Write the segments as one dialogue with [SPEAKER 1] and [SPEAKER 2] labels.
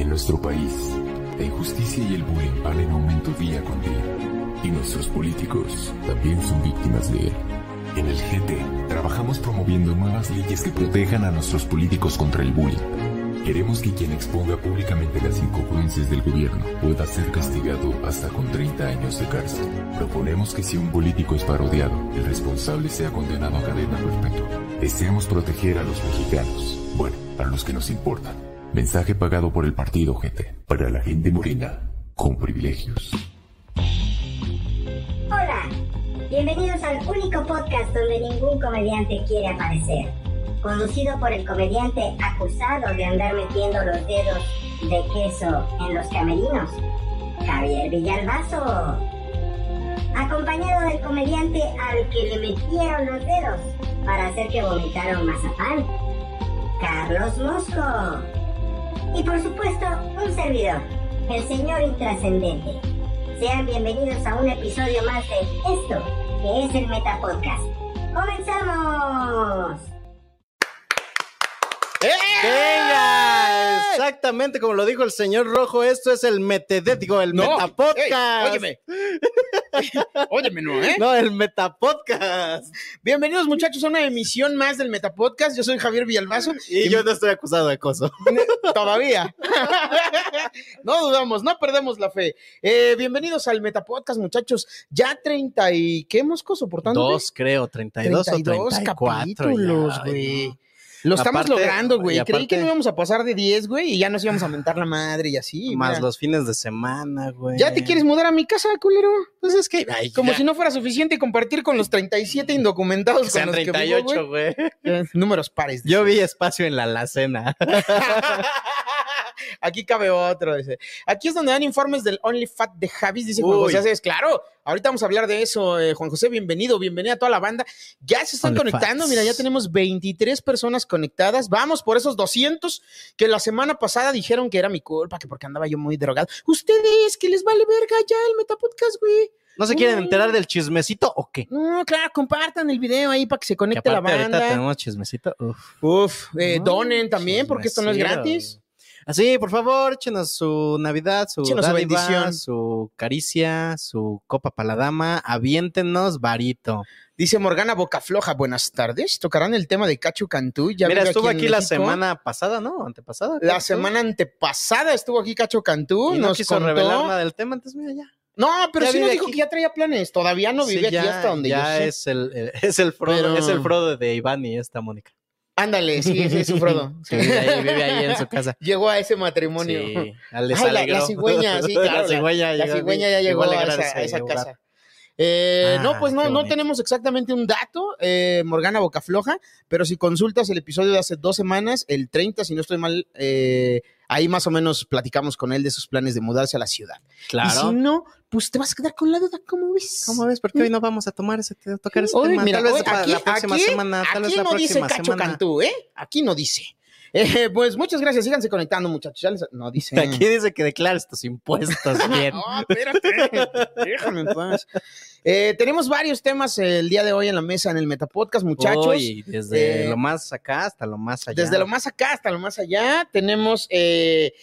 [SPEAKER 1] En nuestro país, la injusticia y el bullying van en aumento día con día. Y nuestros políticos también son víctimas de él. En el GT, trabajamos promoviendo nuevas leyes que protejan a nuestros políticos contra el bullying. Queremos que quien exponga públicamente las incongruencias del gobierno pueda ser castigado hasta con 30 años de cárcel. Proponemos que si un político es parodiado, el responsable sea condenado a cadena perpetua. Deseamos proteger a los mexicanos. Bueno, a los que nos importan. Mensaje pagado por el partido, gente. Para la gente morena, con privilegios.
[SPEAKER 2] Hola, bienvenidos al único podcast donde ningún comediante quiere aparecer. Conducido por el comediante acusado de andar metiendo los dedos de queso en los camerinos, Javier Villalbazo. Acompañado del comediante al que le metieron los dedos para hacer que vomitara un mazapán, Carlos Mosco. Y por supuesto, un servidor, el señor intrascendente. Sean bienvenidos a un episodio más de esto, que es el Metapodcast. ¡Comenzamos!
[SPEAKER 3] ¡Eh!
[SPEAKER 4] ¡Venga! Exactamente como lo dijo el señor Rojo, esto es el metedético, el
[SPEAKER 3] No,
[SPEAKER 4] metapodcast.
[SPEAKER 3] ey, óyeme. Óyeme, no, ¿eh?
[SPEAKER 4] No, el metapodcast.
[SPEAKER 3] Bienvenidos, muchachos, a una emisión más del Metapodcast. Yo soy Javier Villalbazo. Em,
[SPEAKER 4] Y, yo no estoy acusado de acoso.
[SPEAKER 3] Todavía. no dudamos, no perdemos la fe. Eh, bienvenidos al Metapodcast, muchachos. Ya 30 y... ¿Qué mosco soportando?
[SPEAKER 4] Dos, creo, 32, o 34.
[SPEAKER 3] capítulos,
[SPEAKER 4] ya, ay,
[SPEAKER 3] güey.
[SPEAKER 4] no.
[SPEAKER 3] Lo estamos
[SPEAKER 4] Aparte-
[SPEAKER 3] logrando,
[SPEAKER 4] y
[SPEAKER 3] güey. Creí
[SPEAKER 4] aparte-
[SPEAKER 3] que no íbamos a pasar de 10, güey, y ya nos íbamos a mentar la madre y así.
[SPEAKER 4] Más
[SPEAKER 3] mira.
[SPEAKER 4] los fines de semana, güey.
[SPEAKER 3] ¿Ya te quieres mudar a mi casa, culero?
[SPEAKER 4] Pues es que. ay,
[SPEAKER 3] Como
[SPEAKER 4] ya.
[SPEAKER 3] si no fuera suficiente compartir con los 37 indocumentados con
[SPEAKER 4] sean
[SPEAKER 3] los que vivo,
[SPEAKER 4] 38,
[SPEAKER 3] güey.
[SPEAKER 4] güey.
[SPEAKER 3] Eh, Números pares.
[SPEAKER 4] Yo vi espacio en la alacena.
[SPEAKER 3] Aquí cabe otro, dice. Aquí es donde dan informes del Only Fat de Javis, dice Juan
[SPEAKER 4] Uy.
[SPEAKER 3] José Aceves. Claro, ahorita vamos a hablar de eso, eh, Juan José, bienvenido, bienvenida a toda la banda. Ya se están
[SPEAKER 4] Only
[SPEAKER 3] conectando,
[SPEAKER 4] Fats.
[SPEAKER 3] mira, ya tenemos 23 personas conectadas. Vamos por esos 200 que la semana pasada dijeron que era mi culpa, que porque andaba yo muy drogado. Ustedes, que les vale verga ya el Metapodcast, güey.
[SPEAKER 4] ¿No se quieren
[SPEAKER 3] Uy.
[SPEAKER 4] enterar del chismecito o qué?
[SPEAKER 3] No, claro, compartan el video ahí para que se
[SPEAKER 4] Que
[SPEAKER 3] conecte la
[SPEAKER 4] aparte ahorita
[SPEAKER 3] banda.
[SPEAKER 4] tenemos chismecito. Uf.
[SPEAKER 3] Uf, eh,
[SPEAKER 4] No,
[SPEAKER 3] donen también, porque esto no es
[SPEAKER 4] chismecero.
[SPEAKER 3] gratis.
[SPEAKER 4] Así, por favor, échenos su Navidad, su,
[SPEAKER 3] Échenos su
[SPEAKER 4] dádiva,
[SPEAKER 3] bendición.
[SPEAKER 4] su caricia, su copa para la dama. Aviéntenos, varito.
[SPEAKER 3] Dice Morgana Bocafloja, buenas tardes. Tocarán el tema de Cachu Cantú. Ya
[SPEAKER 4] Mira,
[SPEAKER 3] vive
[SPEAKER 4] estuvo
[SPEAKER 3] en
[SPEAKER 4] aquí, la
[SPEAKER 3] México.
[SPEAKER 4] semana pasada, ¿no? Antepasada. creo
[SPEAKER 3] La
[SPEAKER 4] que
[SPEAKER 3] semana antepasada estuvo aquí Cacho Cantú.
[SPEAKER 4] estuvo. Y no
[SPEAKER 3] nos
[SPEAKER 4] quiso
[SPEAKER 3] contó-
[SPEAKER 4] revelar nada del tema, entonces mira ya.
[SPEAKER 3] No, pero
[SPEAKER 4] Ya
[SPEAKER 3] sí nos
[SPEAKER 4] vive
[SPEAKER 3] dijo
[SPEAKER 4] aquí.
[SPEAKER 3] que ya traía planes. Todavía no
[SPEAKER 4] Sí,
[SPEAKER 3] vive aquí hasta donde yo
[SPEAKER 4] ya
[SPEAKER 3] sé.
[SPEAKER 4] es el, el- es el Frodo,
[SPEAKER 3] Pero-
[SPEAKER 4] es el Frodo de Iván y esta Mónica.
[SPEAKER 3] Ándale, sí, ese es su Frodo.
[SPEAKER 4] Sí, vive ahí, vive ahí en su casa.
[SPEAKER 3] Llegó a ese matrimonio.
[SPEAKER 4] Sí, les
[SPEAKER 3] Ay, la- la
[SPEAKER 4] alegró.
[SPEAKER 3] cigüeña, sí, claro,
[SPEAKER 4] la cigüeña,
[SPEAKER 3] La
[SPEAKER 4] llegó,
[SPEAKER 3] cigüeña ya llegó
[SPEAKER 4] a
[SPEAKER 3] a
[SPEAKER 4] alegrar
[SPEAKER 3] esa, a
[SPEAKER 4] ese
[SPEAKER 3] esa
[SPEAKER 4] lugar.
[SPEAKER 3] casa. Eh,
[SPEAKER 4] Ah,
[SPEAKER 3] no, pues no,
[SPEAKER 4] qué
[SPEAKER 3] no
[SPEAKER 4] bonito.
[SPEAKER 3] tenemos exactamente un dato, eh, Morgana Bocafloja, pero si consultas el episodio de hace dos semanas, el 30, si no estoy mal, eh, ahí más o menos platicamos con él de sus planes de mudarse a la ciudad.
[SPEAKER 4] Claro.
[SPEAKER 3] Y si no, pues te vas a quedar con la duda, ¿cómo ves?
[SPEAKER 4] ¿Cómo ves? Porque hoy no vamos a tomar ese, a tocar ese
[SPEAKER 3] Hoy,
[SPEAKER 4] tema.
[SPEAKER 3] mira,
[SPEAKER 4] tal vez
[SPEAKER 3] hoy
[SPEAKER 4] para
[SPEAKER 3] aquí,
[SPEAKER 4] la próxima
[SPEAKER 3] aquí-
[SPEAKER 4] semana, tal
[SPEAKER 3] aquí
[SPEAKER 4] vez la
[SPEAKER 3] no dice
[SPEAKER 4] próxima
[SPEAKER 3] Cacho
[SPEAKER 4] semana.
[SPEAKER 3] Cantú, ¿eh? Aquí no dice. Eh, pues muchas gracias, síganse conectando, muchachos. Ya les- no dice.
[SPEAKER 4] Aquí dice que declares tus impuestos bien.
[SPEAKER 3] Ah, espérate. Déjame en paz. Eh, tenemos varios temas el día de hoy en la mesa en el Metapodcast, muchachos.
[SPEAKER 4] Uy, desde
[SPEAKER 3] eh,
[SPEAKER 4] lo más acá hasta lo más allá.
[SPEAKER 3] Desde lo más acá hasta lo más allá, tenemos eh,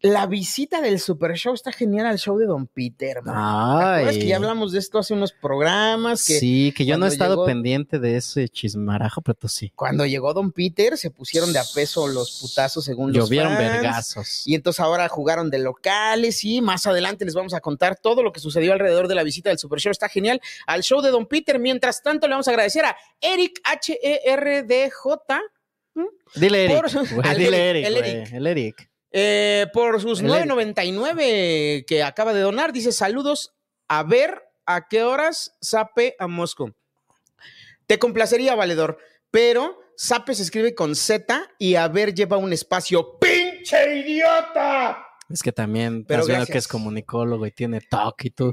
[SPEAKER 3] la visita del Super Show. Está genial al show de Don Peter. man. ¿Te acuerdas
[SPEAKER 4] Ay.
[SPEAKER 3] que ya hablamos de esto hace unos programas. Que
[SPEAKER 4] sí, que yo no he
[SPEAKER 3] cuando
[SPEAKER 4] estado
[SPEAKER 3] llegó-
[SPEAKER 4] pendiente de ese chismarajo, pero tú sí.
[SPEAKER 3] Cuando llegó Don Peter, se pusieron de a peso los putazos según los
[SPEAKER 4] Llovieron
[SPEAKER 3] fans.
[SPEAKER 4] vergazos.
[SPEAKER 3] Y entonces ahora jugaron de locales y más adelante les vamos a contar todo lo que sucedió alrededor de la visita del Super Show. Está genial. Al show de Don Peter. Mientras tanto, le vamos a agradecer a Eric E H-E-R-D-J
[SPEAKER 4] Dile Eric.
[SPEAKER 3] Por-
[SPEAKER 4] güey,
[SPEAKER 3] al
[SPEAKER 4] dile
[SPEAKER 3] Eric,
[SPEAKER 4] Eric.
[SPEAKER 3] el
[SPEAKER 4] güey,
[SPEAKER 3] Eric.
[SPEAKER 4] El Eric.
[SPEAKER 3] eh, por sus
[SPEAKER 4] El
[SPEAKER 3] 9.99 que acaba de donar. Dice saludos. A ver a qué horas sape a Moscú. Te complacería, valedor, pero Sape se escribe con Z y a ver lleva un espacio. ¡Pinche idiota!
[SPEAKER 4] Es que también
[SPEAKER 3] Pero
[SPEAKER 4] estás viendo
[SPEAKER 3] gracias.
[SPEAKER 4] que es comunicólogo y tiene TOC y tú,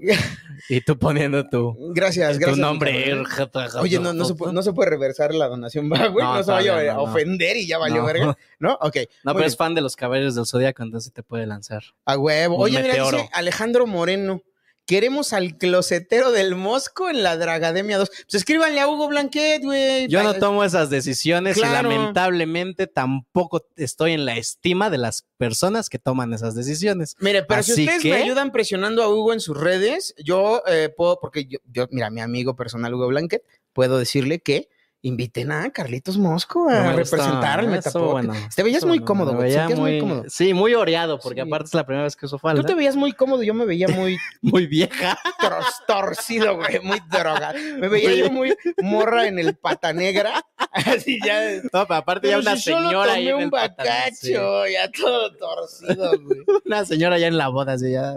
[SPEAKER 4] y tú poniendo tu,
[SPEAKER 3] Gracias, gracias.
[SPEAKER 4] tu
[SPEAKER 3] mi
[SPEAKER 4] nombre.
[SPEAKER 3] cabrón. Oye, no, no, se puede, no se puede reversar la donación, va, güey. No,
[SPEAKER 4] No,
[SPEAKER 3] se vaya
[SPEAKER 4] todavía
[SPEAKER 3] a
[SPEAKER 4] no, no.
[SPEAKER 3] ofender y ya valió
[SPEAKER 4] No.
[SPEAKER 3] verga. ¿No? Ok.
[SPEAKER 4] No,
[SPEAKER 3] muy
[SPEAKER 4] pero es fan de los caballeros del Zodíaco, entonces te puede lanzar.
[SPEAKER 3] A huevo.
[SPEAKER 4] Un
[SPEAKER 3] Oye, mira,
[SPEAKER 4] meteoro.
[SPEAKER 3] dice Alejandro Moreno. Queremos al closetero del Mosco en la Dragademia 2. Pues escríbanle a Hugo Blanquet, güey.
[SPEAKER 4] Yo no
[SPEAKER 3] Pa-
[SPEAKER 4] tomo esas decisiones
[SPEAKER 3] Claro.
[SPEAKER 4] y lamentablemente tampoco estoy en la estima de las personas que toman esas decisiones.
[SPEAKER 3] Mire, eh, pero si
[SPEAKER 4] Así
[SPEAKER 3] ustedes
[SPEAKER 4] que-
[SPEAKER 3] me ayudan presionando a Hugo en sus redes, yo eh, puedo, porque yo, yo, mira, mi amigo personal Hugo Blanquet, puedo decirle que inviten a Carlitos Mosco a
[SPEAKER 4] No me gusta,
[SPEAKER 3] representar el
[SPEAKER 4] eso,
[SPEAKER 3] Metapodcast.
[SPEAKER 4] bueno,
[SPEAKER 3] Te veías
[SPEAKER 4] eso
[SPEAKER 3] muy
[SPEAKER 4] no,
[SPEAKER 3] cómodo,
[SPEAKER 4] me
[SPEAKER 3] güey, te
[SPEAKER 4] veía
[SPEAKER 3] sentías muy cómodo.
[SPEAKER 4] Sí, muy oreado, porque
[SPEAKER 3] Sí.
[SPEAKER 4] aparte es la primera vez que uso falda.
[SPEAKER 3] Tú te veías muy cómodo, yo me veía muy
[SPEAKER 4] Muy vieja.
[SPEAKER 3] tros- torcido, güey, muy drogado. Me veía yo muy morra en el pata negra. Así ya.
[SPEAKER 4] No, pero aparte ya
[SPEAKER 3] Pero
[SPEAKER 4] una
[SPEAKER 3] si solo
[SPEAKER 4] señora ahí
[SPEAKER 3] tomé
[SPEAKER 4] en
[SPEAKER 3] un
[SPEAKER 4] el pantalón, sí.
[SPEAKER 3] bacacho, ya todo torcido, güey.
[SPEAKER 4] Una señora ya en la boda, así ya.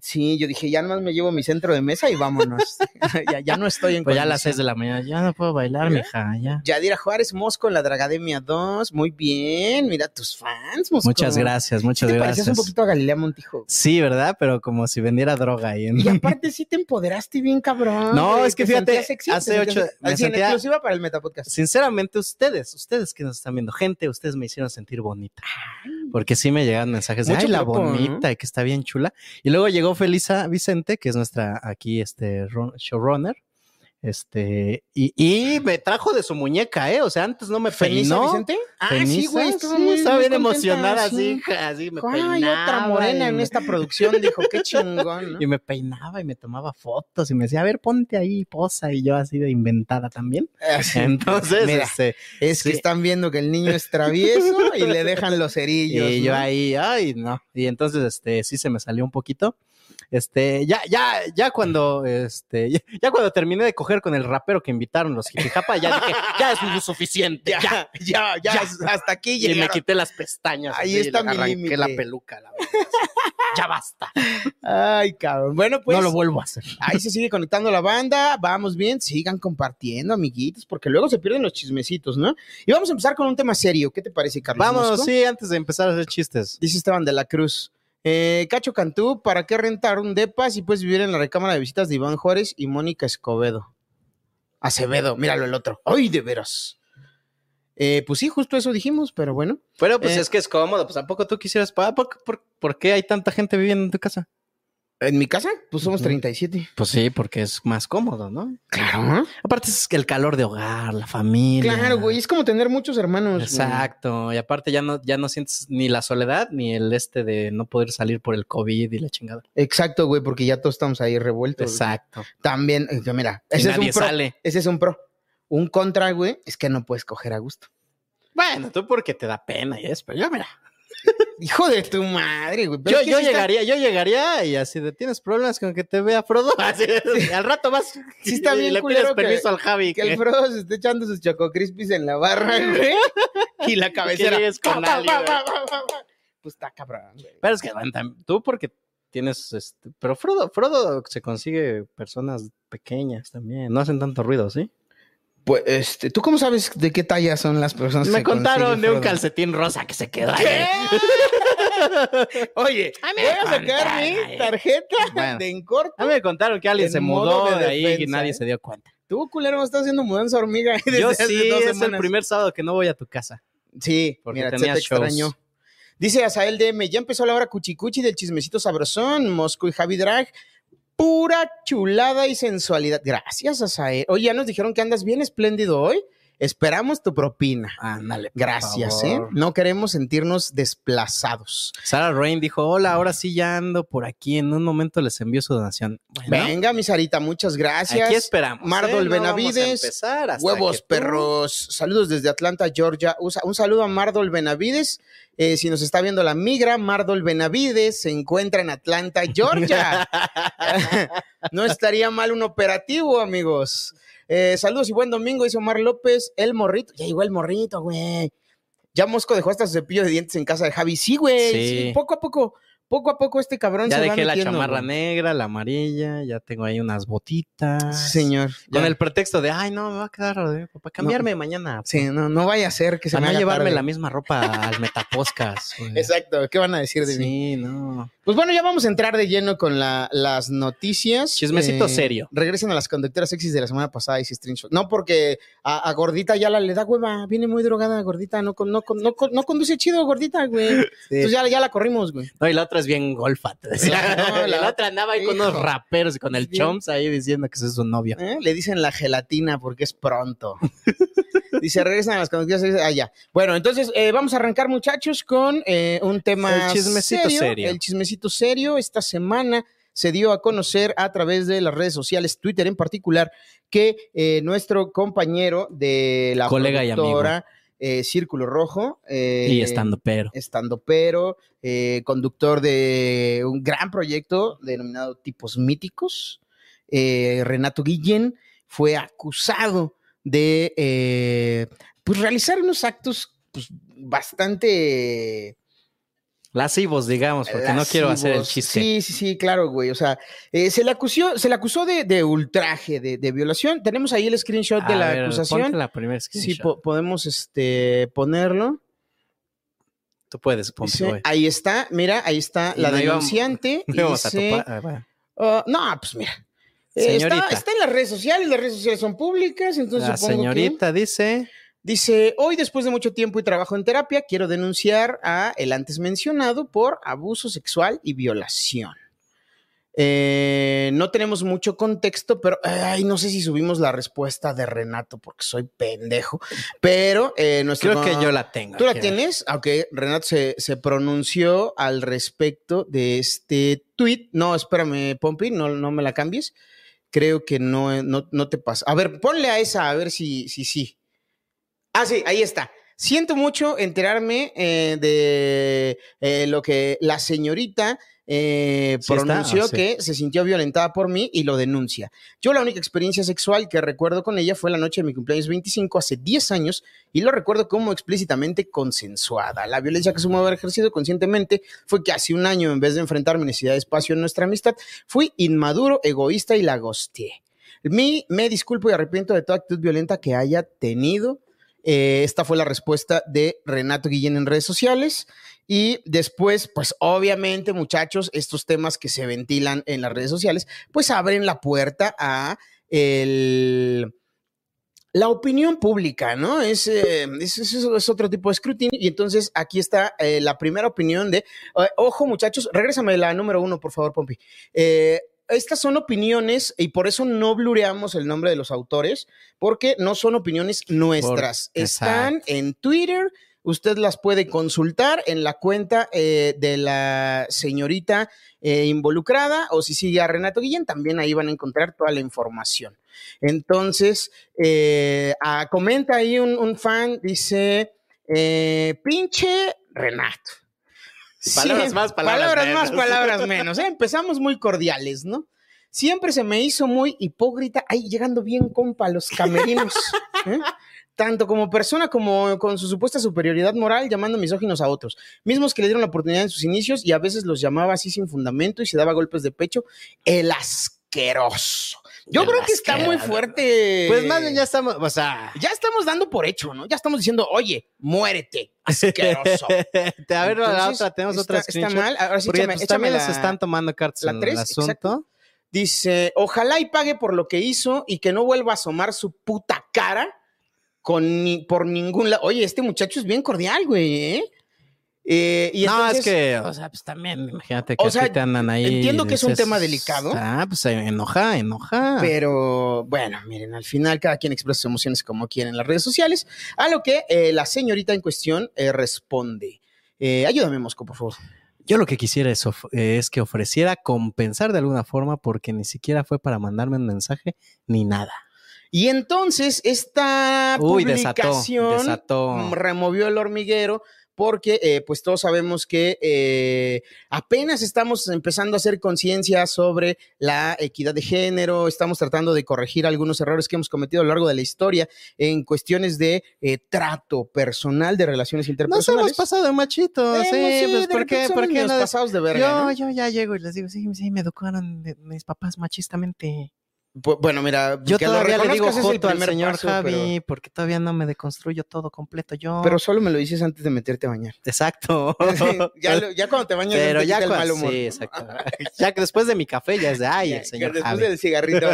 [SPEAKER 3] Sí, yo dije, ya nomás me llevo mi centro de mesa y vámonos. ya, ya no estoy en
[SPEAKER 4] Pues ya a las
[SPEAKER 3] condición.
[SPEAKER 4] 6 de la mañana, ya no puedo bailar, mija, ya.
[SPEAKER 3] Yadira Juárez Mosco en la Dragademia 2. Muy bien. Mira tus fans, Mosco.
[SPEAKER 4] Muchas
[SPEAKER 3] pues,
[SPEAKER 4] gracias,
[SPEAKER 3] Sí
[SPEAKER 4] muchas
[SPEAKER 3] te parecías
[SPEAKER 4] gracias.
[SPEAKER 3] un poquito a Galilea Montijo.
[SPEAKER 4] Sí, ¿verdad? Pero como si vendiera droga ahí en...
[SPEAKER 3] Y aparte sí te empoderaste bien, cabrón.
[SPEAKER 4] No,
[SPEAKER 3] güey.
[SPEAKER 4] es que
[SPEAKER 3] Te
[SPEAKER 4] fíjate,
[SPEAKER 3] sentías sexy, te
[SPEAKER 4] hace
[SPEAKER 3] sentías
[SPEAKER 4] ocho-
[SPEAKER 3] sexy.
[SPEAKER 4] me
[SPEAKER 3] Así en
[SPEAKER 4] sentía-
[SPEAKER 3] exclusiva para el Metapodcast.
[SPEAKER 4] Sinceramente, ustedes, ustedes que nos están viendo, gente, ustedes me hicieron sentir bonita. Porque sí me llegaron mensajes de,
[SPEAKER 3] Mucho ¿eh?
[SPEAKER 4] ay, la
[SPEAKER 3] piropo, ¿no?
[SPEAKER 4] bonita, y que está bien chula. Y luego llegó Felisa Vicente, que es nuestra aquí, este, ro- showrunner. Este, y, y me trajo de su muñeca, ¿eh? O sea, antes no me
[SPEAKER 3] ¿Feliz
[SPEAKER 4] peinó.
[SPEAKER 3] Vicente? Ah, sí,
[SPEAKER 4] Feliz,
[SPEAKER 3] güey.
[SPEAKER 4] sí,
[SPEAKER 3] Estuvo muy,
[SPEAKER 4] estaba
[SPEAKER 3] muy
[SPEAKER 4] bien
[SPEAKER 3] contenta,
[SPEAKER 4] emocionada, así,
[SPEAKER 3] sí.
[SPEAKER 4] hija, así, me peinaba.
[SPEAKER 3] Ay, otra morena
[SPEAKER 4] y
[SPEAKER 3] en
[SPEAKER 4] me-
[SPEAKER 3] esta producción, dijo, qué chingón, ¿no?
[SPEAKER 4] Y me peinaba y me tomaba fotos y me decía, a ver, ponte ahí, posa. Y yo así de inventada también.
[SPEAKER 3] Así.
[SPEAKER 4] Entonces,
[SPEAKER 3] Ah, Mira,
[SPEAKER 4] este,
[SPEAKER 3] es que
[SPEAKER 4] sí.
[SPEAKER 3] están viendo que el niño es travieso y le dejan los
[SPEAKER 4] y
[SPEAKER 3] cerillos.
[SPEAKER 4] yo
[SPEAKER 3] ¿no?
[SPEAKER 4] ahí, ay, no. Y entonces, este, sí se me salió un poquito. Este, ya, ya, ya cuando, este, ya, ya cuando terminé de coger con el rapero que invitaron los jipijapa, ya dije, ya es lo suficiente, ya.
[SPEAKER 3] ya, ya, ya, hasta aquí
[SPEAKER 4] Y me
[SPEAKER 3] llegaron.
[SPEAKER 4] quité las pestañas.
[SPEAKER 3] Ahí
[SPEAKER 4] así, y
[SPEAKER 3] está
[SPEAKER 4] le
[SPEAKER 3] mi
[SPEAKER 4] arranqué
[SPEAKER 3] límite.
[SPEAKER 4] la peluca. la verdad, así. ya basta.
[SPEAKER 3] Ay, cabrón. Bueno, pues
[SPEAKER 4] no lo vuelvo a hacer.
[SPEAKER 3] ahí se sigue conectando la banda. Vamos bien, sigan compartiendo, amiguitos, porque luego se pierden los chismecitos, ¿no? Y vamos a empezar con un tema serio. ¿Qué te parece, Carlos?
[SPEAKER 4] Vamos,
[SPEAKER 3] Mosco?
[SPEAKER 4] sí, antes de empezar a hacer chistes.
[SPEAKER 3] Dice Esteban de la Cruz. eh, Cacho Cantú, ¿para qué rentar un depa si puedes vivir en la recámara de visitas de Iván Juárez y Mónica Escobedo? Acevedo, míralo el otro. ¡Ay, de veras! Eh, pues sí, justo eso dijimos, pero bueno.
[SPEAKER 4] Pero pues
[SPEAKER 3] Eh,
[SPEAKER 4] es que es cómodo, pues tampoco tú quisieras pagar. ¿Por, qué- por, por qué hay tanta gente viviendo en tu casa?
[SPEAKER 3] En mi casa, pues somos
[SPEAKER 4] Ujú.
[SPEAKER 3] 37.
[SPEAKER 4] Pues sí, porque es más cómodo, ¿no?
[SPEAKER 3] Claro.
[SPEAKER 4] Aparte es que el calor de hogar, la familia.
[SPEAKER 3] Claro, güey. Es como tener muchos hermanos. güey.
[SPEAKER 4] Exacto. Y aparte ya no, ya no sientes ni la soledad ni el este de no poder salir por el COVID y la chingada.
[SPEAKER 3] Exacto, güey, porque ya todos estamos ahí revueltos. güey.
[SPEAKER 4] Exacto.
[SPEAKER 3] También, eh, mira,
[SPEAKER 4] Y
[SPEAKER 3] ese es, un
[SPEAKER 4] nadie
[SPEAKER 3] pro,
[SPEAKER 4] sale.
[SPEAKER 3] ese es un pro. Un contra, güey, es que no puedes coger a gusto.
[SPEAKER 4] Bueno, tú porque te da pena y eso, pero yo mira.
[SPEAKER 3] Hijo de tu madre, güey. pero
[SPEAKER 4] yo
[SPEAKER 3] es que
[SPEAKER 4] yo
[SPEAKER 3] sí está-
[SPEAKER 4] llegaría, yo llegaría y así de tienes problemas con que te vea Frodo. Así, al rato vas
[SPEAKER 3] Sí está
[SPEAKER 4] y
[SPEAKER 3] bien
[SPEAKER 4] le
[SPEAKER 3] culero
[SPEAKER 4] pides
[SPEAKER 3] que-
[SPEAKER 4] permiso al Javi.
[SPEAKER 3] Que el Frodo se esté echando sus Choco Crispies en la barra, güey. Y la cabecera.
[SPEAKER 4] llegues con
[SPEAKER 3] Pa, pa,
[SPEAKER 4] alguien,
[SPEAKER 3] pa,
[SPEAKER 4] güey.
[SPEAKER 3] pa, pa, pa. Pues está cabrón, güey.
[SPEAKER 4] Pero es que bueno, tam- tú porque tienes este, pero Frodo, Frodo se consigue personas pequeñas también, no hacen tanto ruido, ¿sí?
[SPEAKER 3] Pues, este, ¿tú cómo sabes de qué talla son las personas que
[SPEAKER 4] Me
[SPEAKER 3] se
[SPEAKER 4] contaron
[SPEAKER 3] consigue
[SPEAKER 4] de un
[SPEAKER 3] Frodo?
[SPEAKER 4] calcetín rosa que se quedó
[SPEAKER 3] ¿Qué?
[SPEAKER 4] ahí.
[SPEAKER 3] Oye,
[SPEAKER 4] A mí
[SPEAKER 3] voy
[SPEAKER 4] me
[SPEAKER 3] a sacar
[SPEAKER 4] contaron,
[SPEAKER 3] mi
[SPEAKER 4] eh.
[SPEAKER 3] tarjeta
[SPEAKER 4] Bueno.
[SPEAKER 3] de encorte.
[SPEAKER 4] A mí me contaron que alguien
[SPEAKER 3] En
[SPEAKER 4] se
[SPEAKER 3] modo
[SPEAKER 4] mudó
[SPEAKER 3] de
[SPEAKER 4] de, ahí y
[SPEAKER 3] defensa,
[SPEAKER 4] nadie
[SPEAKER 3] ¿eh?
[SPEAKER 4] se dio cuenta.
[SPEAKER 3] Tú, culero, me estás haciendo mudanza hormiga. ¿eh? desde
[SPEAKER 4] Yo
[SPEAKER 3] hace
[SPEAKER 4] sí,
[SPEAKER 3] dos
[SPEAKER 4] es el
[SPEAKER 3] semanas.
[SPEAKER 4] primer sábado que no voy a tu casa.
[SPEAKER 3] Sí,
[SPEAKER 4] Porque
[SPEAKER 3] mira, se te
[SPEAKER 4] tenía shows.
[SPEAKER 3] extrañó. Dice Azael DM, ya empezó la hora cuchicuchi del chismecito sabrosón, Mosco y Javi Drag. Pura chulada y sensualidad. Gracias, Azael. Oye, ya nos dijeron que andas bien espléndido hoy. Esperamos tu propina.
[SPEAKER 4] Ándale. por
[SPEAKER 3] Gracias, ¿eh?
[SPEAKER 4] favor.
[SPEAKER 3] No queremos sentirnos desplazados.
[SPEAKER 4] Sarah Rain dijo, hola, ahora sí ya ando por aquí. En un momento les envío su donación. Bueno,
[SPEAKER 3] Venga, mi Sarita, muchas gracias.
[SPEAKER 4] aquí esperamos. ¿eh?
[SPEAKER 3] Mardol
[SPEAKER 4] No vamos a
[SPEAKER 3] Benavides,
[SPEAKER 4] empezar hasta
[SPEAKER 3] Huevos,
[SPEAKER 4] que tú-
[SPEAKER 3] perros. Saludos desde Atlanta, Georgia. Usa- Un saludo a Mardol Benavides. Eh, si nos está viendo la migra, Mardol Benavides se encuentra en Atlanta, Georgia. no estaría mal un operativo, amigos. Eh, saludos y buen domingo, dice Omar López. El morrito. Ya llegó el morrito, güey. Ya Mosco dejó hasta su cepillo de dientes en casa de Javi. Sí, güey.
[SPEAKER 4] Sí.
[SPEAKER 3] sí, poco a poco. Poco a poco este cabrón
[SPEAKER 4] Ya
[SPEAKER 3] se va
[SPEAKER 4] dejé la
[SPEAKER 3] metiendo,
[SPEAKER 4] chamarra
[SPEAKER 3] güey.
[SPEAKER 4] negra, la amarilla, ya tengo ahí unas botitas.
[SPEAKER 3] Señor.
[SPEAKER 4] Con
[SPEAKER 3] ya.
[SPEAKER 4] el pretexto de, ay, no, me va a quedar rodeo para cambiarme mañana.
[SPEAKER 3] Sí, no, no vaya a ser que se
[SPEAKER 4] para
[SPEAKER 3] me
[SPEAKER 4] no
[SPEAKER 3] haga
[SPEAKER 4] llevarme
[SPEAKER 3] tarde.
[SPEAKER 4] la misma ropa al Metaposcas. güey.
[SPEAKER 3] Exacto, ¿qué van a decir de mí?
[SPEAKER 4] Sí, no.
[SPEAKER 3] Pues bueno, ya vamos a entrar de lleno con la- las noticias.
[SPEAKER 4] Chismecito serio.
[SPEAKER 3] Regresen a las conductoras sexys de la semana pasada y screenshot. No, porque a, a Gordita ya la le da hueva. Viene muy drogada Gordita. No, con- no, con- no, con- no conduce chido Gordita, güey. Entonces ya, ya la corrimos, güey.
[SPEAKER 4] No, y la otra es bien golfa. te decía.
[SPEAKER 3] No,
[SPEAKER 4] la,
[SPEAKER 3] la
[SPEAKER 4] otra andaba ahí con
[SPEAKER 3] hijo.
[SPEAKER 4] unos raperos y con el
[SPEAKER 3] Sí.
[SPEAKER 4] Chomps ahí diciendo que ese es su novio.
[SPEAKER 3] ¿Eh? Le dicen la gelatina porque es pronto. Dice, regresan a las conductoras sexys. Ah, ya. Bueno, entonces eh, vamos a arrancar, muchachos, con eh, un tema
[SPEAKER 4] El chismecito serio.
[SPEAKER 3] El chismecito serio esta semana. se dio a conocer a través de las redes sociales, Twitter en particular, que eh, nuestro compañero de la
[SPEAKER 4] Colega y
[SPEAKER 3] productora, eh, Círculo Rojo, eh,
[SPEAKER 4] y estando pero.
[SPEAKER 3] estandopero, eh, conductor de un gran proyecto denominado Tipos Míticos, eh, Renato Guillén, fue acusado de eh, pues, realizar unos actos pues, bastante
[SPEAKER 4] Lascivos, digamos, porque no quiero hacer el
[SPEAKER 3] lascivos.
[SPEAKER 4] chiste.
[SPEAKER 3] Sí, sí, sí, claro, güey. O sea, eh, se le acusó, se le acusó de, de ultraje, de, de violación. Tenemos ahí el screenshot de
[SPEAKER 4] A
[SPEAKER 3] la
[SPEAKER 4] ver,
[SPEAKER 3] acusación.
[SPEAKER 4] ponte la primera
[SPEAKER 3] Sí,
[SPEAKER 4] screenshot.
[SPEAKER 3] po- podemos este, ponerlo.
[SPEAKER 4] Tú puedes, ponte,
[SPEAKER 3] Dice,
[SPEAKER 4] güey.
[SPEAKER 3] ahí está, mira, ahí está
[SPEAKER 4] Y
[SPEAKER 3] la
[SPEAKER 4] no íbamos-
[SPEAKER 3] denunciante.
[SPEAKER 4] No íbamos a
[SPEAKER 3] dice,
[SPEAKER 4] topar. Ah, bueno.
[SPEAKER 3] ah, no, pues mira. Eh, Está,
[SPEAKER 4] Señorita.
[SPEAKER 3] está en las redes sociales, las redes sociales son públicas, entonces
[SPEAKER 4] La
[SPEAKER 3] supongo que-
[SPEAKER 4] señorita dice,
[SPEAKER 3] Dice, hoy después de mucho tiempo y trabajo en terapia, quiero denunciar a el antes mencionado por abuso sexual y violación. Eh, no tenemos mucho contexto, pero eh, ay, no sé si subimos la respuesta de Renato porque soy pendejo. Pero eh, nuestro
[SPEAKER 4] creo que yo la tengo.
[SPEAKER 3] ¿Tú la
[SPEAKER 4] Quiero-
[SPEAKER 3] tienes? Aunque Renato se, se pronunció al respecto de este tweet. No, espérame, Pompi, no, no me la cambies. Creo que no, eh, no, no te pasa. A ver, ponle a esa, a ver si sí. Si, sí. Ah, sí, ahí está. Siento mucho enterarme eh, de eh, lo que la señorita eh,
[SPEAKER 4] ¿Sí está? Ah,
[SPEAKER 3] pronunció
[SPEAKER 4] sí.
[SPEAKER 3] que se sintió violentada por mí y lo denuncia. Yo la única experiencia sexual que recuerdo con ella fue la noche de mi cumpleaños 25 hace 10 años y lo recuerdo como explícitamente consensuada. La violencia que sumo haber ejercido conscientemente fue que hace un año, en vez de enfrentar mi necesidad de espacio en nuestra amistad, fui inmaduro, egoísta y la gosteé. Mi- me disculpo y arrepiento de toda actitud violenta que haya tenido. Eh, esta fue la respuesta de Renato Guillén en redes sociales. Y después, pues obviamente, muchachos, estos temas que se ventilan en las redes sociales, pues abren la puerta a el- la opinión pública, ¿no? Es, eh, es, es- es otro tipo de escrutinio. Y entonces aquí está eh, la primera opinión de. eh, ojo, muchachos, regrésame la número uno, por favor, Pompi. Eh, estas son opiniones y por eso no blureamos el nombre de los autores, porque no son opiniones nuestras. Están en Twitter. Usted las puede consultar en la cuenta eh, de la señorita eh, involucrada o si sigue a Renato Guillén, también ahí van a encontrar toda la información. Entonces, eh, ah, comenta ahí un, un fan, dice, eh, pinche Renato.
[SPEAKER 4] Palabras más, palabras menos.
[SPEAKER 3] más, palabras menos. eh, empezamos muy cordiales, ¿no? Siempre se me hizo muy hipócrita, ahí llegando bien compa a los camerinos. ¿eh? Tanto como persona como con su supuesta superioridad moral, llamando misóginos a otros. Mismos que le dieron la oportunidad en sus inicios y a veces los llamaba así sin fundamento y se daba golpes de pecho. El asqueroso. Yo
[SPEAKER 4] El
[SPEAKER 3] creo que está muy
[SPEAKER 4] asqueroso.
[SPEAKER 3] fuerte.
[SPEAKER 4] Pues más bien ya estamos, o sea,
[SPEAKER 3] Ya estamos dando por hecho, ¿no? Ya estamos diciendo, oye, muérete, asqueroso.
[SPEAKER 4] Te- a ver, la
[SPEAKER 3] Entonces,
[SPEAKER 4] otra, tenemos
[SPEAKER 3] está-
[SPEAKER 4] otra
[SPEAKER 3] Está
[SPEAKER 4] screenshot.
[SPEAKER 3] mal. Ahora sí,
[SPEAKER 4] porque
[SPEAKER 3] échame-
[SPEAKER 4] pues,
[SPEAKER 3] échame
[SPEAKER 4] también
[SPEAKER 3] la-
[SPEAKER 4] nos están tomando cartas
[SPEAKER 3] la
[SPEAKER 4] en
[SPEAKER 3] tres,
[SPEAKER 4] el asunto.
[SPEAKER 3] exacto. Dice, ojalá y pague por lo que hizo y que no vuelva a asomar su puta cara con ni- por ningún lado. Oye, este muchacho es bien cordial, güey, ¿eh? Eh, y
[SPEAKER 4] no,
[SPEAKER 3] entonces-
[SPEAKER 4] es que, o sea, pues también, imagínate que
[SPEAKER 3] O
[SPEAKER 4] a ti
[SPEAKER 3] sea,
[SPEAKER 4] te andan ahí. y
[SPEAKER 3] entiendo que es un
[SPEAKER 4] dices,
[SPEAKER 3] tema delicado.
[SPEAKER 4] Ah, pues eh, enoja, enoja.
[SPEAKER 3] Pero bueno, miren, al final cada quien expresa sus emociones como quiere en las redes sociales, a lo que eh, la señorita en cuestión eh, responde. Eh, ayúdame, Mosco, por favor.
[SPEAKER 4] Yo lo que quisiera es, of- eh, es que ofreciera compensar de alguna forma porque ni siquiera fue para mandarme un mensaje ni nada.
[SPEAKER 3] Y entonces esta
[SPEAKER 4] Uy, desató,
[SPEAKER 3] publicación
[SPEAKER 4] desató.
[SPEAKER 3] removió el hormiguero porque eh, pues todos sabemos que eh, apenas estamos empezando a hacer conciencia sobre la equidad de género, estamos tratando de corregir algunos errores que hemos cometido a lo largo de la historia en cuestiones de eh, trato personal de relaciones
[SPEAKER 4] Nos hemos
[SPEAKER 3] interpersonales. Eh,
[SPEAKER 4] pasado de machitos, sí, pues ¿por qué, por qué
[SPEAKER 3] nos
[SPEAKER 4] no?
[SPEAKER 3] pasados de verga?
[SPEAKER 4] Yo,
[SPEAKER 3] ¿no?
[SPEAKER 4] yo ya llego y les digo, sí, sí, me educaron de- mis papás machistamente.
[SPEAKER 3] Bu- Bueno, mira,
[SPEAKER 4] Yo
[SPEAKER 3] que lo
[SPEAKER 4] todavía le digo
[SPEAKER 3] reconozcas es el
[SPEAKER 4] joto al
[SPEAKER 3] primer
[SPEAKER 4] señor
[SPEAKER 3] paso,
[SPEAKER 4] Javi,
[SPEAKER 3] pero-
[SPEAKER 4] porque todavía no me deconstruyo todo completo. Yo,
[SPEAKER 3] Pero solo me lo dices antes de meterte a bañar.
[SPEAKER 4] exacto.
[SPEAKER 3] ya, lo- ya cuando te bañas, ya
[SPEAKER 4] Pero
[SPEAKER 3] te
[SPEAKER 4] ya
[SPEAKER 3] quita el mal
[SPEAKER 4] cuando-
[SPEAKER 3] humor.
[SPEAKER 4] sí, exacto. ya que después de mi café ya es de ay, el señor
[SPEAKER 3] después
[SPEAKER 4] Javi.
[SPEAKER 3] del cigarrito.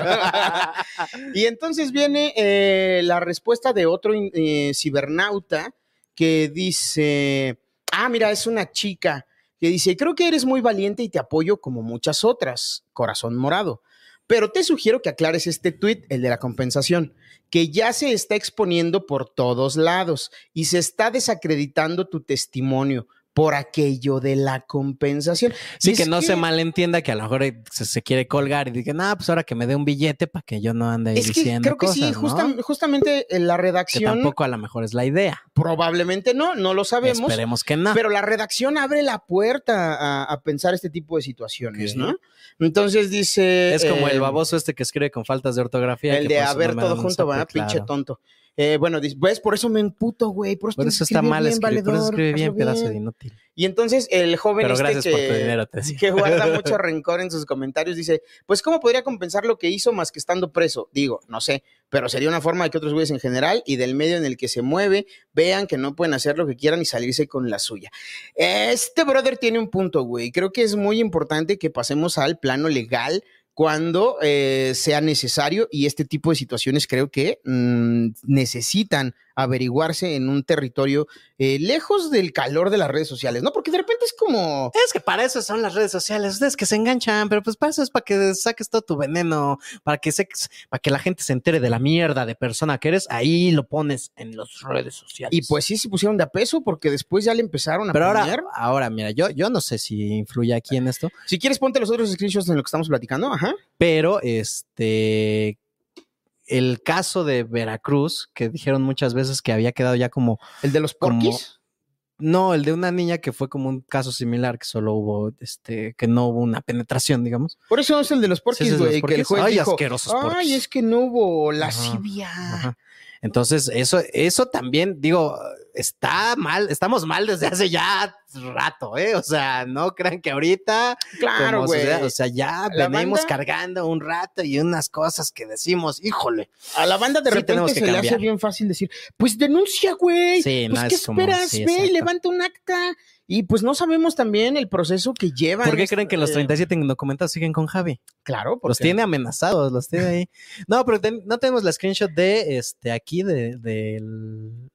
[SPEAKER 3] y entonces viene eh, la respuesta de otro in- eh, cibernauta que dice, ah, mira, es una chica que dice, creo que eres muy valiente y te apoyo como muchas otras, corazón morado. Pero te sugiero que aclares este tuit, el de la compensación, que ya se está exponiendo por todos lados y se está desacreditando tu testimonio por aquello de la compensación.
[SPEAKER 4] Sí,
[SPEAKER 3] Y
[SPEAKER 4] que
[SPEAKER 3] es
[SPEAKER 4] no se malentienda que a lo mejor eh, se, se quiere colgar y diga, ah, pues ahora que me dé un billete para que yo no ande ahí
[SPEAKER 3] Es que
[SPEAKER 4] diciendo
[SPEAKER 3] creo que sí,
[SPEAKER 4] cosas, ¿no?
[SPEAKER 3] justam- justamente en la
[SPEAKER 4] Que
[SPEAKER 3] redacción,
[SPEAKER 4] tampoco a lo mejor es la idea.
[SPEAKER 3] probablemente no, no lo sabemos,
[SPEAKER 4] Esperemos que no.
[SPEAKER 3] pero la redacción abre la puerta a, a pensar este tipo de situaciones,
[SPEAKER 4] Ok.
[SPEAKER 3] ¿no? Entonces dice...
[SPEAKER 4] es como
[SPEAKER 3] eh,
[SPEAKER 4] el baboso este que escribe con faltas de ortografía.
[SPEAKER 3] El
[SPEAKER 4] que
[SPEAKER 3] de
[SPEAKER 4] por eso
[SPEAKER 3] haber
[SPEAKER 4] no me
[SPEAKER 3] todo
[SPEAKER 4] dan un
[SPEAKER 3] junto, ¿verdad?
[SPEAKER 4] soporte, claro.
[SPEAKER 3] Pinche tonto. Eh, bueno, dice, pues por eso me emputo, güey. Por eso,
[SPEAKER 4] Por
[SPEAKER 3] tienes
[SPEAKER 4] eso
[SPEAKER 3] que
[SPEAKER 4] está
[SPEAKER 3] escribir
[SPEAKER 4] mal
[SPEAKER 3] bien,
[SPEAKER 4] escribir, por eso
[SPEAKER 3] valedor,
[SPEAKER 4] escribe bien,
[SPEAKER 3] hazlo
[SPEAKER 4] pedazo
[SPEAKER 3] bien.
[SPEAKER 4] de inútil.
[SPEAKER 3] Y entonces el joven
[SPEAKER 4] Pero
[SPEAKER 3] este
[SPEAKER 4] gracias
[SPEAKER 3] que,
[SPEAKER 4] por tu dinero, te decía.
[SPEAKER 3] que guarda mucho rencor en sus comentarios dice, pues cómo podría compensar lo que hizo más que estando preso. Digo, no sé, pero sería una forma de que otros güeyes en general y del medio en el que se mueve vean que no pueden hacer lo que quieran y salirse con la suya. Este brother tiene un punto, güey. Creo que es muy importante que pasemos al plano legal cuando eh, sea necesario y este tipo de situaciones creo que mm, necesitan averiguarse en un territorio eh, lejos del calor de las redes sociales, ¿no? Porque de repente es como...
[SPEAKER 4] Es que para eso son las redes sociales, ustedes que se enganchan, pero pues para eso es para que saques todo tu veneno, para que se, para que la gente se entere de la mierda de persona que eres, ahí lo pones en las redes sociales.
[SPEAKER 3] Y pues sí, se pusieron de a peso porque después ya le empezaron a
[SPEAKER 4] pero ahora,
[SPEAKER 3] poner.
[SPEAKER 4] ahora, mira, yo, yo no sé si influye aquí en esto,
[SPEAKER 3] Si quieres, ponte los otros screenshots en lo que estamos platicando. Ajá.
[SPEAKER 4] pero este el caso de Veracruz, que dijeron muchas veces que había quedado ya como
[SPEAKER 3] El de los
[SPEAKER 4] Como-
[SPEAKER 3] porquis.
[SPEAKER 4] No, el de una niña que fue como un caso similar, que solo hubo, este, que no hubo una penetración, digamos.
[SPEAKER 3] Por eso es el de los
[SPEAKER 4] Sí,
[SPEAKER 3] porquis,
[SPEAKER 4] sí, los
[SPEAKER 3] güey. que el
[SPEAKER 4] porquis.
[SPEAKER 3] juez
[SPEAKER 4] Ay,
[SPEAKER 3] dijo,
[SPEAKER 4] asquerosos porquis".
[SPEAKER 3] Ay, es que no hubo lascivia.
[SPEAKER 4] Ajá. Entonces, eso, eso también, digo, está mal, estamos mal desde hace ya rato, ¿eh? O sea, no crean que ahorita,
[SPEAKER 3] Claro,
[SPEAKER 4] como
[SPEAKER 3] güey.
[SPEAKER 4] sociedad, o sea, ya
[SPEAKER 3] La
[SPEAKER 4] venimos
[SPEAKER 3] banda-
[SPEAKER 4] cargando un rato y unas cosas que decimos, híjole.
[SPEAKER 3] A la banda de
[SPEAKER 4] Sí,
[SPEAKER 3] repente
[SPEAKER 4] tenemos
[SPEAKER 3] se
[SPEAKER 4] que
[SPEAKER 3] le hace
[SPEAKER 4] cambiar.
[SPEAKER 3] bien fácil decir, pues denuncia, güey.
[SPEAKER 4] Sí,
[SPEAKER 3] pues
[SPEAKER 4] no,
[SPEAKER 3] qué
[SPEAKER 4] es como-
[SPEAKER 3] esperas,
[SPEAKER 4] sí,
[SPEAKER 3] ve, y
[SPEAKER 4] exacto.
[SPEAKER 3] levanta un acta. Y pues no sabemos también el proceso que lleva. este, eh,
[SPEAKER 4] ¿Por qué creen que los 37 indocumentados siguen con Javi?
[SPEAKER 3] Claro, porque
[SPEAKER 4] Los tiene amenazados, los tiene ahí. No, pero ten- no tenemos la screenshot de este aquí de, del-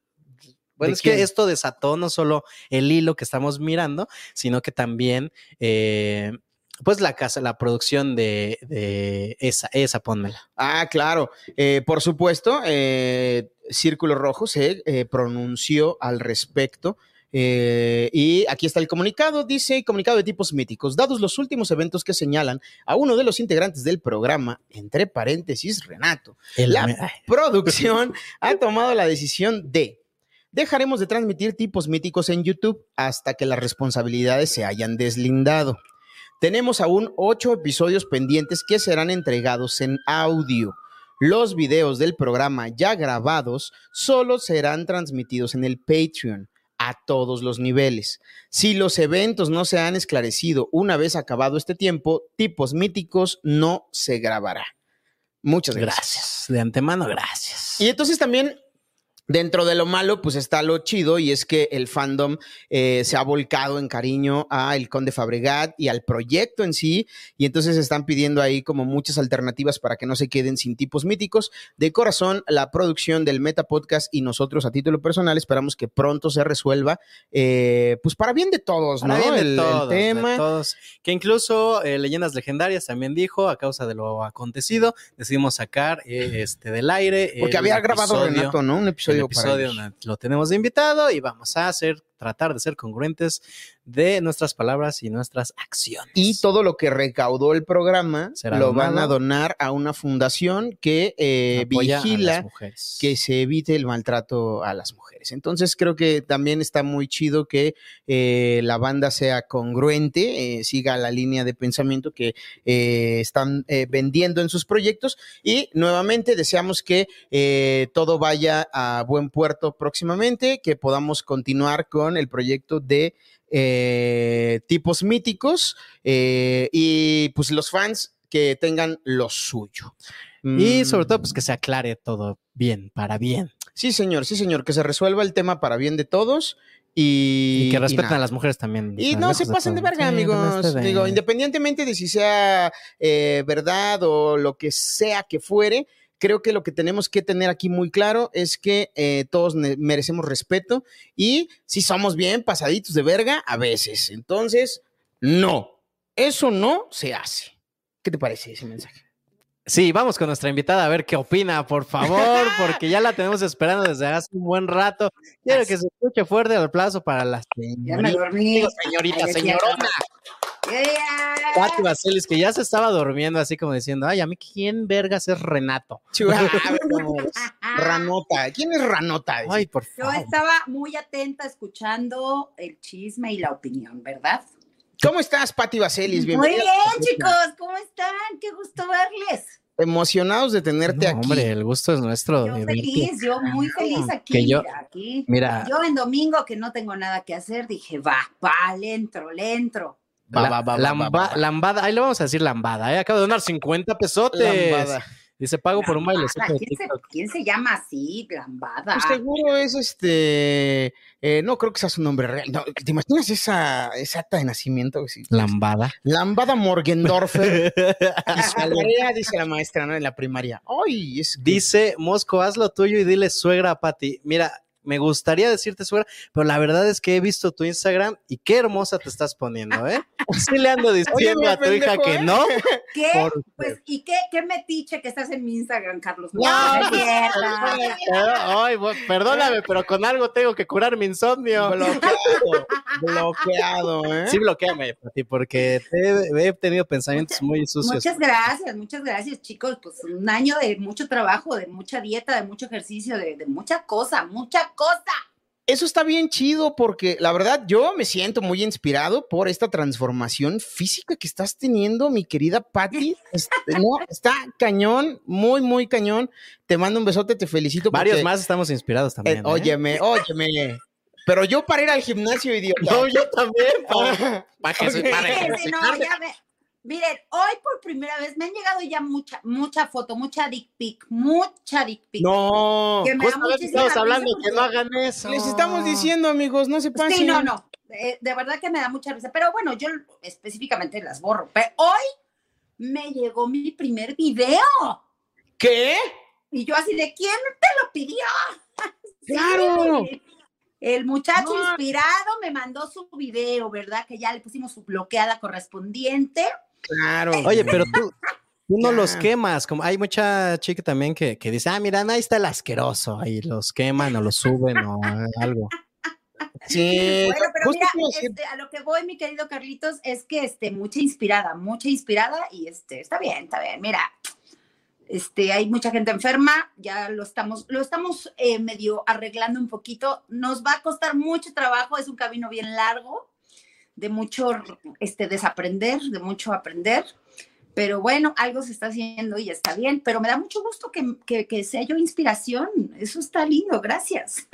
[SPEAKER 4] Bueno,
[SPEAKER 3] ¿De
[SPEAKER 4] es
[SPEAKER 3] quién?
[SPEAKER 4] que esto desató no solo el hilo que estamos mirando, sino que también eh, pues la casa, la producción de, de esa, esa, pónmela.
[SPEAKER 3] Ah, claro. Eh, por supuesto, eh, Círculo Rojo se eh, pronunció al respecto. eh, y aquí está el comunicado, dice comunicado de tipos míticos. Dados los últimos eventos que señalan a uno de los integrantes del programa, entre paréntesis, Renato,
[SPEAKER 4] El-
[SPEAKER 3] La-
[SPEAKER 4] ay,
[SPEAKER 3] producción ha tomado la decisión de dejaremos de transmitir tipos míticos en YouTube hasta que las responsabilidades se hayan deslindado. Tenemos aún ocho episodios pendientes que serán entregados en audio. Los videos del programa ya grabados solo serán transmitidos en el Patreon a todos los niveles. Si los eventos no se han esclarecido una vez acabado este tiempo, tipos míticos no se grabará. Muchas gracias.
[SPEAKER 4] gracias. De antemano, gracias.
[SPEAKER 3] Y entonces también dentro de lo malo, pues está lo chido y es que el fandom eh, se ha volcado en cariño a El Conde Fabregat y al proyecto en sí. Y entonces están pidiendo ahí como muchas alternativas para que no se queden sin tipos míticos. De corazón, la producción del Meta Podcast y nosotros a título personal esperamos que pronto se resuelva, eh, pues para bien de todos,
[SPEAKER 4] Ahora
[SPEAKER 3] ¿no?
[SPEAKER 4] bien, de
[SPEAKER 3] El- el
[SPEAKER 4] todos, de
[SPEAKER 3] tema.
[SPEAKER 4] todos. Que incluso eh, Leyendas Legendarias también dijo, a causa de lo acontecido, decidimos sacar eh, este del aire.
[SPEAKER 3] Porque
[SPEAKER 4] el
[SPEAKER 3] había grabado
[SPEAKER 4] episodio-
[SPEAKER 3] Renato, ¿no? Un
[SPEAKER 4] el
[SPEAKER 3] episodio, para
[SPEAKER 4] episodio
[SPEAKER 3] ellos.
[SPEAKER 4] donde lo tenemos de invitado y vamos a hacer tratar de ser congruentes de nuestras palabras y nuestras acciones.
[SPEAKER 3] Y todo lo que recaudó el programa
[SPEAKER 4] Será
[SPEAKER 3] lo
[SPEAKER 4] donado.
[SPEAKER 3] van a donar a una fundación que eh,
[SPEAKER 4] Apoya a las
[SPEAKER 3] vigila
[SPEAKER 4] mujeres.
[SPEAKER 3] que se evite el maltrato a las mujeres. Entonces creo que también está muy chido que eh, la banda sea congruente, eh, siga la línea de pensamiento que eh, están eh, vendiendo en sus proyectos y nuevamente deseamos que eh, todo vaya a buen puerto próximamente, que podamos continuar con el proyecto de... eh, tipos míticos eh, y pues los fans que tengan lo suyo.
[SPEAKER 4] Y
[SPEAKER 3] Mm.
[SPEAKER 4] sobre todo, pues que se aclare todo bien, para bien.
[SPEAKER 3] Sí, señor, sí, señor, que se resuelva el tema para bien de todos y,
[SPEAKER 4] Y, que respeten
[SPEAKER 3] nada.
[SPEAKER 4] a las mujeres también. o
[SPEAKER 3] Y
[SPEAKER 4] sea,
[SPEAKER 3] no se
[SPEAKER 4] lejos
[SPEAKER 3] pasen de
[SPEAKER 4] todo.
[SPEAKER 3] verga,
[SPEAKER 4] Sí,
[SPEAKER 3] amigos.
[SPEAKER 4] basta de-
[SPEAKER 3] Digo, independientemente de si sea eh, verdad o lo que sea que fuere, creo que lo que tenemos que tener aquí muy claro es que eh, todos ne- merecemos respeto y si somos bien pasaditos de verga a veces. Entonces, no, eso no se hace. ¿Qué te parece ese mensaje?
[SPEAKER 4] Sí, vamos con nuestra invitada a ver qué opina, por favor, porque ya la tenemos esperando desde hace un buen rato. Quiero que se escuche fuerte el aplauso para la
[SPEAKER 5] Ya me
[SPEAKER 4] señorita,
[SPEAKER 5] dormí.
[SPEAKER 4] señorita,
[SPEAKER 5] Ay,
[SPEAKER 4] señorona
[SPEAKER 5] Yeah.
[SPEAKER 4] Pati Vaselis, que ya se estaba durmiendo así como diciendo, ay, a mí quién vergas es Renato. Ah,
[SPEAKER 3] Ranota. ¿Quién es Ranota?
[SPEAKER 4] Ay, por
[SPEAKER 5] Yo
[SPEAKER 4] favor.
[SPEAKER 5] estaba muy atenta escuchando el chisme y la opinión, ¿verdad?
[SPEAKER 3] ¿Cómo estás, Pati Vaselis?
[SPEAKER 5] Muy
[SPEAKER 3] Bienvenida.
[SPEAKER 5] bien, chicos, ¿cómo están? Qué gusto verles.
[SPEAKER 3] Emocionados de tenerte
[SPEAKER 4] No,
[SPEAKER 3] aquí.
[SPEAKER 4] hombre, el gusto es nuestro.
[SPEAKER 5] Yo
[SPEAKER 4] de verte.
[SPEAKER 5] feliz, yo muy feliz aquí.
[SPEAKER 4] que yo-
[SPEAKER 5] mira, aquí.
[SPEAKER 4] Mira,
[SPEAKER 5] Yo en domingo que no tengo nada que hacer, dije, va, va, le entro, le entro.
[SPEAKER 3] Va,
[SPEAKER 4] la-
[SPEAKER 3] va, va, va,
[SPEAKER 4] lamba-
[SPEAKER 3] va, va.
[SPEAKER 4] lambada, ahí le vamos a decir lambada, ¿eh? acabo de donar 50 pesotes.
[SPEAKER 3] Lambada.
[SPEAKER 4] Dice, pago por un bailecito
[SPEAKER 5] Lambada,
[SPEAKER 4] de
[SPEAKER 5] ¿Quién se,
[SPEAKER 4] TikTok.
[SPEAKER 5] quién se llama así? Lambada.
[SPEAKER 3] Pues seguro es este. eh, no creo que sea su nombre real. No, ¿Te imaginas esa, esa acta de nacimiento? Sí. pues,
[SPEAKER 4] Lambada.
[SPEAKER 3] Lambada Morgendorfer. y su aldea, dice la maestra, ¿no? En la primaria. ¡Ay! Es que-
[SPEAKER 4] Dice Mosco, haz lo tuyo y dile suegra a Pati. Mira, me gustaría decirte suegra, pero la verdad es que he visto tu Instagram y qué hermosa te estás poniendo, ¿eh? Sí le ando diciendo
[SPEAKER 3] me
[SPEAKER 4] a tu hija
[SPEAKER 3] pendejo,
[SPEAKER 4] que
[SPEAKER 3] ¿eh?
[SPEAKER 4] no.
[SPEAKER 5] ¿Qué?
[SPEAKER 4] por-
[SPEAKER 5] Pues, ¿y qué, qué metiche que estás en mi Instagram, Carlos? No,
[SPEAKER 4] No, pues,
[SPEAKER 5] no es cierto.
[SPEAKER 4] Ay, bueno, perdóname, pero con algo tengo que curar mi insomnio.
[SPEAKER 3] Bloqueado. bloqueado, ¿eh?
[SPEAKER 4] Sí, bloqueame, Pati, porque te- he tenido pensamientos muy sucios.
[SPEAKER 5] Muchas gracias, muchas gracias, chicos. Pues un año de mucho trabajo, de mucha dieta, de mucho ejercicio, de, de mucha cosa, mucha cosa.
[SPEAKER 3] Eso está bien chido porque la verdad yo me siento muy inspirado por esta transformación física que estás teniendo, mi querida Patty. Este, no, está cañón, muy, muy cañón. Te mando un besote, te felicito.
[SPEAKER 4] Varios
[SPEAKER 3] porque-
[SPEAKER 4] más estamos inspirados
[SPEAKER 3] Eh,
[SPEAKER 4] también. ¿eh?
[SPEAKER 3] óyeme, óyeme. Pero yo para ir al gimnasio, idiota. Ah,
[SPEAKER 4] No, yo también. pa- pa' que se-
[SPEAKER 3] Ok.
[SPEAKER 4] para que
[SPEAKER 5] Fíjense,
[SPEAKER 4] se
[SPEAKER 5] no,
[SPEAKER 4] cargue.
[SPEAKER 5] ya ve- Miren, hoy por primera vez me han llegado ya mucha, mucha foto, mucha dick pic, mucha dick pic.
[SPEAKER 3] No.
[SPEAKER 5] Que me da
[SPEAKER 4] Justamente
[SPEAKER 5] muchísima
[SPEAKER 4] estamos
[SPEAKER 5] risa
[SPEAKER 4] hablando
[SPEAKER 5] porque-
[SPEAKER 4] pues que no hagan eso.
[SPEAKER 3] Les estamos diciendo, amigos, no se pasen.
[SPEAKER 5] Sí, no, no. Eh, de verdad que me da mucha risa. Pero bueno, yo específicamente las borro. Pero hoy me llegó mi primer video.
[SPEAKER 3] ¿Qué?
[SPEAKER 5] Y yo así de, ¿quién te lo pidió? Sí.
[SPEAKER 3] ¡Claro!
[SPEAKER 5] El muchacho
[SPEAKER 3] No.
[SPEAKER 5] inspirado me mandó su video, ¿verdad? Que ya le pusimos su bloqueada correspondiente.
[SPEAKER 3] Claro.
[SPEAKER 4] Oye, pero tú, tú no
[SPEAKER 3] Ya.
[SPEAKER 4] los quemas. Como hay mucha chica también que, que dice, ah, mira, ahí está el asqueroso. Ahí los queman o los suben o eh, algo.
[SPEAKER 3] sí.
[SPEAKER 5] bueno, pero
[SPEAKER 3] justo
[SPEAKER 5] mira,
[SPEAKER 3] te iba a decir,
[SPEAKER 5] este, a lo que voy, mi querido Carlitos, es que este, mucha inspirada, mucha inspirada, y este, está bien, está bien. Mira, este, hay mucha gente enferma, ya lo estamos, lo estamos eh, medio arreglando un poquito. Nos va a costar mucho trabajo, es un camino bien largo, de mucho este, desaprender, de mucho aprender. Pero bueno, algo se está haciendo y está bien. Pero me da mucho gusto que, que- que sea yo inspiración. Eso está lindo, gracias.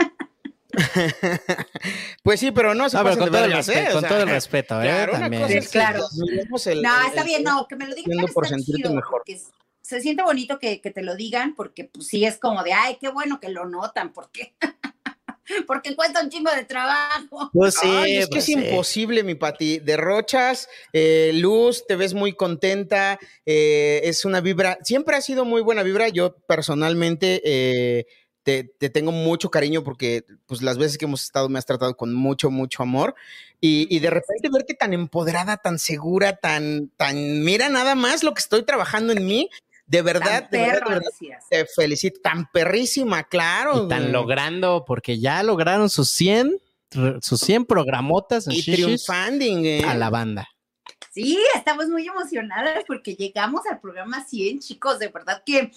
[SPEAKER 3] Pues sí, pero no se
[SPEAKER 4] Ah, pero
[SPEAKER 3] pasen de
[SPEAKER 4] con todo el
[SPEAKER 3] vergas, ¿eh?
[SPEAKER 4] respeto,
[SPEAKER 3] O
[SPEAKER 4] con
[SPEAKER 3] sea,
[SPEAKER 4] todo el respeto, ¿eh?
[SPEAKER 3] Claro, una
[SPEAKER 4] También.
[SPEAKER 3] cosa es que
[SPEAKER 5] Claro.
[SPEAKER 3] nos miremos el-
[SPEAKER 5] No,
[SPEAKER 3] el-
[SPEAKER 5] está bien, no, que me lo digan
[SPEAKER 3] haciendo por
[SPEAKER 5] está
[SPEAKER 3] sentirte
[SPEAKER 5] chido,
[SPEAKER 3] mejor.
[SPEAKER 5] porque se siente bonito que, que te lo digan, porque pues sí es como de, ay, qué bueno que lo notan, porque porque cuesta un chingo de trabajo.
[SPEAKER 4] Pues sí,
[SPEAKER 3] Ay, es que
[SPEAKER 4] pues
[SPEAKER 3] es
[SPEAKER 4] sí.
[SPEAKER 3] imposible, mi Pati. Derrochas, eh, luz, te ves muy contenta, eh, es una vibra, siempre ha sido muy buena vibra. Yo personalmente eh, te, te tengo mucho cariño porque pues, las veces que hemos estado me has tratado con mucho, mucho amor. Y, y de repente verte tan empoderada, tan segura, tan, tan, mira nada más lo que estoy trabajando en mí. De
[SPEAKER 5] Tan
[SPEAKER 3] verdad, de verdad,
[SPEAKER 5] perro,
[SPEAKER 3] de verdad,
[SPEAKER 5] decías.
[SPEAKER 3] te felicito. Tan perrísima, claro.
[SPEAKER 4] Y tan
[SPEAKER 3] güey.
[SPEAKER 4] logrando, porque ya lograron sus 100 re- sus 100 programotas en
[SPEAKER 3] Y
[SPEAKER 4] shishis
[SPEAKER 3] triunfanding, eh.
[SPEAKER 4] a la banda.
[SPEAKER 5] Sí, estamos muy emocionadas porque llegamos al programa 100, chicos. De verdad que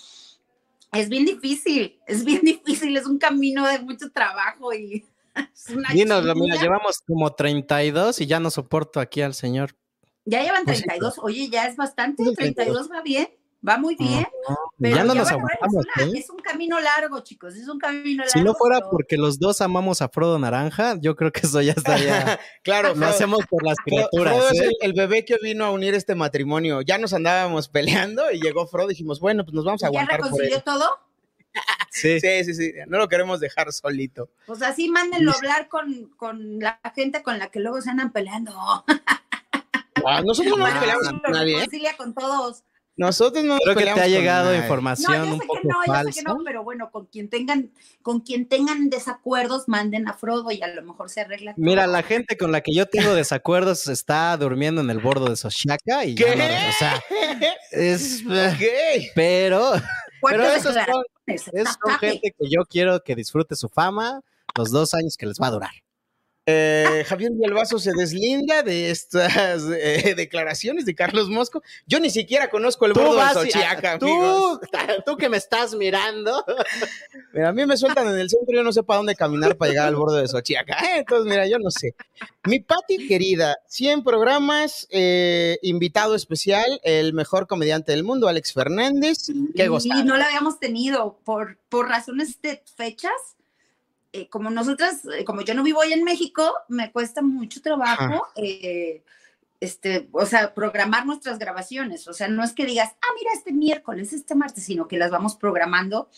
[SPEAKER 5] es bien difícil, es bien difícil, es un camino de mucho trabajo y es una
[SPEAKER 4] Dinos, lo- mira,
[SPEAKER 5] chinga.
[SPEAKER 4] llevamos como 32 y ya no soporto aquí al señor.
[SPEAKER 5] Ya llevan
[SPEAKER 3] Pues
[SPEAKER 5] 32, oye, ya es bastante, 32 va bien, va muy
[SPEAKER 3] Ah,
[SPEAKER 5] bien.
[SPEAKER 3] pues
[SPEAKER 5] Pero
[SPEAKER 4] ya no
[SPEAKER 5] ya
[SPEAKER 4] nos
[SPEAKER 5] van a ver, es
[SPEAKER 4] aguantamos.
[SPEAKER 5] una- es,
[SPEAKER 4] ¿eh?
[SPEAKER 5] un camino largo, chicos, es un camino largo.
[SPEAKER 4] Si no fuera
[SPEAKER 5] pero-
[SPEAKER 4] porque los dos amamos a Frodo Naranja, yo creo que eso ya estaría.
[SPEAKER 3] Claro,
[SPEAKER 4] lo
[SPEAKER 3] Frodo-
[SPEAKER 4] hacemos por las
[SPEAKER 3] Frodo- Frodo
[SPEAKER 4] criaturas.
[SPEAKER 3] es
[SPEAKER 4] ¿eh?
[SPEAKER 3] el, el bebé que vino a unir este matrimonio. Ya nos andábamos peleando y llegó Frodo. Dijimos, bueno, pues nos vamos a
[SPEAKER 5] ¿Ya
[SPEAKER 3] aguantar por
[SPEAKER 5] reconcilió
[SPEAKER 3] él.
[SPEAKER 5] todo?
[SPEAKER 4] Sí.
[SPEAKER 3] Sí, sí, sí. No lo queremos dejar solito.
[SPEAKER 5] Pues así mándenlo hablar con, con la gente con la que luego se andan peleando.
[SPEAKER 3] Ah, nosotros no nos
[SPEAKER 5] Para
[SPEAKER 3] peleamos
[SPEAKER 5] que
[SPEAKER 3] con
[SPEAKER 5] lo
[SPEAKER 3] nadie. ¿eh?
[SPEAKER 5] reconcilia con todos.
[SPEAKER 3] Nosotros no nos
[SPEAKER 4] Creo que te
[SPEAKER 3] peleamos
[SPEAKER 4] ha
[SPEAKER 3] con
[SPEAKER 4] llegado
[SPEAKER 3] nadie.
[SPEAKER 5] No,
[SPEAKER 4] información
[SPEAKER 5] yo
[SPEAKER 4] un
[SPEAKER 5] sé que
[SPEAKER 4] poco
[SPEAKER 5] no, yo sé
[SPEAKER 4] falsa.
[SPEAKER 5] que no, pero bueno, con quien tengan, con quien tengan desacuerdos, manden a Frodo y a lo mejor se arregla. todo.
[SPEAKER 4] Mira, la gente con la que yo tengo desacuerdos está durmiendo en el bordo de Soshaka y ya
[SPEAKER 3] ¿Qué?
[SPEAKER 4] no- o sea, es eh,
[SPEAKER 3] Ok.
[SPEAKER 4] pero pero
[SPEAKER 5] Fuertes
[SPEAKER 4] esos son,
[SPEAKER 5] declaraciones.
[SPEAKER 4] esos son
[SPEAKER 5] Ataque.
[SPEAKER 4] gente que yo quiero que disfrute su fama los dos años que les va a durar.
[SPEAKER 3] Eh, Javier Villalbazo se deslinda de estas eh, declaraciones de Carlos Mosco. Yo ni siquiera conozco el bordo de
[SPEAKER 4] vas y-
[SPEAKER 3] Xochiaca, amigos.
[SPEAKER 4] tú, tú que me estás mirando.
[SPEAKER 3] Mira, a mí me sueltan en el centro, yo no sé para dónde caminar para llegar al borde de Xochiaca. ¿eh? Entonces, mira, yo no sé. Mi Pati querida, 100 programas, eh, invitado especial, el mejor comediante del mundo, Alex Fernández. Qué gozada.
[SPEAKER 5] Y no la habíamos tenido por, por razones de fechas. eh, como nosotras, eh, como yo no vivo hoy en México, me cuesta mucho trabajo, eh, este, o sea, programar nuestras grabaciones. O sea, no es que digas, ah, mira, este miércoles, este martes, sino que las vamos programando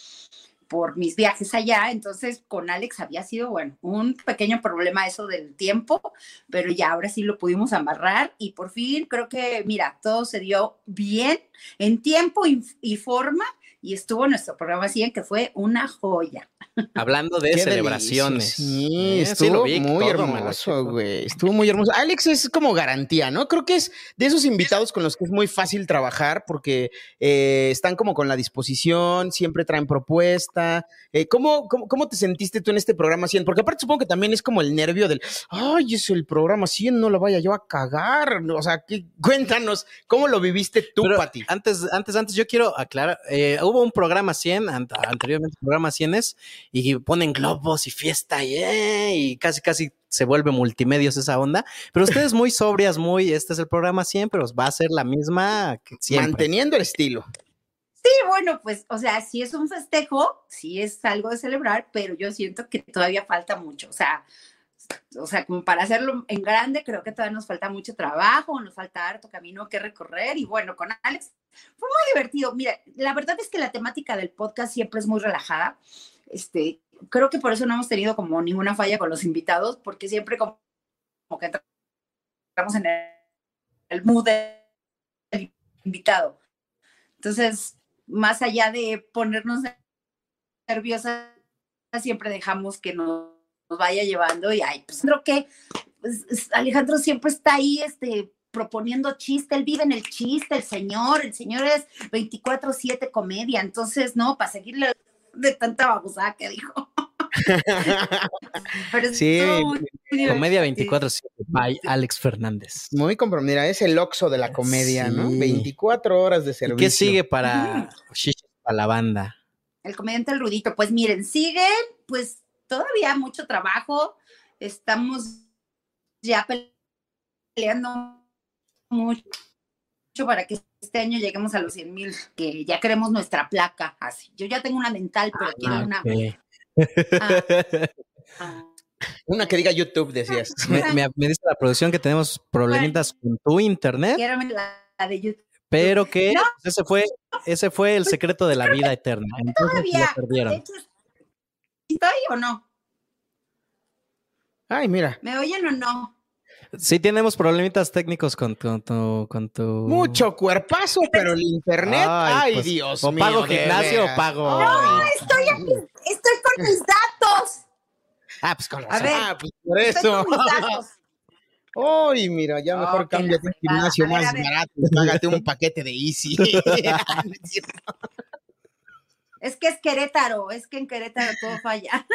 [SPEAKER 5] por mis viajes allá. Entonces, con Alex había sido, bueno, un pequeño problema eso del tiempo, pero ya ahora sí lo pudimos amarrar y por fin creo que, mira, todo se dio bien en tiempo y, y forma y estuvo nuestro programa 100 que fue una joya.
[SPEAKER 4] Hablando de
[SPEAKER 3] Qué
[SPEAKER 4] celebraciones.
[SPEAKER 3] delicioso. Sí,
[SPEAKER 4] Eh, sí
[SPEAKER 3] estuvo
[SPEAKER 4] lo vi,
[SPEAKER 3] muy
[SPEAKER 4] todo me lo
[SPEAKER 3] hermoso,
[SPEAKER 4] chupo.
[SPEAKER 3] güey. Estuvo muy hermoso. Alex es como garantía, ¿no? Creo que es de esos invitados con los que es muy fácil trabajar porque eh, están como con la disposición, siempre traen propuesta. Eh, ¿cómo, cómo, cómo te sentiste tú en este programa 100? Porque aparte supongo que también es como el nervio del, ay, es el programa 100, no lo vaya yo a cagar. O sea, ¿qué? cuéntanos, ¿cómo lo viviste tú,
[SPEAKER 4] Pero
[SPEAKER 3] Pati?
[SPEAKER 4] Antes, antes, antes, yo quiero aclarar, eh, hubo un programa 100, an- anteriormente programa 100 es, y ponen globos y fiesta y, eh, y casi, casi se vuelve multimedios esa onda, pero ustedes muy sobrias, muy, este es el programa 100, pero va a ser la misma que siempre.
[SPEAKER 3] Manteniendo el estilo.
[SPEAKER 5] Sí, bueno, pues, o sea, sí es un festejo, sí es algo de celebrar, pero yo siento que todavía falta mucho, o sea, o sea, como para hacerlo en grande, creo que todavía nos falta mucho trabajo, nos falta harto camino que recorrer y bueno, con Alex fue muy divertido. Mira, la verdad es que la temática del podcast siempre es muy relajada. Este, creo que por eso no hemos tenido como ninguna falla con los invitados, porque siempre como, como que entramos en el, el mood del invitado. Entonces, más allá de ponernos nerviosas, siempre dejamos que nos, nos vaya llevando y ay, pues creo que pues, es- Alejandro siempre está ahí este proponiendo chiste, él vive en el chiste, el señor, el señor es 24/7 comedia, entonces no, para seguirle de tanta babosada que dijo. Pero
[SPEAKER 3] Sí,
[SPEAKER 5] estuvo muy divertido.
[SPEAKER 4] Comedia 24-7 by Alex Fernández.
[SPEAKER 3] Muy comprometida, es el oxo de la comedia, ¿no?
[SPEAKER 4] Sí.
[SPEAKER 3] 24 horas de
[SPEAKER 4] ¿Y
[SPEAKER 3] servicio.
[SPEAKER 4] qué sigue para, Shishis para la banda?
[SPEAKER 5] El comediante El Rudito. Pues miren, siguen, pues todavía mucho trabajo. Estamos ya peleando mucho para que este año lleguemos a los 100 mil, que ya queremos nuestra placa. Así. Yo ya tengo una mental, pero quiero
[SPEAKER 4] Ah,
[SPEAKER 5] una.
[SPEAKER 4] ok.
[SPEAKER 5] ah, ah.
[SPEAKER 3] Una que diga YouTube, decías.
[SPEAKER 4] me, me- me dice la producción que tenemos problemitas con tu internet.
[SPEAKER 5] Quiero la, la de YouTube.
[SPEAKER 4] Pero que
[SPEAKER 5] No. Pues,
[SPEAKER 4] pues, ese fue ese fue el secreto de la vida eterna. Entonces
[SPEAKER 5] Todavía.
[SPEAKER 4] lo
[SPEAKER 5] De
[SPEAKER 4] perdieron.
[SPEAKER 5] hecho, ¿Estoy o no?
[SPEAKER 3] Ay, mira.
[SPEAKER 5] ¿Me oyen o no?
[SPEAKER 4] Sí tenemos problemitas técnicos con tu con tu, con tu-
[SPEAKER 3] Mucho cuerpazo, pero el internet. Ay,
[SPEAKER 4] pues,
[SPEAKER 3] Dios
[SPEAKER 4] o
[SPEAKER 3] mío.
[SPEAKER 4] pago
[SPEAKER 3] de
[SPEAKER 4] gimnasio o
[SPEAKER 3] veras.
[SPEAKER 4] pago-
[SPEAKER 3] Ay.
[SPEAKER 5] Estoy aquí, estoy con mis datos.
[SPEAKER 3] Ah, pues con
[SPEAKER 5] A
[SPEAKER 3] razón.
[SPEAKER 5] ver.
[SPEAKER 3] Ah, pues por
[SPEAKER 5] Estoy
[SPEAKER 3] eso.
[SPEAKER 5] con mis datos.
[SPEAKER 3] Ay, mira, ya
[SPEAKER 5] Oh,
[SPEAKER 3] mejor
[SPEAKER 5] que la
[SPEAKER 3] cámbiate un
[SPEAKER 5] fregada.
[SPEAKER 3] gimnasio
[SPEAKER 5] A ver,
[SPEAKER 3] más
[SPEAKER 5] a ver.
[SPEAKER 3] barato. Págate un paquete de Easy.
[SPEAKER 5] Es que es Querétaro, es que en Querétaro todo falla.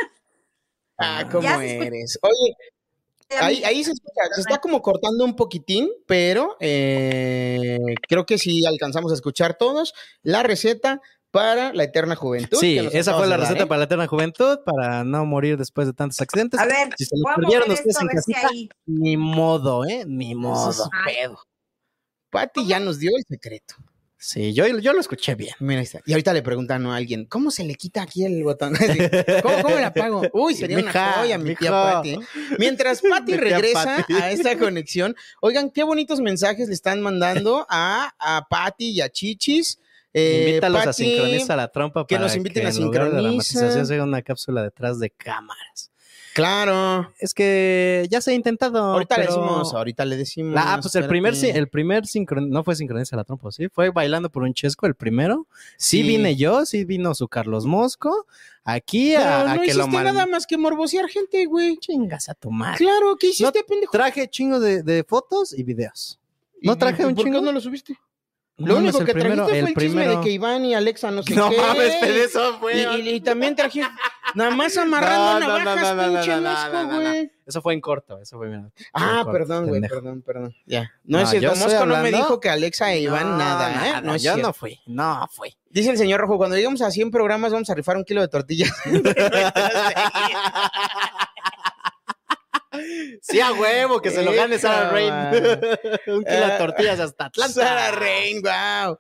[SPEAKER 3] Ah, cómo
[SPEAKER 5] Ya se escucha.
[SPEAKER 3] eres. Oye, ahí, ahí se escucha, se está como cortando un poquitín, pero eh, creo que sí alcanzamos a escuchar todos la receta para la eterna juventud.
[SPEAKER 4] Sí,
[SPEAKER 3] que nos
[SPEAKER 4] esa
[SPEAKER 3] acabas
[SPEAKER 4] fue
[SPEAKER 3] de
[SPEAKER 4] la
[SPEAKER 3] dar,
[SPEAKER 4] receta
[SPEAKER 3] ¿eh?
[SPEAKER 4] para la eterna juventud, para no morir después de tantos accidentes.
[SPEAKER 5] A ver,
[SPEAKER 4] si se lo
[SPEAKER 5] voy a
[SPEAKER 4] perdieron
[SPEAKER 5] mover
[SPEAKER 4] ustedes
[SPEAKER 5] esto a
[SPEAKER 4] en
[SPEAKER 5] ver si
[SPEAKER 4] casita,
[SPEAKER 5] ahí.
[SPEAKER 4] ni modo, ¿eh? Ni
[SPEAKER 3] Eso es
[SPEAKER 4] modo.
[SPEAKER 3] su pedo. Pati ya nos dio el secreto.
[SPEAKER 4] Sí, yo, yo lo escuché bien.
[SPEAKER 3] Mira, ahí está. Y ahorita le preguntan a alguien, ¿cómo se le quita aquí el botón? Así, ¿Cómo, cómo la apago? Uy, sería una
[SPEAKER 4] Mija,
[SPEAKER 3] joya, mi tía
[SPEAKER 4] mijo.
[SPEAKER 3] Pati. ¿eh? Mientras Pati
[SPEAKER 4] Mi tía
[SPEAKER 3] regresa
[SPEAKER 4] Pati.
[SPEAKER 3] a esta conexión, oigan, qué bonitos mensajes le están mandando a, a Pati y a Chichis. Eh,
[SPEAKER 4] Invítalos a
[SPEAKER 3] Pati,
[SPEAKER 4] sincronizar la trompa
[SPEAKER 3] que
[SPEAKER 4] para
[SPEAKER 3] nos inviten
[SPEAKER 4] que
[SPEAKER 3] a
[SPEAKER 4] en lugar de la
[SPEAKER 3] Sincroniza.
[SPEAKER 4] matización sea una cápsula detrás de cámaras.
[SPEAKER 3] Claro.
[SPEAKER 4] Es que ya se ha intentado.
[SPEAKER 3] ahorita le
[SPEAKER 4] pero-
[SPEAKER 3] decimos, ahorita le decimos.
[SPEAKER 4] La- ah, pues el primer, si-
[SPEAKER 3] espérate.
[SPEAKER 4] el primer sincron, no fue sincroniza la trompa, sí, fue bailando por un chesco el primero. Sí,
[SPEAKER 3] Sí.
[SPEAKER 4] vine yo, sí vino su Carlos Mosco, aquí
[SPEAKER 3] Pero
[SPEAKER 4] a, a
[SPEAKER 3] no
[SPEAKER 4] que
[SPEAKER 3] hiciste
[SPEAKER 4] lo mal...
[SPEAKER 3] nada más que morbosear gente, güey.
[SPEAKER 4] Chingas a tu madre.
[SPEAKER 3] Claro, ¿qué hiciste, pendejo?
[SPEAKER 4] Traje chingo de, de fotos y videos.
[SPEAKER 3] ¿Y-
[SPEAKER 4] ¿No traje
[SPEAKER 3] y
[SPEAKER 4] un
[SPEAKER 3] por qué
[SPEAKER 4] chingo?
[SPEAKER 3] no lo subiste?
[SPEAKER 4] No
[SPEAKER 3] Lo
[SPEAKER 4] mames,
[SPEAKER 3] único
[SPEAKER 4] el
[SPEAKER 3] que
[SPEAKER 4] primero-
[SPEAKER 3] trajiste fue el, chisme
[SPEAKER 4] primero.
[SPEAKER 3] de que Iván y Alexa no sé
[SPEAKER 4] No
[SPEAKER 3] qué.
[SPEAKER 4] mames, pero eso
[SPEAKER 3] Y,
[SPEAKER 4] fue.
[SPEAKER 3] y- y también trajiste nada más amarrando
[SPEAKER 4] No, no, no,
[SPEAKER 3] navajas,
[SPEAKER 4] no, no,
[SPEAKER 3] pinche
[SPEAKER 4] no, no,
[SPEAKER 3] mosco,
[SPEAKER 4] no, no, no.
[SPEAKER 3] güey.
[SPEAKER 4] Eso fue en corto, eso fue mira, fue en
[SPEAKER 3] Ah,
[SPEAKER 4] corto,
[SPEAKER 3] perdón, güey,
[SPEAKER 4] pendejo.
[SPEAKER 3] perdón, perdón. Ya. No,
[SPEAKER 4] No,
[SPEAKER 3] es cierto,
[SPEAKER 4] yo estoy
[SPEAKER 3] Mosco no me
[SPEAKER 4] hablando-
[SPEAKER 3] dijo que Alexa e Iván
[SPEAKER 4] No,
[SPEAKER 3] nada, ¿eh?
[SPEAKER 4] nada,
[SPEAKER 3] No es
[SPEAKER 4] yo
[SPEAKER 3] cierto.
[SPEAKER 4] no fui, no fui.
[SPEAKER 3] Dice el señor Rojo, cuando lleguemos a 100 programas vamos a rifar un kilo de tortillas.
[SPEAKER 4] Sí, a huevo, que se lo gane Sara Rain. Un kilo de
[SPEAKER 3] Ah.
[SPEAKER 4] tortillas hasta Atlanta.
[SPEAKER 3] Sara Rein, wow.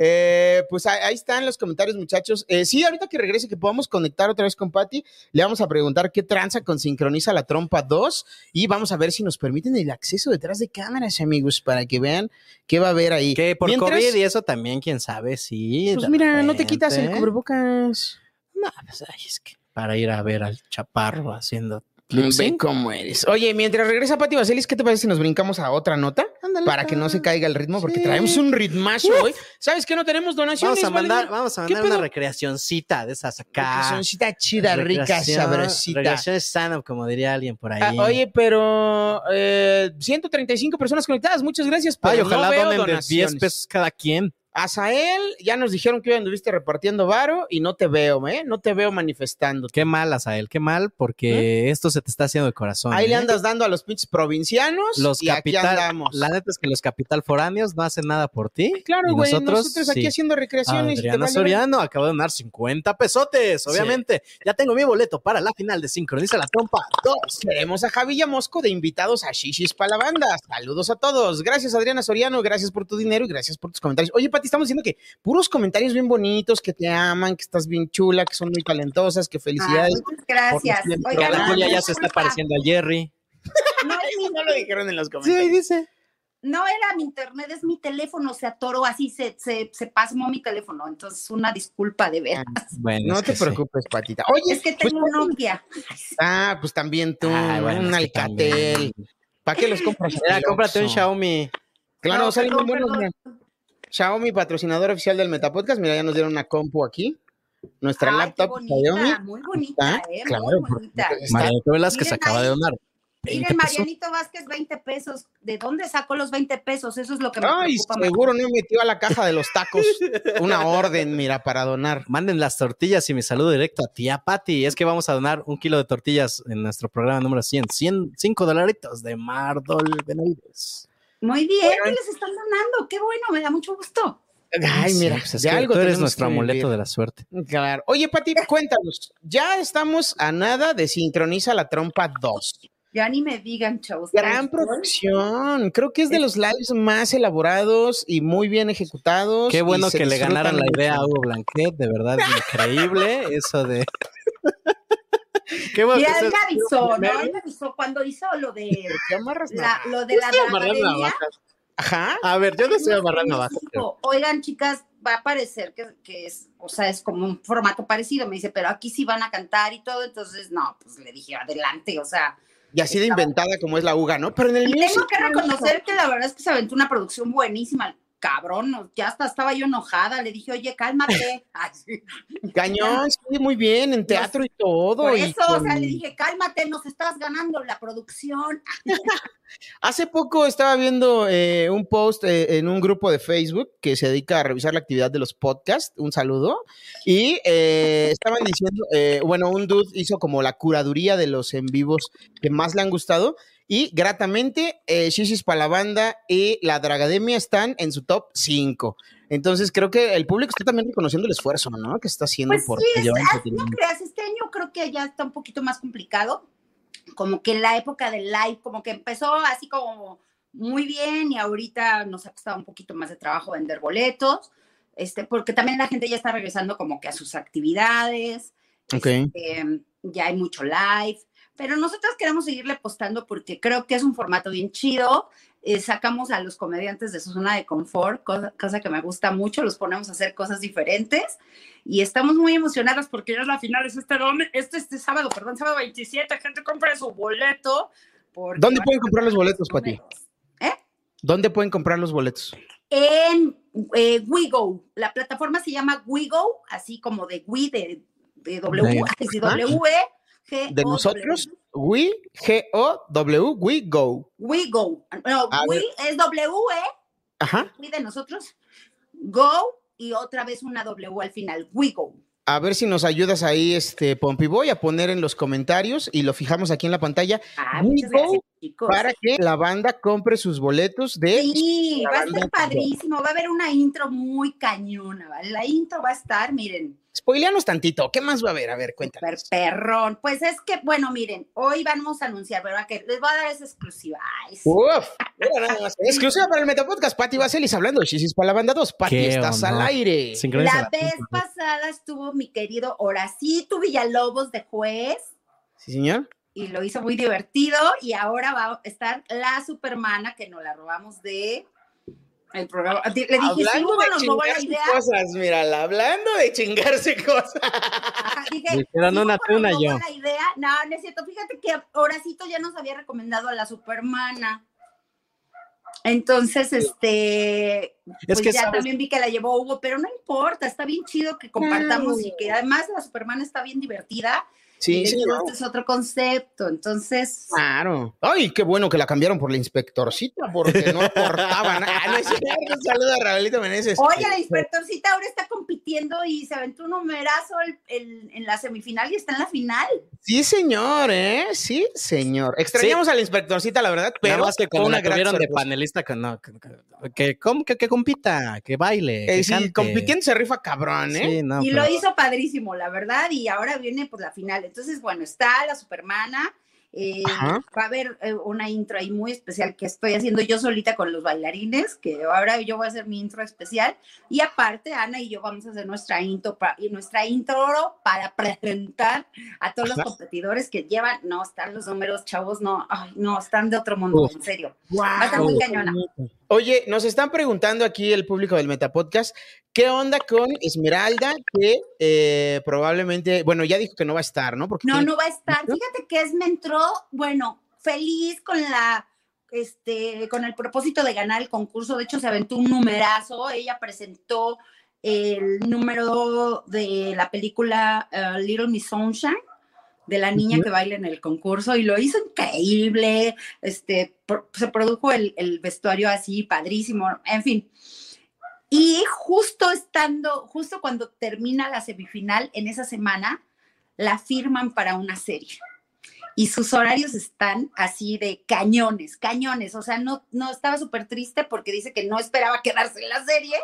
[SPEAKER 3] Eh, pues ahí ahí están los comentarios, muchachos. Eh, sí, ahorita que regrese, que podamos conectar otra vez con Patty, le vamos a preguntar qué tranza con Sincroniza la Trompa 2 y vamos a ver si nos permiten el acceso detrás de cámaras, amigos, para que vean qué va a haber ahí.
[SPEAKER 4] Que por
[SPEAKER 3] Mientras,
[SPEAKER 4] COVID y eso también, quién sabe, sí.
[SPEAKER 3] Pues
[SPEAKER 4] de
[SPEAKER 3] mira, no te quitas el
[SPEAKER 4] repente.
[SPEAKER 3] cubrebocas.
[SPEAKER 4] No, pues, ay, es que para ir a ver al chaparro haciendo lip
[SPEAKER 3] Ve
[SPEAKER 4] sync.
[SPEAKER 3] cómo eres. Oye, mientras regresa Pati Vaselis, ¿qué te parece si nos brincamos a otra nota?
[SPEAKER 4] Ándale,
[SPEAKER 3] Para que no se
[SPEAKER 4] está.
[SPEAKER 3] caiga el ritmo, porque
[SPEAKER 4] Sí.
[SPEAKER 3] traemos un ritmazo hoy. ¿Sabes qué? No tenemos donaciones.
[SPEAKER 4] Vamos a mandar,
[SPEAKER 3] Valentina.
[SPEAKER 4] vamos a
[SPEAKER 3] ¿Qué
[SPEAKER 4] mandar una
[SPEAKER 3] pedo?
[SPEAKER 4] recreacioncita de esas
[SPEAKER 3] Porque
[SPEAKER 4] acá.
[SPEAKER 3] son cita chida, rica,
[SPEAKER 4] Recreación-
[SPEAKER 3] sabrosita.
[SPEAKER 4] Recreación stand-up, como diría alguien por ahí.
[SPEAKER 3] Ah, oye, pero eh, 135 personas conectadas, muchas gracias. Pero
[SPEAKER 4] Ay, ojalá
[SPEAKER 3] no veo
[SPEAKER 4] donen de 10
[SPEAKER 3] donaciones.
[SPEAKER 4] pesos cada quien.
[SPEAKER 3] Azael, ya nos dijeron que hoy anduviste repartiendo varo y no te veo, ¿eh? No te veo manifestando.
[SPEAKER 4] Qué mal, Azael, qué mal, porque eh, esto se te está haciendo de corazón.
[SPEAKER 3] ¿Eh? Ahí le
[SPEAKER 4] ¿eh?
[SPEAKER 3] andas dando a los pinches provincianos
[SPEAKER 4] los
[SPEAKER 3] y aquí
[SPEAKER 4] capital,
[SPEAKER 3] andamos.
[SPEAKER 4] la neta es que los capital foráneos no hacen nada por ti.
[SPEAKER 3] Claro,
[SPEAKER 4] y
[SPEAKER 3] güey, nosotros, aquí
[SPEAKER 4] sí.
[SPEAKER 3] haciendo recreaciones. y te
[SPEAKER 4] Adriana
[SPEAKER 3] vale
[SPEAKER 4] Soriano acaba de donar 50 pesotes, obviamente. Ya tengo mi boleto para la final de Sincroniza la Trompa 2.
[SPEAKER 3] Queremos a Javi Mosco de invitados a Shishis para la banda. Saludos a todos. Gracias, Adriana Soriano. Gracias por tu dinero y gracias por tus comentarios. Oye, Pati, estamos diciendo que puros comentarios bien bonitos, que te aman, que estás bien chula, que son muy talentosas, que
[SPEAKER 5] Ah,
[SPEAKER 3] felicidades.
[SPEAKER 5] muchas gracias.
[SPEAKER 3] Por nuestro
[SPEAKER 5] Oigan,
[SPEAKER 4] la
[SPEAKER 3] no,
[SPEAKER 4] Julia ya se
[SPEAKER 5] disculpa,
[SPEAKER 4] está pareciendo a Jerry.
[SPEAKER 5] No es mi
[SPEAKER 3] No lo dijeron en los
[SPEAKER 4] dice.
[SPEAKER 5] No era mi internet, es mi teléfono, se atoró así, se, se, se pasmó mi teléfono. Entonces, una disculpa de ver.
[SPEAKER 4] Bueno,
[SPEAKER 3] No
[SPEAKER 4] es
[SPEAKER 3] te
[SPEAKER 4] que sí.
[SPEAKER 3] preocupes, Patita. Ah, Oye, pues,
[SPEAKER 5] Es que tengo un Nokia.
[SPEAKER 3] ah, pues también tú,
[SPEAKER 4] Ay, bueno,
[SPEAKER 3] un
[SPEAKER 4] es que
[SPEAKER 3] alcatel.
[SPEAKER 4] también.
[SPEAKER 3] ¿Para qué los compras? en
[SPEAKER 4] Mira,
[SPEAKER 3] el
[SPEAKER 4] cómprate un
[SPEAKER 3] Oxxo?
[SPEAKER 4] Xiaomi.
[SPEAKER 3] Claro,
[SPEAKER 5] No,
[SPEAKER 3] salen muy
[SPEAKER 5] perdón,
[SPEAKER 3] buenos.
[SPEAKER 5] perdón.
[SPEAKER 3] mira. Xiaomi, patrocinador oficial del Metapodcast. Mira, ya nos dieron una compu aquí. Nuestra
[SPEAKER 5] Ay, qué
[SPEAKER 3] laptop
[SPEAKER 5] bonita,
[SPEAKER 3] Xiaomi.
[SPEAKER 5] Muy bonita,
[SPEAKER 3] Ah,
[SPEAKER 5] eh,
[SPEAKER 3] claro,
[SPEAKER 5] muy bonita.
[SPEAKER 3] porque- Está-
[SPEAKER 4] Marianito Velasquez
[SPEAKER 5] Miren
[SPEAKER 4] acaba de
[SPEAKER 5] ahí.
[SPEAKER 4] donar. 20
[SPEAKER 5] Miren,
[SPEAKER 4] pesos.
[SPEAKER 5] Marianito Vázquez, 20 pesos. ¿De dónde sacó los 20 pesos? Eso es lo que me
[SPEAKER 3] Ay,
[SPEAKER 5] preocupa. más.
[SPEAKER 3] seguro no metió a la caja de los tacos una orden, mira, para donar.
[SPEAKER 4] Manden las tortillas y mi saludo directo a tía Patti. Es que vamos a donar un kilo de tortillas en nuestro programa número 100. 100 5 dolaritos de Mardol Benavides.
[SPEAKER 5] Muy bien, ¿qué les están donando. Qué bueno, me da mucho gusto.
[SPEAKER 3] Ay,
[SPEAKER 4] Sí,
[SPEAKER 3] mira,
[SPEAKER 4] pues es
[SPEAKER 3] de
[SPEAKER 4] que
[SPEAKER 3] algo
[SPEAKER 4] tú eres
[SPEAKER 3] tenemos
[SPEAKER 4] nuestro
[SPEAKER 3] que
[SPEAKER 4] amuleto
[SPEAKER 3] vivir.
[SPEAKER 4] de la suerte.
[SPEAKER 3] Claro. Oye, Pati, cuéntanos. Ya estamos a nada de Sincroniza la Trompa 2.
[SPEAKER 5] Ya ni me digan, chavos.
[SPEAKER 3] Gran
[SPEAKER 5] Ay,
[SPEAKER 3] producción. Creo que es de los lives más elaborados y muy bien ejecutados.
[SPEAKER 4] Qué
[SPEAKER 3] y
[SPEAKER 4] bueno
[SPEAKER 3] se
[SPEAKER 4] que le
[SPEAKER 3] disfrutan
[SPEAKER 4] ganaron la
[SPEAKER 3] mucho.
[SPEAKER 4] idea a Hugo Blanquet, de verdad, increíble eso de... Qué bueno
[SPEAKER 5] Mira,
[SPEAKER 4] que
[SPEAKER 5] él
[SPEAKER 4] se-
[SPEAKER 5] me avisó, ¿no? Él me avisó cuando hizo lo de
[SPEAKER 3] ¿Te amarras
[SPEAKER 5] la,
[SPEAKER 3] navajas?
[SPEAKER 5] lo de
[SPEAKER 4] Yo
[SPEAKER 5] la
[SPEAKER 4] estoy amarrando
[SPEAKER 5] dragademia.
[SPEAKER 4] navajas.
[SPEAKER 3] Ajá.
[SPEAKER 4] A ver, yo no estoy
[SPEAKER 5] Nos
[SPEAKER 4] amarrando
[SPEAKER 5] dijo,
[SPEAKER 4] navajas. creo.
[SPEAKER 5] Oigan, chicas, va a parecer que, que es, o sea, es como un formato parecido. Me dice, pero aquí sí van a cantar y todo. Entonces, no, pues le dije, adelante, o sea.
[SPEAKER 3] Y así de inventada como es la UGA, ¿no? Pero en el
[SPEAKER 5] Y
[SPEAKER 3] mío
[SPEAKER 5] tengo
[SPEAKER 3] sí-
[SPEAKER 5] que reconocer que la verdad es que se aventó una producción buenísima. el Cabrón, no, ya hasta estaba yo enojada. Le dije, oye, cálmate. Ay, sí.
[SPEAKER 3] Cañón, sí, muy bien, en teatro y todo.
[SPEAKER 5] Por
[SPEAKER 3] y
[SPEAKER 5] eso, o sea,
[SPEAKER 3] con-
[SPEAKER 5] le dije, cálmate, nos estás ganando la producción.
[SPEAKER 3] Hace poco estaba viendo eh, un post eh, en un grupo de Facebook que se dedica a revisar la actividad de los podcasts. Un saludo. Y eh, estaban diciendo, eh, bueno, un dude hizo como la curaduría de los en vivos que más le han gustado. Y gratamente, eh, Shishis para la banda y la Dragademia están en su top 5. Entonces creo que el público está también reconociendo el esfuerzo, ¿no? Que está haciendo
[SPEAKER 5] Pues
[SPEAKER 3] por
[SPEAKER 5] sí, es-
[SPEAKER 3] llevar
[SPEAKER 5] ah, no
[SPEAKER 3] entretenimiento.
[SPEAKER 5] creas, este año creo que ya está un poquito más complicado, como que la época del live, como que empezó así como muy bien y ahorita nos ha costado un poquito más de trabajo vender boletos, este, porque también la gente ya está regresando como que a sus actividades,
[SPEAKER 3] Ok.
[SPEAKER 5] este, ya hay mucho live, pero nosotros queremos seguirle apostando porque creo que es un formato bien chido. eh, sacamos a los comediantes de su zona de confort, cosa, cosa que me gusta mucho, los ponemos a hacer cosas diferentes y estamos muy emocionados porque ya la final es este, dom- este, este sábado, perdón, sábado 27, gente compre su boleto. porque
[SPEAKER 3] ¿Dónde
[SPEAKER 5] van a
[SPEAKER 3] pueden comprar los
[SPEAKER 5] estar
[SPEAKER 3] boletos, Pati?
[SPEAKER 5] números.
[SPEAKER 3] ¿Dónde pueden comprar los boletos?
[SPEAKER 5] En eh, WeGo, la plataforma se llama WeGo, así como de We, de, de W,
[SPEAKER 4] Nice.
[SPEAKER 5] ay, sí,
[SPEAKER 3] Ah.
[SPEAKER 5] W, E G,
[SPEAKER 3] ¿De
[SPEAKER 5] O,
[SPEAKER 3] nosotros? We, G-O-W, We Go.
[SPEAKER 5] We Go. No,
[SPEAKER 3] A
[SPEAKER 5] we
[SPEAKER 3] ver.
[SPEAKER 5] es W, ¿eh?
[SPEAKER 3] Ajá.
[SPEAKER 5] We de nosotros. Go y otra vez una W al final. We Go.
[SPEAKER 3] A ver si nos ayudas ahí, este, Pompi Boy, a poner en los comentarios y lo fijamos aquí en la pantalla
[SPEAKER 5] Ah,
[SPEAKER 3] We
[SPEAKER 5] muchas
[SPEAKER 3] Go
[SPEAKER 5] gracias, chicos.
[SPEAKER 3] para que la banda compre sus boletos de.
[SPEAKER 5] Sí, va a
[SPEAKER 3] banda-
[SPEAKER 5] estar padrísimo. Va a haber una intro muy cañona, ¿vale? La intro va a estar, miren,
[SPEAKER 3] Spoileanos tantito. ¿Qué más va a haber? A ver, cuéntanos.
[SPEAKER 5] per perrón. Pues es que, bueno, miren, hoy vamos a anunciar, ¿verdad? Que les voy a dar esa exclusiva. Ay, sí.
[SPEAKER 3] Uf, mira nada más. Exclusiva para el Metapodcast. Pati Vaselis hablando de Chisis para la banda 2. Pati,
[SPEAKER 4] Qué
[SPEAKER 3] estás al
[SPEAKER 4] honor.
[SPEAKER 3] aire.
[SPEAKER 4] Sincroniza
[SPEAKER 5] La vez pasada estuvo mi querido Horacito Villalobos de juez.
[SPEAKER 3] Sí, señor.
[SPEAKER 5] y lo hizo muy divertido y ahora va a estar la supermana que nos la robamos de el programa. Le dije, si Hugo nos robó la idea,
[SPEAKER 3] cosas, mírala, hablando de chingarse cosas.
[SPEAKER 5] Ajá, dije,
[SPEAKER 4] Me dijeron
[SPEAKER 5] si
[SPEAKER 4] una,
[SPEAKER 5] Hugo
[SPEAKER 4] tú, una,
[SPEAKER 5] nos robó
[SPEAKER 4] yo.
[SPEAKER 5] la idea, no, no es cierto. Fíjate que Horacito ya nos había recomendado a la supermana. Entonces, este, pues
[SPEAKER 4] que
[SPEAKER 5] ya
[SPEAKER 4] sabes-
[SPEAKER 5] también vi que la llevó Hugo, pero no importa, está bien chido que compartamos y que además la Supermana está bien divertida.
[SPEAKER 3] Sí,
[SPEAKER 5] y
[SPEAKER 3] sí,
[SPEAKER 5] digo,
[SPEAKER 3] no.
[SPEAKER 5] este es otro concepto, entonces,
[SPEAKER 3] Claro. Ay, qué bueno que la cambiaron por la inspectorcita, porque no aportaban. Ah, no es cierto. Un saludo a Raelito Meneses.
[SPEAKER 5] Oye, la inspectorcita ahora está compitiendo y se aventó un numerazo el- el- en la semifinal y está en la final.
[SPEAKER 3] Sí, señor, ¿eh? Sí, señor. Extrañamos a la inspectorcita, la verdad,
[SPEAKER 4] Nada
[SPEAKER 3] pero
[SPEAKER 4] más que
[SPEAKER 3] fue
[SPEAKER 4] cuando la
[SPEAKER 3] gran
[SPEAKER 4] tuvieron de
[SPEAKER 3] sorpresa.
[SPEAKER 4] panelista, que, no, que, que- que com- que- que compita, que baile,
[SPEAKER 3] Eh,
[SPEAKER 4] que
[SPEAKER 3] sí,
[SPEAKER 4] cante.
[SPEAKER 3] compitiendo se rifa cabrón, ¿eh?
[SPEAKER 4] Sí, no,
[SPEAKER 5] y
[SPEAKER 4] pero-
[SPEAKER 5] lo hizo padrísimo, la verdad, y ahora viene pues la final. Entonces, bueno, está la supermana. eh,
[SPEAKER 3] Ajá.
[SPEAKER 5] va a haber eh, una intro ahí muy especial que estoy haciendo yo solita con los bailarines, que ahora yo voy a hacer mi intro especial. Y aparte, Ana y yo vamos a hacer nuestra intro, pa- y nuestra intro para presentar a todos los
[SPEAKER 3] Ajá.
[SPEAKER 5] competidores que llevan. No, están los números, chavos, no, ay, no, están de otro mundo,
[SPEAKER 4] Uf.
[SPEAKER 5] en serio.
[SPEAKER 3] Guau.
[SPEAKER 5] Va a estar muy cañona.
[SPEAKER 3] Oye, nos están preguntando aquí el público del Metapodcast, ¿qué onda con Esmeralda? Que eh, probablemente, bueno, ya dijo que no va a estar, ¿no? Porque
[SPEAKER 5] No,
[SPEAKER 3] tiene-
[SPEAKER 5] no va a estar. Fíjate que es me entró, bueno, feliz con la este con el propósito de ganar el concurso. De hecho, se aventó un numerazo. Ella presentó el número de la película eh, Little Miss Sunshine de la niña que baila en el concurso y lo hizo increíble. Este pro- se produjo el, el vestuario así padrísimo, en fin. Y justo estando, justo cuando termina la semifinal en esa semana, la firman para una serie. Y sus horarios están así de cañones, cañones. O sea, no, no estaba súper triste porque dice que no esperaba quedarse en la serie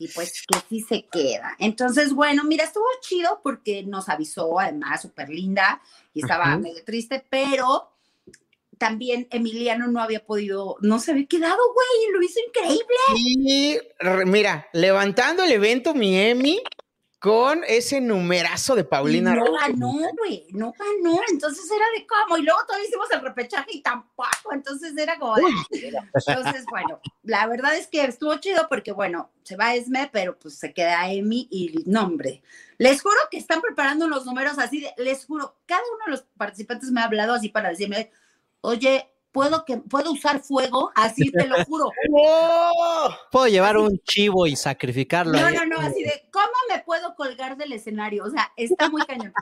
[SPEAKER 5] y pues que sí se queda. Entonces, bueno, mira, estuvo chido porque nos avisó además súper linda y estaba
[SPEAKER 3] Ajá.
[SPEAKER 5] medio triste, pero también Emiliano no había podido, no se había quedado, güey, lo hizo increíble.
[SPEAKER 3] Y re- mira, levantando el evento Miami con ese numerazo de Paulina.
[SPEAKER 5] no
[SPEAKER 3] Rojas.
[SPEAKER 5] ganó, güey, no ganó. Entonces era de cómo. Y luego todavía hicimos el repechaje y tampoco. Entonces era como. de- "Ah". Entonces, bueno, la verdad es que estuvo chido porque, bueno, se va Esme, pero pues se queda Emi y nombre. Les juro que están preparando los números así. de- les juro, cada uno de los participantes me ha hablado así para decirme, oye. ¿Puedo, que, ¿Puedo usar fuego? Así te lo juro.
[SPEAKER 3] ¡Oh!
[SPEAKER 4] Puedo llevar un chivo y sacrificarlo.
[SPEAKER 5] No,
[SPEAKER 4] ahí?
[SPEAKER 5] no, no, así de, ¿cómo me puedo colgar del escenario? O sea, está muy cañón.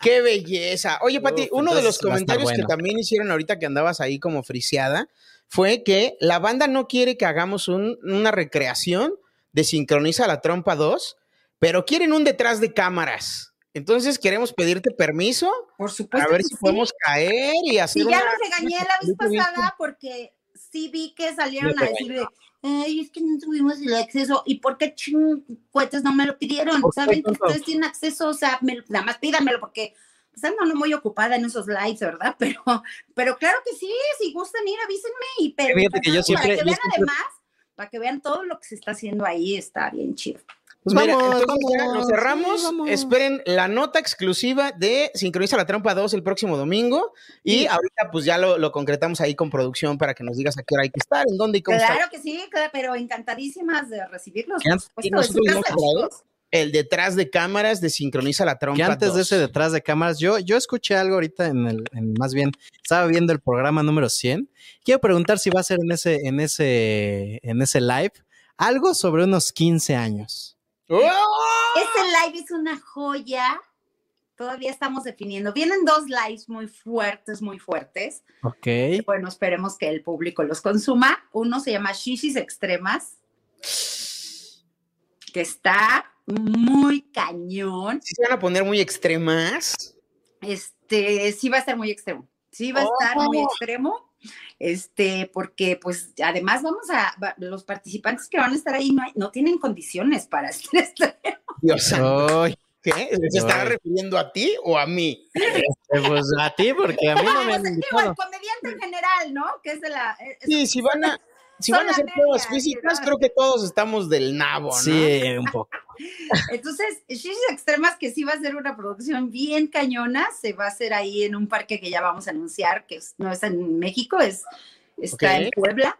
[SPEAKER 3] Qué belleza. Oye, Pati,
[SPEAKER 4] Uf,
[SPEAKER 3] uno de los
[SPEAKER 4] entonces va a estar
[SPEAKER 3] comentarios
[SPEAKER 4] bueno.
[SPEAKER 3] que también hicieron ahorita que andabas ahí como friseada fue que la banda no quiere que hagamos un- una recreación de Sincroniza la Trompa 2, pero quieren un detrás de cámaras. Entonces queremos pedirte permiso
[SPEAKER 5] Por supuesto.
[SPEAKER 3] a ver
[SPEAKER 5] que
[SPEAKER 3] si
[SPEAKER 5] sí.
[SPEAKER 3] podemos caer y hacer
[SPEAKER 5] Y ya
[SPEAKER 3] una-
[SPEAKER 5] los regañé la vez pasada porque sí vi que salieron a decir de, ay, es que no tuvimos el acceso. ¿Y por qué chingüetes no me lo pidieron?
[SPEAKER 4] ¿Por qué
[SPEAKER 5] ¿Saben que
[SPEAKER 4] tanto?
[SPEAKER 5] ustedes tienen acceso? O sea, me- nada más pídanmelo porque pues ando no muy ocupada en esos lives, ¿verdad? Pero, pero claro que sí, si gustan ir, avísenme. Y pero, pues,
[SPEAKER 4] Fíjate que yo siempre-
[SPEAKER 5] Para que
[SPEAKER 4] yo
[SPEAKER 5] vean
[SPEAKER 4] siempre-
[SPEAKER 5] además, para que vean todo lo que se está haciendo ahí, está bien chido.
[SPEAKER 4] Pues
[SPEAKER 3] Mira,
[SPEAKER 4] vamos,
[SPEAKER 3] entonces ya
[SPEAKER 4] vamos,
[SPEAKER 3] nos
[SPEAKER 4] sí,
[SPEAKER 3] cerramos.
[SPEAKER 4] vamos.
[SPEAKER 3] Esperen la nota exclusiva de Sincroniza la Trampa 2 el próximo domingo. Y ahorita, pues ya lo, lo concretamos ahí con producción para que nos digas a qué hora hay que estar, en dónde y cómo está
[SPEAKER 5] Claro que sí, claro, pero encantadísimas de recibirlos.
[SPEAKER 4] Que
[SPEAKER 5] por
[SPEAKER 4] antes-
[SPEAKER 5] supuesto,
[SPEAKER 3] y nosotros
[SPEAKER 5] en su
[SPEAKER 3] vamos
[SPEAKER 5] casa,
[SPEAKER 3] a grabar.
[SPEAKER 5] chicos.
[SPEAKER 3] el detrás de cámaras de Sincroniza la Trompa.
[SPEAKER 4] Que antes de
[SPEAKER 3] 2.
[SPEAKER 4] ese detrás de cámaras, yo, yo escuché algo ahorita en el, en- más bien, estaba viendo el programa número 100. Quiero preguntar si va a ser en ese, en ese, en ese live, algo sobre unos 15 años.
[SPEAKER 3] ¡Oh!
[SPEAKER 5] Este live es una joya. Todavía estamos definiendo. Vienen dos lives muy fuertes, muy fuertes.
[SPEAKER 4] Ok.
[SPEAKER 5] Bueno, esperemos que el público los consuma. Uno se llama Shishis Extremas, que está muy cañón.
[SPEAKER 3] Sí se van a poner muy extremas.
[SPEAKER 5] Este, sí va a estar muy extremo. Sí va a estar muy extremo. Este, porque pues además vamos a, va- los participantes que van a estar ahí no, hay- no tienen condiciones para hacer esto.
[SPEAKER 3] Dios santo.
[SPEAKER 4] Ay,
[SPEAKER 3] ¿Qué? ¿Se estará
[SPEAKER 4] Ay.
[SPEAKER 3] refiriendo a ti o a mí?
[SPEAKER 4] pues a ti, porque a mí no me
[SPEAKER 5] Pues,
[SPEAKER 4] han
[SPEAKER 5] es que igual,
[SPEAKER 4] invitado.
[SPEAKER 5] comediante en general, ¿no? Que es de la... eh, es-
[SPEAKER 3] Sí, si van a, si
[SPEAKER 5] Son
[SPEAKER 3] van a hacer
[SPEAKER 5] la
[SPEAKER 3] pruebas
[SPEAKER 5] media,
[SPEAKER 3] físicas,
[SPEAKER 5] ¿verdad?
[SPEAKER 3] creo que todos estamos del nabo, ¿no?
[SPEAKER 4] Sí, un poco.
[SPEAKER 5] Entonces, Shishis Extremas, que sí va a ser una producción bien cañona, se va a hacer ahí en un parque que ya vamos a anunciar, que es- no es en México, es, está
[SPEAKER 3] Ok.
[SPEAKER 5] en Puebla,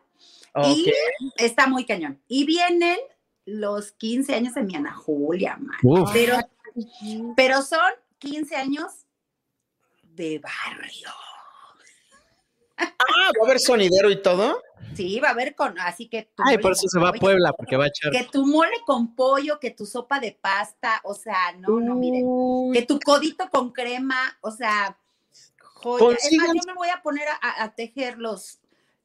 [SPEAKER 3] Ok.
[SPEAKER 5] y está muy cañón. Y vienen los 15 años de mi Ana Julia, man.
[SPEAKER 4] Uf.
[SPEAKER 5] Pero, pero son 15 años de barrio.
[SPEAKER 3] Ah, va a haber sonidero y todo.
[SPEAKER 5] Sí, va a haber con, así que... tú
[SPEAKER 4] Ay,
[SPEAKER 5] le
[SPEAKER 4] por eso se va a
[SPEAKER 5] apoyas.
[SPEAKER 4] Puebla, porque va a echar.
[SPEAKER 5] Que tu mole con pollo, que tu sopa de pasta, o sea, no, no, miren. Que tu codito con crema, o sea, joya. Es más,
[SPEAKER 3] Consigan-
[SPEAKER 5] yo me voy a poner a- a, a tejer los,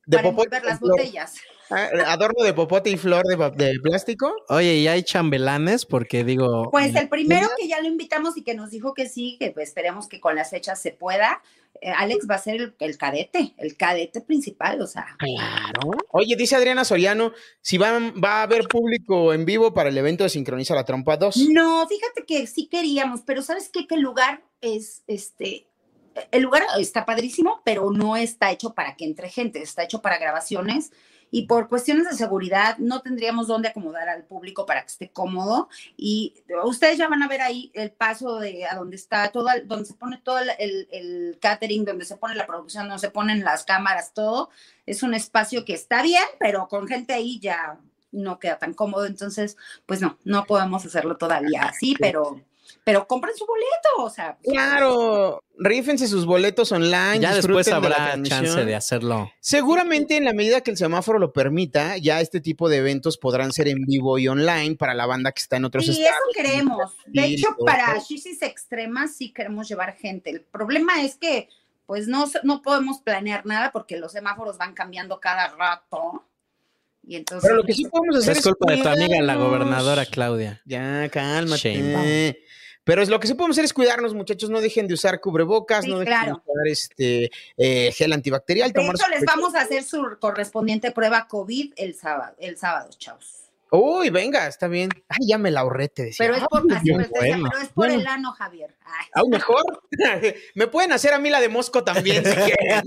[SPEAKER 3] De
[SPEAKER 5] para
[SPEAKER 3] popote
[SPEAKER 5] envolver
[SPEAKER 3] y
[SPEAKER 5] las
[SPEAKER 3] flor.
[SPEAKER 5] botellas.
[SPEAKER 3] Ah, Adorno de popote y flor de, pa- de plástico.
[SPEAKER 4] Oye, y hay chambelanes, porque digo.
[SPEAKER 5] Pues el primero que ya lo invitamos y que nos dijo que sí, que pues, esperemos que con las fechas se pueda, eh, Alex va a ser el, el cadete, el cadete principal, o sea.
[SPEAKER 3] Claro. Oye, dice Adriana Soriano, si van, va a haber público en vivo para el evento de Sincroniza la Trompa 2.
[SPEAKER 5] No, fíjate que sí queríamos, pero ¿sabes qué? Que el lugar es, este, el lugar está padrísimo, pero no está hecho para que entre gente, está hecho para grabaciones y por cuestiones de seguridad no tendríamos dónde acomodar al público para que esté cómodo y ustedes ya van a ver ahí el paso de a donde está todo, donde se pone todo el, el- el catering, donde se pone la producción, donde se ponen las cámaras, todo. Es un espacio que está bien, pero con gente ahí ya no queda tan cómodo, entonces pues no, no podemos hacerlo todavía así, pero, pero compren su boleto, o sea,
[SPEAKER 3] Claro, rífense sus boletos online.
[SPEAKER 4] Ya después
[SPEAKER 3] disfruten de la
[SPEAKER 4] habrá
[SPEAKER 3] transmisión.
[SPEAKER 4] chance de hacerlo.
[SPEAKER 3] Seguramente en la medida que el semáforo lo permita, ya este tipo de eventos podrán ser en vivo y online para la banda que está en otros
[SPEAKER 5] Sí, eso
[SPEAKER 3] estados.
[SPEAKER 5] queremos. De
[SPEAKER 3] Sí,
[SPEAKER 5] hecho,
[SPEAKER 3] todo.
[SPEAKER 5] para Shishis Extremas sí queremos llevar gente. El problema es que, pues, no, se- no podemos planear nada porque los semáforos van cambiando cada rato. Y entonces.
[SPEAKER 3] Pero lo que sí podemos
[SPEAKER 5] pues,
[SPEAKER 3] hacer
[SPEAKER 4] Es culpa de tu amiga, la
[SPEAKER 3] cuidarnos.
[SPEAKER 4] gobernadora Claudia.
[SPEAKER 3] Ya, cálmate.
[SPEAKER 4] Sheinbaum.
[SPEAKER 3] Pero es lo que sí podemos hacer es cuidarnos, muchachos. No dejen de usar cubrebocas,
[SPEAKER 5] Sí,
[SPEAKER 3] no dejen
[SPEAKER 5] claro.
[SPEAKER 3] de usar este eh, gel antibacterial.
[SPEAKER 5] de
[SPEAKER 3] tomar
[SPEAKER 5] hecho,
[SPEAKER 3] su-
[SPEAKER 5] les vamos a hacer su correspondiente prueba COVID el sábado, el sábado, chavos.
[SPEAKER 3] Uy, venga, está bien. Ay, ya me la ahorré, te decía.
[SPEAKER 5] Pero es por,
[SPEAKER 3] Ay,
[SPEAKER 5] así,
[SPEAKER 3] Dios,
[SPEAKER 5] pero te decía,
[SPEAKER 3] bueno.
[SPEAKER 5] pero es por
[SPEAKER 3] Bueno.
[SPEAKER 5] el ano, Javier. Ah, Ay,
[SPEAKER 3] Aún mejor. me pueden hacer a mí la de Mosco también, si quieren.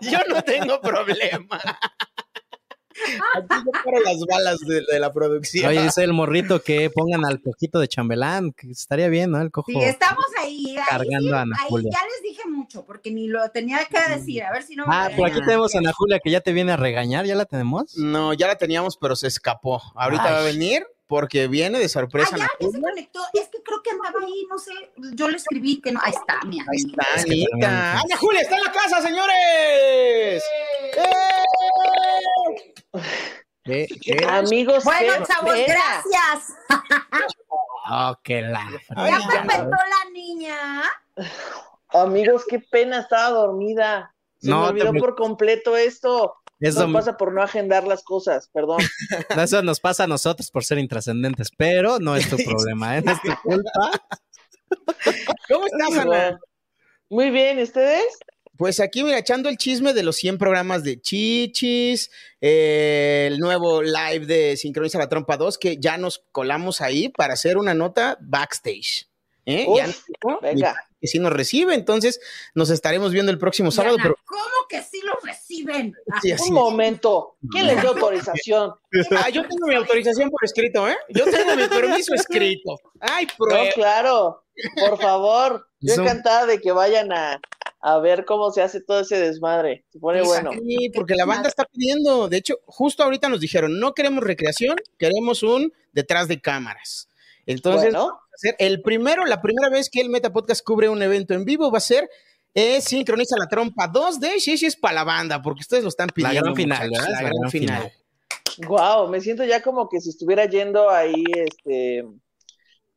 [SPEAKER 3] Yo no tengo problema. Aquí yo paro las balas de, de la producción.
[SPEAKER 4] Oye, dice el morrito que pongan al cojito de chambelán, que estaría bien, ¿no? El cojo.
[SPEAKER 5] sí, estamos ahí. ahí
[SPEAKER 4] Cargando
[SPEAKER 5] sí,
[SPEAKER 4] a Ana
[SPEAKER 5] ahí
[SPEAKER 4] Julia.
[SPEAKER 5] ya les dije mucho porque ni lo tenía que decir. A ver si no me
[SPEAKER 4] Ah, por aquí
[SPEAKER 5] regañan.
[SPEAKER 4] tenemos a Ana Julia que ya te viene a regañar, ¿ya la tenemos?
[SPEAKER 3] No, ya la teníamos, pero se escapó. Ahorita
[SPEAKER 4] Ay.
[SPEAKER 3] va a venir porque viene de sorpresa.
[SPEAKER 5] Ah,
[SPEAKER 3] Ana
[SPEAKER 5] ya, ya se
[SPEAKER 3] Julia.
[SPEAKER 5] conectó. Es que creo que andaba ahí, no sé. Yo le escribí que no. Ahí está, mi
[SPEAKER 3] Ahí
[SPEAKER 5] amigo.
[SPEAKER 3] está,
[SPEAKER 4] Es que
[SPEAKER 3] Anita.
[SPEAKER 4] también, ajá.
[SPEAKER 3] Ana Julia está en la casa, señores. ¡Eh!
[SPEAKER 4] ¿Qué? ¿Qué?
[SPEAKER 6] Amigos,
[SPEAKER 5] Bueno,
[SPEAKER 6] qué
[SPEAKER 5] chavos,
[SPEAKER 6] espera.
[SPEAKER 5] gracias.
[SPEAKER 4] Oh, qué la.
[SPEAKER 3] Ay,
[SPEAKER 5] ya ¿ah?
[SPEAKER 3] ya.
[SPEAKER 5] me aventó la niña. niña.
[SPEAKER 6] Amigos, qué pena, estaba dormida. Se
[SPEAKER 4] No,
[SPEAKER 6] me
[SPEAKER 4] te
[SPEAKER 6] olvidó
[SPEAKER 4] pre-
[SPEAKER 6] por completo esto.
[SPEAKER 4] Eso
[SPEAKER 6] Eso pasa por no agendar las cosas, perdón.
[SPEAKER 4] Eso nos pasa a nosotros por ser intrascendentes, pero no es tu problema, ¿eh? No es tu culpa.
[SPEAKER 3] ¿Cómo estás, Ana?
[SPEAKER 6] Muy bien, ¿y ¿ustedes?
[SPEAKER 3] Pues aquí, mira, echando el chisme de los 100 programas de Chichis, eh, el nuevo live de Sincroniza la Trompa 2, que ya nos colamos ahí para hacer una nota backstage. ¿Eh?
[SPEAKER 6] Uf,
[SPEAKER 3] Ya no-
[SPEAKER 6] venga.
[SPEAKER 3] Que sí nos recibe, entonces nos estaremos viendo el próximo sábado.
[SPEAKER 5] Diana,
[SPEAKER 3] Pero,
[SPEAKER 5] ¿Cómo que sí lo reciben? Ah,
[SPEAKER 3] Sí, así
[SPEAKER 6] Un
[SPEAKER 3] es.
[SPEAKER 6] momento. ¿Quién les dio autorización?
[SPEAKER 3] Ah, yo tengo mi autorización por escrito, ¿eh? Yo tengo mi permiso escrito. Ay,
[SPEAKER 6] No,
[SPEAKER 3] prueba.
[SPEAKER 6] claro. Por favor. Yo
[SPEAKER 4] Eso-
[SPEAKER 6] encantada de que vayan a, a ver cómo se hace todo ese desmadre. Se pone bueno.
[SPEAKER 3] Sí, porque la banda está pidiendo. De hecho, justo ahorita nos dijeron, no queremos recreación, queremos un detrás de cámaras. Entonces,
[SPEAKER 6] Bueno,
[SPEAKER 3] vamos a hacer el primero, la primera vez que el Meta Podcast cubre un evento en vivo va a ser eh, Sincroniza la Trompa 2 de Shishis para la banda, porque ustedes lo están
[SPEAKER 4] La
[SPEAKER 3] pidiendo.
[SPEAKER 4] gran final,
[SPEAKER 3] muchachos,
[SPEAKER 4] ¿verdad?
[SPEAKER 3] La, gran, final.
[SPEAKER 6] wow, me siento ya como que si estuviera yendo ahí, este,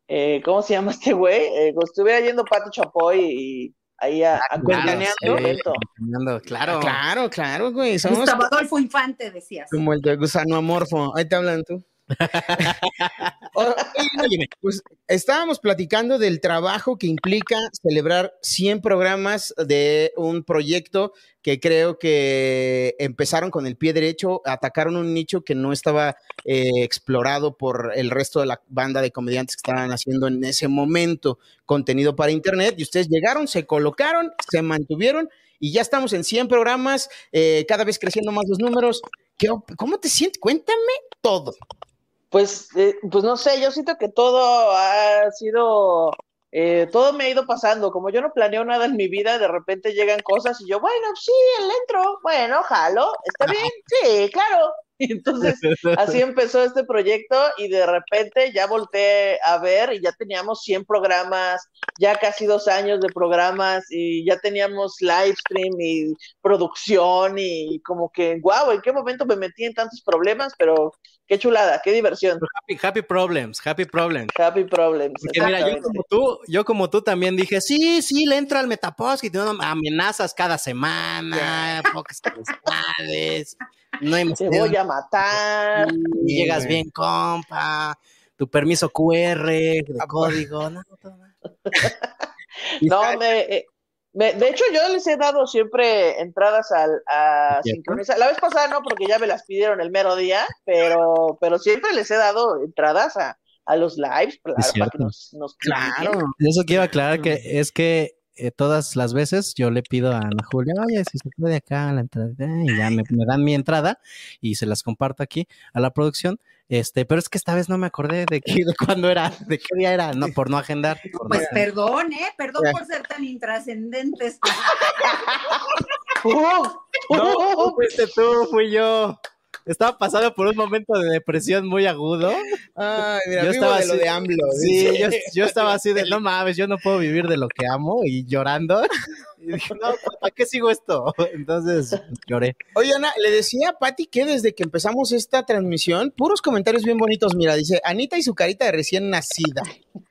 [SPEAKER 6] eh, ¿cómo se llama este güey? Eh, como si estuviera yendo Pato Chapoy y ahí a, a cuentaneando
[SPEAKER 4] sí.
[SPEAKER 6] el evento.
[SPEAKER 4] Fernando,
[SPEAKER 3] Claro, Ah,
[SPEAKER 4] Claro.
[SPEAKER 3] claro, claro, güey. Somos
[SPEAKER 5] Gustavo Adolfo Infante, decías.
[SPEAKER 3] Como el de gusano amorfo. Ahí te hablan tú. Oye, óyeme, pues estábamos platicando del trabajo que implica celebrar 100 programas de un proyecto que creo que empezaron con el pie derecho, atacaron un nicho que no estaba eh, explorado por el resto de la banda de comediantes que estaban haciendo en ese momento contenido para internet y ustedes llegaron, se colocaron, se mantuvieron y ya estamos en 100 programas, eh, cada vez creciendo más los números. ¿Qué op- ¿Cómo te sientes? Cuéntame todo.
[SPEAKER 6] Pues, eh, pues no sé, yo siento que todo ha sido, eh, todo me ha ido pasando. Como yo no planeo nada en mi vida, de repente llegan cosas y yo, bueno, sí, él entro, bueno, jalo, está bien, sí, claro. Y entonces así empezó este proyecto y de repente ya volteé a ver y ya teníamos 100 programas, ya casi dos años de programas y ya teníamos live stream y producción y como que, wow, ¿en qué momento me metí en tantos problemas? Pero qué chulada, qué diversión.
[SPEAKER 4] Happy, happy problems, happy problems.
[SPEAKER 6] Happy Problems.
[SPEAKER 4] Porque mira, yo
[SPEAKER 6] exactamente.
[SPEAKER 4] como tú, yo como tú también dije, sí, sí, le entra al Metapost y no amenazas cada semana, pocas amistades, no hay más
[SPEAKER 6] Te voy a matar.
[SPEAKER 4] llegas bien, compa, tu permiso QR,
[SPEAKER 6] Ah,
[SPEAKER 4] de
[SPEAKER 6] pues.
[SPEAKER 4] código, no, todo mal.
[SPEAKER 6] No, me, eh, me- de hecho, yo les he dado siempre entradas al, a
[SPEAKER 4] ¿Cierto?
[SPEAKER 6] sincronizar. La vez pasada no, porque ya me las pidieron el mero día, pero, pero siempre les he dado entradas a, a los lives, claro, para
[SPEAKER 4] cierto.
[SPEAKER 6] que nos, nos critiquen.
[SPEAKER 4] Y Eso quiero aclarar que es que eh, todas las veces yo le pido a Ana Julia, oye, si se puede acá la entrada, y ya me, me dan mi entrada y se las comparto aquí a la producción. Este, pero es que esta vez no me acordé de, qué, de cuándo era, de qué día era, no, por no agendar. por no
[SPEAKER 5] Pues
[SPEAKER 4] agendar.
[SPEAKER 5] perdón, ¿eh? Perdón por ser tan intrascendentes.
[SPEAKER 6] ¡Uf!
[SPEAKER 4] No,
[SPEAKER 6] ¡Uf!
[SPEAKER 4] fuiste tú, fui yo. Estaba pasando por un momento de depresión muy agudo.
[SPEAKER 3] Ay, mira,
[SPEAKER 4] Yo
[SPEAKER 3] vivo
[SPEAKER 4] estaba
[SPEAKER 3] de lo
[SPEAKER 4] así-
[SPEAKER 3] de AMLO.
[SPEAKER 4] Sí,
[SPEAKER 3] dice.
[SPEAKER 4] yo, yo estaba así de, no mames, yo no puedo vivir de lo que amo y llorando. Y dije, no, pues, ¿para qué sigo esto? Entonces lloré.
[SPEAKER 3] Oye, Ana, le decía a Patti que desde que empezamos esta transmisión, puros comentarios bien bonitos. Mira, dice Anita y su carita de recién nacida.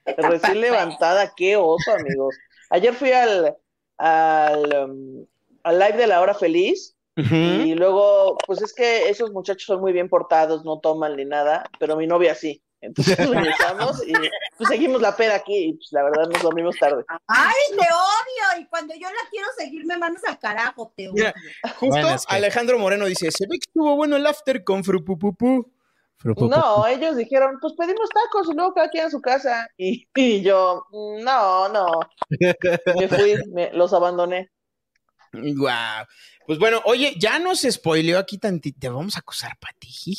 [SPEAKER 6] Pues Recién levantada, qué oso, amigos. Ayer fui al, al, um, al live de la hora feliz y luego, pues es que esos muchachos son muy bien portados, no toman ni nada, pero mi novia sí. Entonces regresamos y pues, seguimos la pera aquí y pues la verdad nos dormimos tarde.
[SPEAKER 5] ¡Ay, te odio! Y cuando yo la quiero seguir, me mandas al carajo, te odio.
[SPEAKER 3] Mira. Justo
[SPEAKER 4] Bueno, es que-
[SPEAKER 3] Alejandro Moreno dice: Se ve que estuvo bueno el after con Frupupupú.
[SPEAKER 4] Frupupu.
[SPEAKER 6] No, ellos dijeron, pues pedimos tacos y luego cada quien a su casa. Y, y yo, "Mm, no, no. Me fui, me- los abandoné.
[SPEAKER 3] Guau. Pues bueno, oye, ya nos spoileó aquí tantito. Te vamos a acusar, Pati.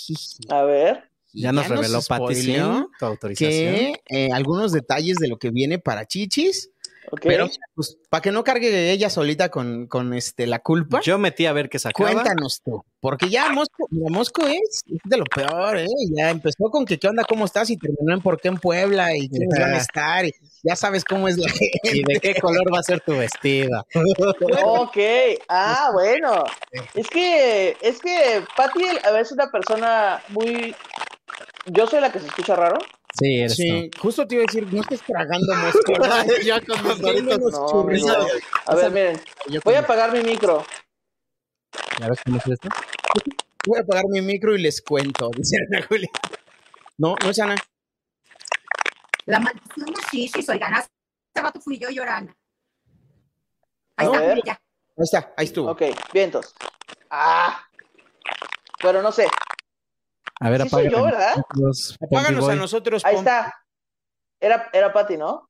[SPEAKER 6] A ver,
[SPEAKER 4] Ya nos reveló Pati
[SPEAKER 3] spoileó
[SPEAKER 4] sin tu autorización.
[SPEAKER 3] que eh, algunos detalles de lo que viene para Chichis,
[SPEAKER 6] ok.
[SPEAKER 3] pero pues para que no cargue ella solita con, con este la culpa.
[SPEAKER 4] Yo metí a ver qué sacaba.
[SPEAKER 3] Cuéntanos tú, porque ya Mosco, mira, Mosco es es de lo peor, ¿eh? Ya empezó con que qué onda, cómo estás, y terminó en por qué en Puebla y quiénes van a estar, y ya sabes cómo es la
[SPEAKER 4] ¿Y de qué color va a ser tu vestido?
[SPEAKER 6] Ok, ah, bueno. Es que, es que Patty a ver, es una persona muy. Yo soy la que se escucha raro.
[SPEAKER 4] Sí, eres
[SPEAKER 3] Sí, justo te iba a decir, no estés tragando moscas.
[SPEAKER 4] tú. ya con mis doritos.
[SPEAKER 3] unos
[SPEAKER 6] No,
[SPEAKER 3] churritos.
[SPEAKER 6] no. A ver, miren,
[SPEAKER 4] Yo
[SPEAKER 6] voy a
[SPEAKER 4] con-
[SPEAKER 6] apagar mi micro.
[SPEAKER 4] ¿Ya ves cómo es esto?
[SPEAKER 3] Voy a apagar mi micro y les cuento, dice Ana Julia. No, no es Ana.
[SPEAKER 5] La maldición de Shishi, soy ganas. Este vato fui yo llorando. Ahí
[SPEAKER 6] A
[SPEAKER 5] está,
[SPEAKER 6] ver.
[SPEAKER 5] ya.
[SPEAKER 3] Ahí está, ahí estuvo.
[SPEAKER 6] Ok, vientos. Ah. Bueno, no sé.
[SPEAKER 4] A ver,
[SPEAKER 6] Sí soy yo,
[SPEAKER 4] apaga.
[SPEAKER 6] ¿verdad?
[SPEAKER 4] Los
[SPEAKER 3] Apáganos
[SPEAKER 4] Pompi
[SPEAKER 3] a
[SPEAKER 4] Boy.
[SPEAKER 3] nosotros.
[SPEAKER 6] Ahí
[SPEAKER 3] Pom.
[SPEAKER 6] está. Era, era Patty, ¿no?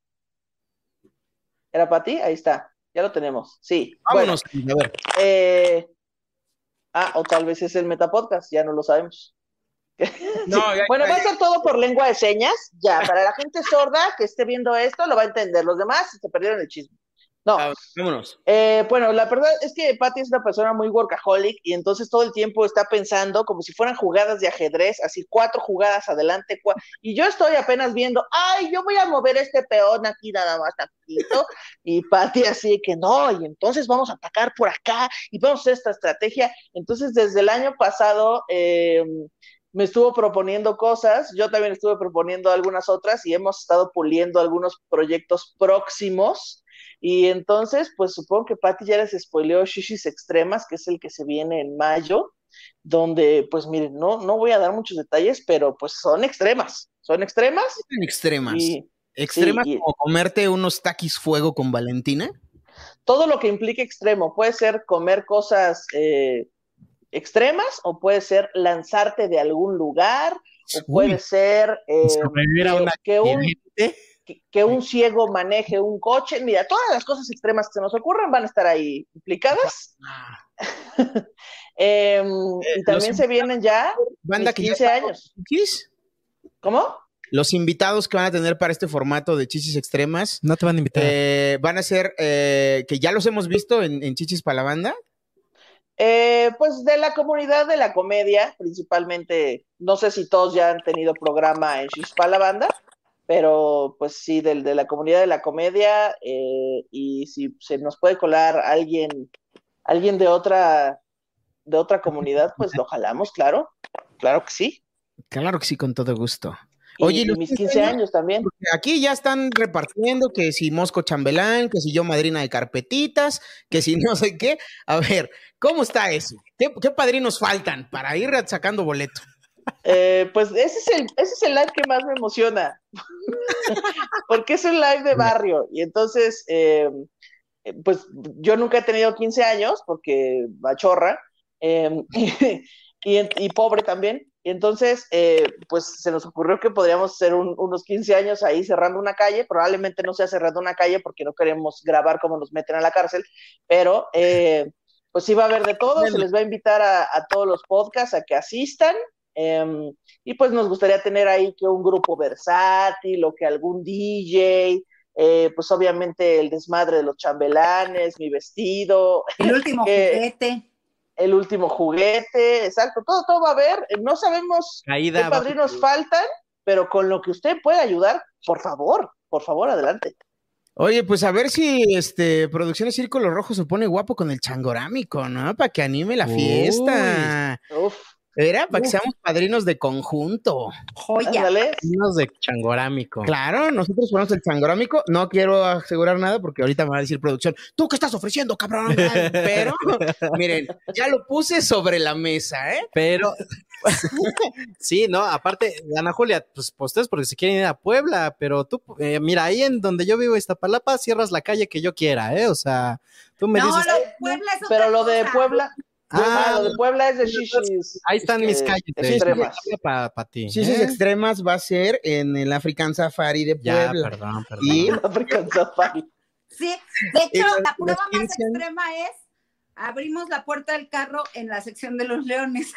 [SPEAKER 6] ¿Era Patty? Ahí está. Ya lo tenemos. Sí. Bueno,
[SPEAKER 3] Vámonos. A ver.
[SPEAKER 6] eh, Ah, o tal vez es el Metapodcast, ya no lo sabemos.
[SPEAKER 3] No, ya-
[SPEAKER 6] Bueno,
[SPEAKER 3] ya-
[SPEAKER 6] va a ser todo por lengua de señas, ya. Para la gente sorda que esté viendo esto, lo va a entender. Los demás se perdieron el chisme. No,
[SPEAKER 3] a ver, vámonos.
[SPEAKER 6] eh, bueno, la verdad es que Patty es una persona muy workaholic y entonces todo el tiempo está pensando como si fueran jugadas de ajedrez, así cuatro jugadas adelante. cua- y yo estoy apenas viendo, ay, yo voy a mover este peón aquí nada más tantito. Y Patty así que no, y entonces vamos a atacar por acá y vamos a hacer esta estrategia. Entonces, desde el año pasado eh, me estuvo proponiendo cosas, yo también estuve proponiendo algunas otras y hemos estado puliendo algunos proyectos próximos. Y entonces, pues supongo que Patty ya les spoileó Shishis Extremas, que es el que se viene en mayo, donde, pues miren, no, no voy a dar muchos detalles, pero pues son extremas, son extremas.
[SPEAKER 3] En extremas.
[SPEAKER 6] Y
[SPEAKER 3] Extremas
[SPEAKER 6] sí, y-
[SPEAKER 3] como comerte unos taquis fuego con Valentina.
[SPEAKER 6] todo lo que implica extremo, puede ser comer cosas eh, extremas o puede ser lanzarte de algún lugar. O puede ser eh,
[SPEAKER 4] Sobrevivir a
[SPEAKER 6] que-
[SPEAKER 4] una
[SPEAKER 6] que un
[SPEAKER 4] accidente.
[SPEAKER 6] que, que un ciego maneje un coche. Mira, todas las cosas extremas que se nos ocurran van a estar ahí implicadas. Em,
[SPEAKER 4] Eh,
[SPEAKER 6] y también
[SPEAKER 3] los-
[SPEAKER 6] se vienen ya
[SPEAKER 3] Banda
[SPEAKER 6] mis
[SPEAKER 3] que ya
[SPEAKER 6] 15
[SPEAKER 3] está-
[SPEAKER 6] años.
[SPEAKER 3] ¿Quis?
[SPEAKER 6] ¿Cómo?
[SPEAKER 3] Los invitados que van a tener para este formato de chichis extremas
[SPEAKER 4] No te van a invitar.
[SPEAKER 3] eh, van a ser eh, que ya los hemos visto en, en Chichis para la banda.
[SPEAKER 6] Eh, pues de la comunidad de la comedia, principalmente, no sé si todos ya han tenido programa en Chispa la Banda, pero pues sí, del, de la comunidad de la comedia, eh, y si se nos puede colar alguien, alguien de otra, de otra comunidad, pues lo jalamos, claro, claro que sí.
[SPEAKER 3] Claro que sí, con todo gusto.
[SPEAKER 6] Y,
[SPEAKER 3] Oye,
[SPEAKER 6] y
[SPEAKER 3] los
[SPEAKER 6] mis
[SPEAKER 3] 15
[SPEAKER 6] 15
[SPEAKER 3] años.
[SPEAKER 6] años también.
[SPEAKER 3] Porque Aquí ya están repartiendo que si Mosco Chambelán, que si yo madrina de carpetitas, que si no sé qué. A ver, ¿cómo está eso? ¿Qué, qué padrinos faltan para ir sacando boleto?
[SPEAKER 6] Eh, pues ese es, el, ese es el live que más me emociona, porque es un live de barrio. Y entonces, eh, eh, pues yo nunca he tenido 15 años, porque machorra, eh, y, en- y pobre también. Y entonces, eh, pues se nos ocurrió que podríamos hacer un- unos 15 años ahí cerrando una calle. Probablemente no sea cerrando una calle porque no queremos grabar cómo nos meten a la cárcel, pero eh, pues sí va a haber de todo. Se les va a invitar a, a todos los podcasts a que asistan. Em, y pues nos gustaría tener ahí que un grupo versátil o que algún DJ, eh, pues obviamente el desmadre de los chambelanes, mi vestido,
[SPEAKER 5] El último
[SPEAKER 6] Eh,
[SPEAKER 5] juguete.
[SPEAKER 6] el último juguete, exacto, todo, todo va a haber. Eh, No sabemos qué
[SPEAKER 4] Caída.
[SPEAKER 6] padrinos faltan, pero con lo que usted pueda ayudar, por favor, por favor, adelante.
[SPEAKER 3] Oye, pues a ver si este Producciones Círculo Rojo se pone guapo con el changorámico, ¿no? Para que anime la
[SPEAKER 4] Uy.
[SPEAKER 3] fiesta.
[SPEAKER 6] Uf,
[SPEAKER 3] Era para que
[SPEAKER 6] Uf.
[SPEAKER 3] seamos padrinos de conjunto.
[SPEAKER 5] Joya.
[SPEAKER 6] ándale.
[SPEAKER 4] Unos de changorámico.
[SPEAKER 3] Claro, nosotros ponemos el changorámico. No quiero asegurar nada porque ahorita me va a decir producción, ¿tú qué estás ofreciendo, cabrón? Pero, miren, ya lo puse sobre la mesa, ¿eh?
[SPEAKER 4] Pero sí, no, aparte, Ana Julia, pues pues, ustedes porque se quieren ir a Puebla, pero tú, eh, mira, ahí en donde yo vivo, Iztapalapa, cierras la calle que yo quiera, ¿eh? O sea, tú me
[SPEAKER 5] No,
[SPEAKER 4] dices,
[SPEAKER 5] lo de Puebla es otra
[SPEAKER 6] Pero lo de
[SPEAKER 5] cosa.
[SPEAKER 6] Puebla,
[SPEAKER 4] ah,
[SPEAKER 6] ah, lo de Puebla es de shishis.
[SPEAKER 4] ahí están mis
[SPEAKER 6] eh,
[SPEAKER 4] calles,
[SPEAKER 6] extremas.
[SPEAKER 4] para ti.
[SPEAKER 3] Sí, esas
[SPEAKER 4] ¿eh?
[SPEAKER 3] extremas va a ser en el African Safari de
[SPEAKER 4] Ya,
[SPEAKER 3] Puebla.
[SPEAKER 4] perdón, perdón.
[SPEAKER 3] Y-
[SPEAKER 6] African Safari.
[SPEAKER 5] Sí, de
[SPEAKER 3] Y
[SPEAKER 5] hecho,
[SPEAKER 3] los-
[SPEAKER 5] la prueba
[SPEAKER 3] los
[SPEAKER 5] más
[SPEAKER 3] 15 años.
[SPEAKER 5] extrema es abrimos la puerta del carro en la sección de los leones.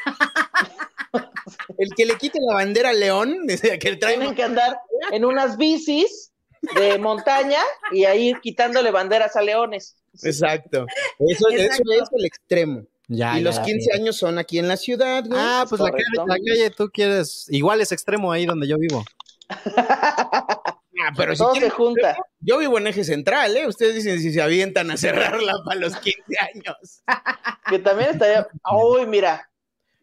[SPEAKER 3] El que le quite la bandera al león, desde que
[SPEAKER 6] Tienen
[SPEAKER 3] traen
[SPEAKER 6] que andar en unas bicis de montaña y a ir quitándole banderas a leones.
[SPEAKER 3] Exacto. Eso, eso
[SPEAKER 5] Exacto.
[SPEAKER 3] es el extremo.
[SPEAKER 4] Ya,
[SPEAKER 3] y
[SPEAKER 4] ya,
[SPEAKER 3] los
[SPEAKER 4] ya.
[SPEAKER 3] 15 años son aquí en la ciudad, güey.
[SPEAKER 4] Ah, pues la calle,
[SPEAKER 6] Correcto.
[SPEAKER 4] la calle tú quieres, pues, igual es extremo ahí donde yo vivo.
[SPEAKER 3] Ah, pero si
[SPEAKER 6] Todo se
[SPEAKER 3] quieren-
[SPEAKER 6] junta.
[SPEAKER 3] yo vivo en eje central, ¿eh? Ustedes dicen si se avientan a cerrarla para los 15 años.
[SPEAKER 6] Que también estaría. Uy, mira.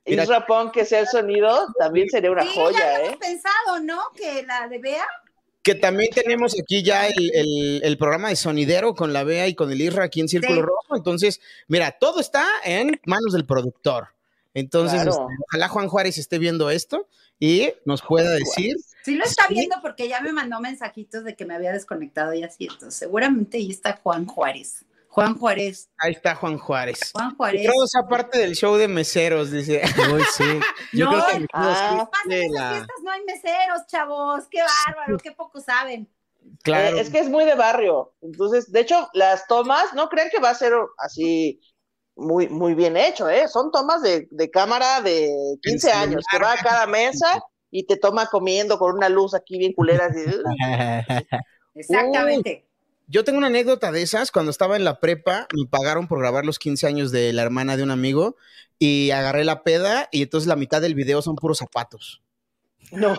[SPEAKER 4] Mira-
[SPEAKER 6] Isra Punk, que sea el sonido, también sería una
[SPEAKER 5] sí, ya
[SPEAKER 6] joya,
[SPEAKER 5] habíamos
[SPEAKER 6] ¿eh?
[SPEAKER 5] pensado, ¿no? Que la de Bea.
[SPEAKER 3] Que también tenemos aquí ya el, el- el programa de Sonidero con la Bea y con el Irra aquí en Círculo
[SPEAKER 5] Sí.
[SPEAKER 3] Rojo. Entonces, mira, todo está en manos del productor. Entonces,
[SPEAKER 6] Claro.
[SPEAKER 3] este, ojalá Juan Juárez esté viendo esto y nos pueda decir.
[SPEAKER 5] Sí lo está
[SPEAKER 3] Sí.
[SPEAKER 5] viendo porque ya me mandó mensajitos de que me había desconectado y así. Entonces, seguramente ahí está Juan Juárez. Juan Juárez.
[SPEAKER 3] Ahí está Juan Juárez.
[SPEAKER 5] Juan Juárez.
[SPEAKER 3] Todo esa parte del show de meseros, dice.
[SPEAKER 4] Uy, sí. Yo
[SPEAKER 5] No,
[SPEAKER 4] creo que
[SPEAKER 5] en-
[SPEAKER 6] Ah,
[SPEAKER 5] Pasa que en esas fiestas no hay meseros, chavos. Qué bárbaro, qué poco saben.
[SPEAKER 3] Claro.
[SPEAKER 6] Eh, es que es muy de barrio. Entonces, de hecho, las tomas, no crean que va a ser así muy, muy bien hecho, ¿eh? Son tomas de, de cámara de 15
[SPEAKER 3] El
[SPEAKER 6] años, que va
[SPEAKER 3] celular.
[SPEAKER 6] a cada mesa y te toma comiendo con una luz aquí bien culera. así, "Ugh".
[SPEAKER 5] Exactamente.
[SPEAKER 3] Yo tengo una anécdota de esas. Cuando estaba en la prepa, me pagaron por grabar los 15 años de la hermana de un amigo y agarré la peda y entonces la mitad del video son puros zapatos.
[SPEAKER 6] no,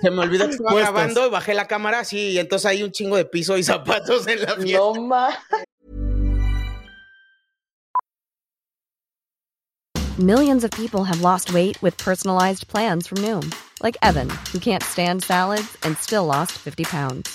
[SPEAKER 3] Se me olvidó que estaba
[SPEAKER 4] Puestos.
[SPEAKER 3] grabando y bajé la cámara así y entonces hay un chingo de piso y zapatos en la fiesta.
[SPEAKER 6] no más.
[SPEAKER 7] Millions of people have lost weight with personalized plans from Noom, like Evan, who can't stand salads and still lost 50 pounds.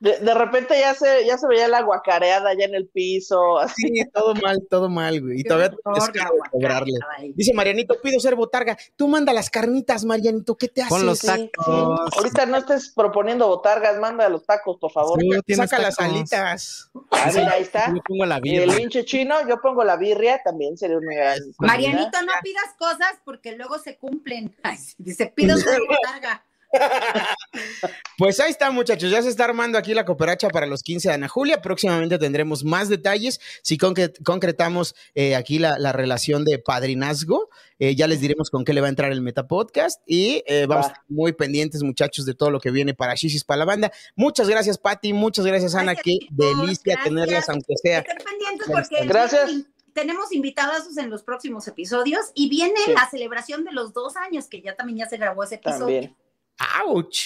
[SPEAKER 6] De, de repente ya se, ya se veía la guacareada ya en el piso, así.
[SPEAKER 3] Sí, todo mal, todo mal, güey. Y
[SPEAKER 5] Qué
[SPEAKER 3] todavía
[SPEAKER 5] horror,
[SPEAKER 3] es caro
[SPEAKER 5] la
[SPEAKER 3] cobrarle.
[SPEAKER 5] guacareada ahí.
[SPEAKER 3] Dice Marianito, pido ser botarga. Tú manda las carnitas, Marianito. ¿Qué te haces?
[SPEAKER 4] Pon los
[SPEAKER 6] Sí, sí.
[SPEAKER 4] tacos.
[SPEAKER 6] Ahorita no estés proponiendo botargas, manda los tacos, por favor.
[SPEAKER 4] Sí, tienes
[SPEAKER 3] Saca las
[SPEAKER 4] tacos.
[SPEAKER 3] alitas.
[SPEAKER 6] A ver, ahí está.
[SPEAKER 4] Yo pongo la
[SPEAKER 6] Y el
[SPEAKER 4] vida.
[SPEAKER 6] hinche chino, yo pongo la birria, también sería una gran
[SPEAKER 5] Marianito, no pidas cosas porque luego se cumplen. Ay, dice, pido una botarga.
[SPEAKER 3] Pues ahí está, muchachos. Ya se está armando aquí la cooperacha para los 15 de Ana Julia. Próximamente tendremos más detalles. Si concre- concretamos eh, aquí la, la relación de padrinazgo, eh, ya les diremos con qué le va a entrar el Metapodcast. Y eh, vamos
[SPEAKER 6] Va.
[SPEAKER 3] a estar muy pendientes, muchachos, de todo lo que viene para Shishis para la banda. Muchas gracias, Pati. Muchas gracias, Ana.
[SPEAKER 5] Gracias,
[SPEAKER 3] Qué
[SPEAKER 5] chicos.
[SPEAKER 3] delicia
[SPEAKER 5] Gracias.
[SPEAKER 3] tenerlas, aunque sea.
[SPEAKER 5] Estén pendientes porque
[SPEAKER 6] Gracias.
[SPEAKER 5] vienen- tenemos invitados en los próximos episodios y viene
[SPEAKER 6] Sí.
[SPEAKER 5] la celebración de los dos años, que ya también ya se grabó ese episodio.
[SPEAKER 6] También.
[SPEAKER 3] ¡Auch!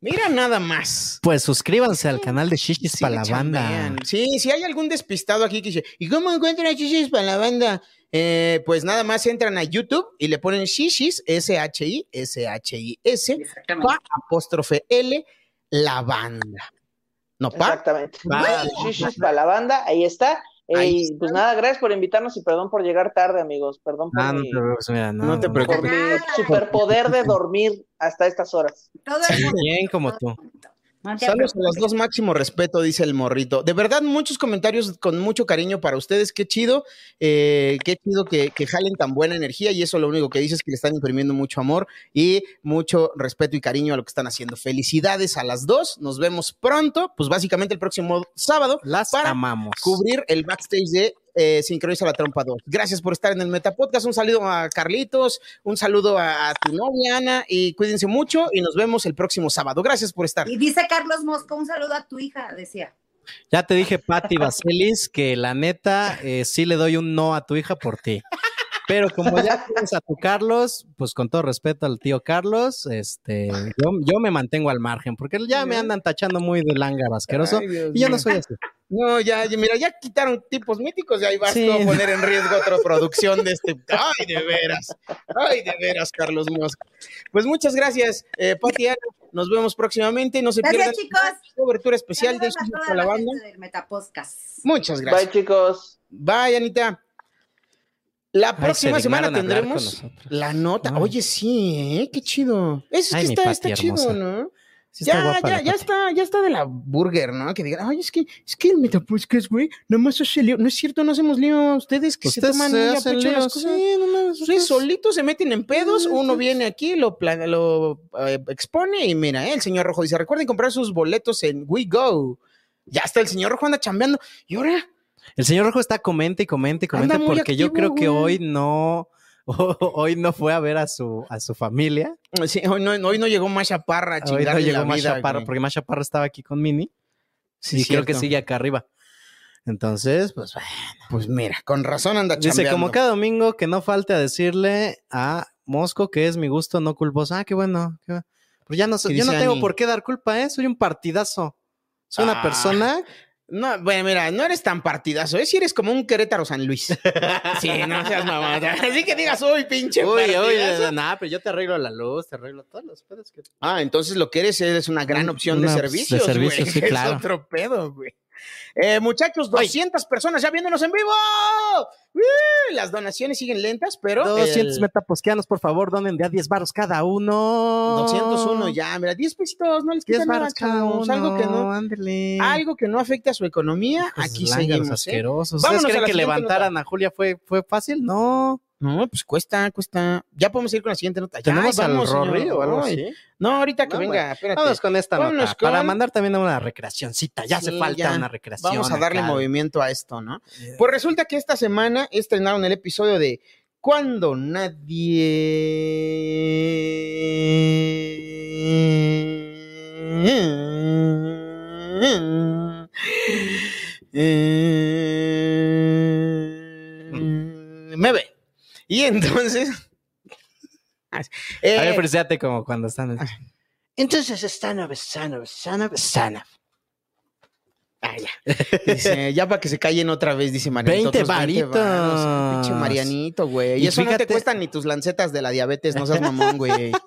[SPEAKER 3] Mira nada más.
[SPEAKER 4] Pues suscríbanse al canal de Shishis
[SPEAKER 3] Sí,
[SPEAKER 4] para la banda.
[SPEAKER 3] chambean. Sí, si hay algún despistado aquí que dice, ¿y cómo encuentran shishis para la banda? Eh, pues nada más entran a YouTube y le ponen shishis, S-H-I-S-H-I-S,
[SPEAKER 5] Exactamente.
[SPEAKER 3] pa, apóstrofe L, la banda. No, pa.
[SPEAKER 6] Exactamente.
[SPEAKER 3] Va.
[SPEAKER 6] Bueno, Shishis para la banda, ahí está. Eh,
[SPEAKER 3] Ahí
[SPEAKER 6] y
[SPEAKER 3] está.
[SPEAKER 6] pues nada, gracias por invitarnos y perdón por llegar tarde, amigos. Perdón por
[SPEAKER 4] Ah, no
[SPEAKER 6] mi,
[SPEAKER 4] te preocupes, mira, no,
[SPEAKER 3] No te
[SPEAKER 4] no.
[SPEAKER 6] por
[SPEAKER 3] preocupes.
[SPEAKER 6] mi
[SPEAKER 5] Nada.
[SPEAKER 6] superpoder de dormir hasta estas horas.
[SPEAKER 5] Todo el mundo.
[SPEAKER 4] Bien como tú.
[SPEAKER 5] No te
[SPEAKER 3] Saludos a
[SPEAKER 5] preocupes.
[SPEAKER 3] los dos, máximo respeto, dice el morrito. De verdad, muchos comentarios con mucho cariño para ustedes. Qué chido, eh, qué chido que, que jalen tan buena energía. Y eso lo único que dice es que le están imprimiendo mucho amor y mucho respeto y cariño a lo que están haciendo. Felicidades a las dos. Nos vemos pronto, pues básicamente el próximo sábado,
[SPEAKER 4] Las
[SPEAKER 3] Para
[SPEAKER 4] amamos.
[SPEAKER 3] cubrir el backstage de eh, Sincroniza la Trompa 2. Gracias por estar en el Metapodcast. Un saludo a Carlitos, un saludo a, a tu novia, Ana, y cuídense mucho. Y nos vemos el próximo sábado. Gracias por estar.
[SPEAKER 5] Y dice Carlos Mosco, un saludo a tu hija, decía.
[SPEAKER 4] Ya te dije, Patti Vaselis, que la neta eh, sí le doy un no a tu hija por ti. Pero como ya tienes a tu Carlos, pues con todo respeto al tío Carlos, este, yo, yo me mantengo al margen, porque ya me andan tachando muy de lángar asqueroso.
[SPEAKER 3] Ay, Dios
[SPEAKER 4] y yo no
[SPEAKER 3] mío.
[SPEAKER 4] soy así.
[SPEAKER 3] No, ya, ya, mira, ya quitaron tipos míticos y ahí vas
[SPEAKER 4] Sí.
[SPEAKER 3] tú a poner en riesgo otra producción de este. Ay, de veras. Ay, de veras, Carlos Mosco. Pues muchas gracias, eh, Pati Ana. Nos vemos próximamente. No se
[SPEAKER 5] Gracias,
[SPEAKER 3] pierdan
[SPEAKER 5] chicos.
[SPEAKER 3] la cobertura especial de
[SPEAKER 5] Saludos a
[SPEAKER 3] Shishis
[SPEAKER 5] toda
[SPEAKER 3] para la
[SPEAKER 5] la
[SPEAKER 3] banda.
[SPEAKER 5] gente del Metapodcast.
[SPEAKER 3] Muchas gracias.
[SPEAKER 6] Bye, chicos.
[SPEAKER 3] Bye, Anita. La
[SPEAKER 4] se
[SPEAKER 3] próxima semana
[SPEAKER 4] dignaron a hablar con
[SPEAKER 3] tendremos
[SPEAKER 4] nosotros.
[SPEAKER 3] la nota.
[SPEAKER 4] Ay.
[SPEAKER 3] Oye, sí, ¿eh? Qué chido. Eso es
[SPEAKER 4] Ay,
[SPEAKER 3] que
[SPEAKER 4] mi
[SPEAKER 3] está,
[SPEAKER 4] Pati
[SPEAKER 3] está chido,
[SPEAKER 4] hermosa.
[SPEAKER 3] ¿no?
[SPEAKER 4] Sí está
[SPEAKER 3] ya,
[SPEAKER 4] guapa la
[SPEAKER 3] ya, ya
[SPEAKER 4] Pati.
[SPEAKER 3] está, ya está de la burger, ¿no? Que digan, ay, es que, es que el Metapodcast, güey, nomás hace lío. No es cierto, no hacemos lío. Ustedes que
[SPEAKER 4] Ustedes
[SPEAKER 3] Pues se toman
[SPEAKER 4] se
[SPEAKER 3] muy a
[SPEAKER 4] hacen
[SPEAKER 3] pecho las
[SPEAKER 4] lío,
[SPEAKER 3] cosas.
[SPEAKER 4] sí, no mames,
[SPEAKER 3] Sí,
[SPEAKER 4] ustedes-
[SPEAKER 3] solitos se meten en pedos, uno viene aquí, lo, plan- lo eh, expone y mira, eh, el señor Rojo dice, recuerden comprar sus boletos en WeGo. Ya está, el señor Rojo anda chambeando. Y ahora,
[SPEAKER 4] El señor Rojo está comenta y comenta y comenta
[SPEAKER 3] Anda muy
[SPEAKER 4] porque yo
[SPEAKER 3] activo,
[SPEAKER 4] creo que
[SPEAKER 3] güey.
[SPEAKER 4] hoy no hoy no fue a ver a su, a su familia.
[SPEAKER 3] Sí, hoy, no, hoy no llegó Masha Parra a
[SPEAKER 4] Hoy no
[SPEAKER 3] chingarle
[SPEAKER 4] llegó
[SPEAKER 3] la
[SPEAKER 4] Masha
[SPEAKER 3] vida,
[SPEAKER 4] Parra,
[SPEAKER 3] güey.
[SPEAKER 4] porque Masha Parra estaba aquí con Mini.
[SPEAKER 3] Sí,
[SPEAKER 4] y creo
[SPEAKER 3] cierto.
[SPEAKER 4] que sigue acá arriba. Entonces, pues
[SPEAKER 3] Pues mira, con razón anda chambeando.
[SPEAKER 4] Dice, como cada domingo, que no falte a decirle a Mosco que es mi gusto, no culposo. Ah, qué bueno. qué bueno. Pero ya no, so-
[SPEAKER 3] ¿Qué
[SPEAKER 4] yo no
[SPEAKER 3] dice
[SPEAKER 4] tengo
[SPEAKER 3] Ani?
[SPEAKER 4] por qué dar culpa, ¿eh? Soy un partidazo. Soy una
[SPEAKER 3] Ah.
[SPEAKER 4] persona.
[SPEAKER 3] No, bueno, mira, no eres tan partidazo, es si eres como un Querétaro San Luis. sí, no seas mamada. Así que digas, uy, pinche partidazo".
[SPEAKER 4] nada, pero yo te arreglo la luz, te arreglo todos los pedos que.
[SPEAKER 3] Ah, entonces lo que eres es una gran
[SPEAKER 4] Un-
[SPEAKER 3] opción
[SPEAKER 4] una
[SPEAKER 3] de
[SPEAKER 4] op- de
[SPEAKER 3] servicios, güey.
[SPEAKER 4] servicios, sí,
[SPEAKER 3] Es
[SPEAKER 4] claro.
[SPEAKER 3] otro pedo, güey. Eh, muchachos, 200 personas ya viéndonos en vivo. ¡Uh! Las donaciones siguen lentas, pero...
[SPEAKER 4] 200
[SPEAKER 3] el-
[SPEAKER 4] metaposquianos, pues, por favor, donen de a 10 baros cada uno.
[SPEAKER 3] 201 ya, mira, 10 pesitos, no les quita
[SPEAKER 4] 10
[SPEAKER 3] nada,
[SPEAKER 4] baros cada
[SPEAKER 3] chavos,
[SPEAKER 4] uno.
[SPEAKER 3] Algo que no,
[SPEAKER 4] Ándele.
[SPEAKER 3] algo que no afecte a su economía,
[SPEAKER 4] Hijos de
[SPEAKER 3] aquí
[SPEAKER 4] lángaros
[SPEAKER 3] seguimos, ¿eh?
[SPEAKER 4] asquerosos.
[SPEAKER 3] Vámonos
[SPEAKER 4] ¿Ustedes
[SPEAKER 3] a
[SPEAKER 4] creen
[SPEAKER 3] la
[SPEAKER 4] que
[SPEAKER 3] siguiente
[SPEAKER 4] levantaran a Julia fue, fue fácil? No.
[SPEAKER 3] No, pues cuesta, cuesta. Ya podemos ir con la siguiente nota. Ya,
[SPEAKER 4] ¿Tenemos
[SPEAKER 3] vamos, señor.
[SPEAKER 4] al Rory o algo
[SPEAKER 3] Ay.
[SPEAKER 4] así?
[SPEAKER 3] No, ahorita que
[SPEAKER 4] No,
[SPEAKER 3] venga,
[SPEAKER 4] bueno.
[SPEAKER 3] espérate.
[SPEAKER 4] Vamos con esta
[SPEAKER 3] Vámonos
[SPEAKER 4] nota. Para
[SPEAKER 3] con-
[SPEAKER 4] mandar también una recreacioncita. Ya
[SPEAKER 3] Sí,
[SPEAKER 4] hace falta
[SPEAKER 3] ya.
[SPEAKER 4] una recreación.
[SPEAKER 3] Vamos a darle
[SPEAKER 4] acá.
[SPEAKER 3] movimiento a esto, ¿no?
[SPEAKER 4] Eh,
[SPEAKER 3] Pues resulta que esta semana estrenaron el episodio de Cuando nadie. Me ve. Y entonces.
[SPEAKER 4] A ver,
[SPEAKER 3] Eh,
[SPEAKER 4] frisate como cuando están.
[SPEAKER 3] entonces Stanov, Stanov, Stanov, Stanov. Ah, ya. Dice, ya para que se callen otra vez, dice Marianito.
[SPEAKER 4] 20
[SPEAKER 3] otros 20 varos.
[SPEAKER 4] varitos.
[SPEAKER 3] Pinche Marianito, güey. Y,
[SPEAKER 4] Y
[SPEAKER 3] eso no te
[SPEAKER 4] fíjate-
[SPEAKER 3] cuestan ni tus lancetas de la diabetes, no seas mamón, güey.
[SPEAKER 4] No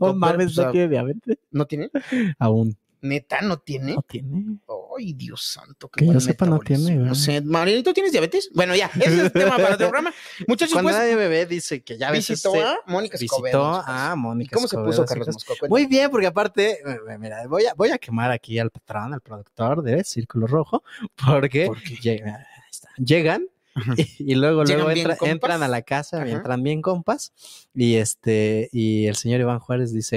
[SPEAKER 3] Pero,
[SPEAKER 4] mames,
[SPEAKER 3] pues,
[SPEAKER 4] no
[SPEAKER 3] a-
[SPEAKER 4] tiene diabetes.
[SPEAKER 3] ¿No tiene?
[SPEAKER 4] Aún.
[SPEAKER 3] ¿Neta no tiene?
[SPEAKER 4] No tiene.
[SPEAKER 3] Ay, Dios santo.
[SPEAKER 4] Que yo
[SPEAKER 3] mal
[SPEAKER 4] sepa, no
[SPEAKER 3] metabolismo.
[SPEAKER 4] tiene, güey.
[SPEAKER 3] No sé. Marianito, ¿tienes diabetes? Bueno, ya. Ese es el tema para otro programa. Muchachos,
[SPEAKER 4] Cuando
[SPEAKER 3] pues,
[SPEAKER 4] nadie bebé dice que ya ves.
[SPEAKER 3] visitó
[SPEAKER 4] este-
[SPEAKER 3] a Mónica Escobedo.
[SPEAKER 4] Visitó
[SPEAKER 3] nos parece.
[SPEAKER 4] a
[SPEAKER 3] ¿Y
[SPEAKER 4] Mónica
[SPEAKER 3] ¿Cómo se
[SPEAKER 4] Escobedo,
[SPEAKER 3] puso
[SPEAKER 4] sí,
[SPEAKER 3] Carlos
[SPEAKER 4] pues,
[SPEAKER 3] Mosco? Cuéntame.
[SPEAKER 4] Muy bien, porque aparte, eh, mira, voy a, voy a quemar aquí al patrón, al productor de Círculo Rojo, porque
[SPEAKER 3] ¿Por qué?
[SPEAKER 4] llega- ahí está, llegan
[SPEAKER 3] Ajá.
[SPEAKER 4] y, y luego,
[SPEAKER 3] Llegan
[SPEAKER 4] luego
[SPEAKER 3] bien
[SPEAKER 4] entra-
[SPEAKER 3] compas.
[SPEAKER 4] entran a la casa,
[SPEAKER 3] Ajá.
[SPEAKER 4] entran bien compas, y este, y el señor Iván Juárez dice.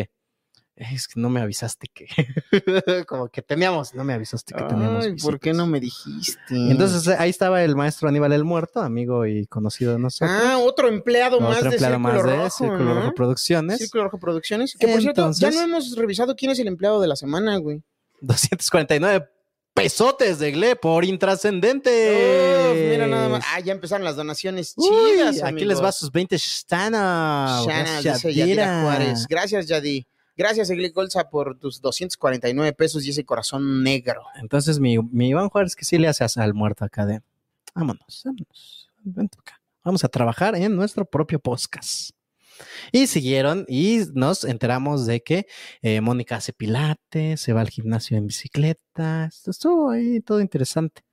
[SPEAKER 4] "Eh, Es que no me avisaste que. Como que teníamos, no me avisaste que teníamos.
[SPEAKER 3] Ay, ¿por qué
[SPEAKER 4] visitas".
[SPEAKER 3] no me dijiste?
[SPEAKER 4] Y Entonces eh, ahí estaba el maestro Aníbal el Muerto, amigo y conocido de nosotros.
[SPEAKER 3] Ah, otro empleado más
[SPEAKER 4] otro
[SPEAKER 3] de
[SPEAKER 4] empleado
[SPEAKER 3] Círculo
[SPEAKER 4] más de
[SPEAKER 3] Rojo.
[SPEAKER 4] Círculo
[SPEAKER 3] ¿no?
[SPEAKER 4] Rojo Producciones.
[SPEAKER 3] Círculo Rojo Producciones. Que por cierto,
[SPEAKER 4] Entonces-
[SPEAKER 3] ya no hemos revisado quién es el empleado de la semana, güey.
[SPEAKER 4] 249 pesotes de Gle por intrascendente.
[SPEAKER 3] Uf, mira nada más. Ah, ya empezaron las donaciones
[SPEAKER 4] Uy,
[SPEAKER 3] chidas.
[SPEAKER 4] aquí
[SPEAKER 3] amigos.
[SPEAKER 4] les va sus 20 Shana.
[SPEAKER 3] Shana, dice Yadira Juárez. Gracias, Yadi. Gracias, Egli Golza, por tus 249 pesos y ese corazón negro.
[SPEAKER 4] Entonces, mi, mi Iván Juárez, que sí le hace as- al muerto acá de vámonos, vámonos, vente acá. Vamos a trabajar en nuestro propio podcast. Y siguieron y nos enteramos de que eh, Mónica hace pilates, se va al gimnasio en bicicleta. Esto estuvo ahí todo interesante.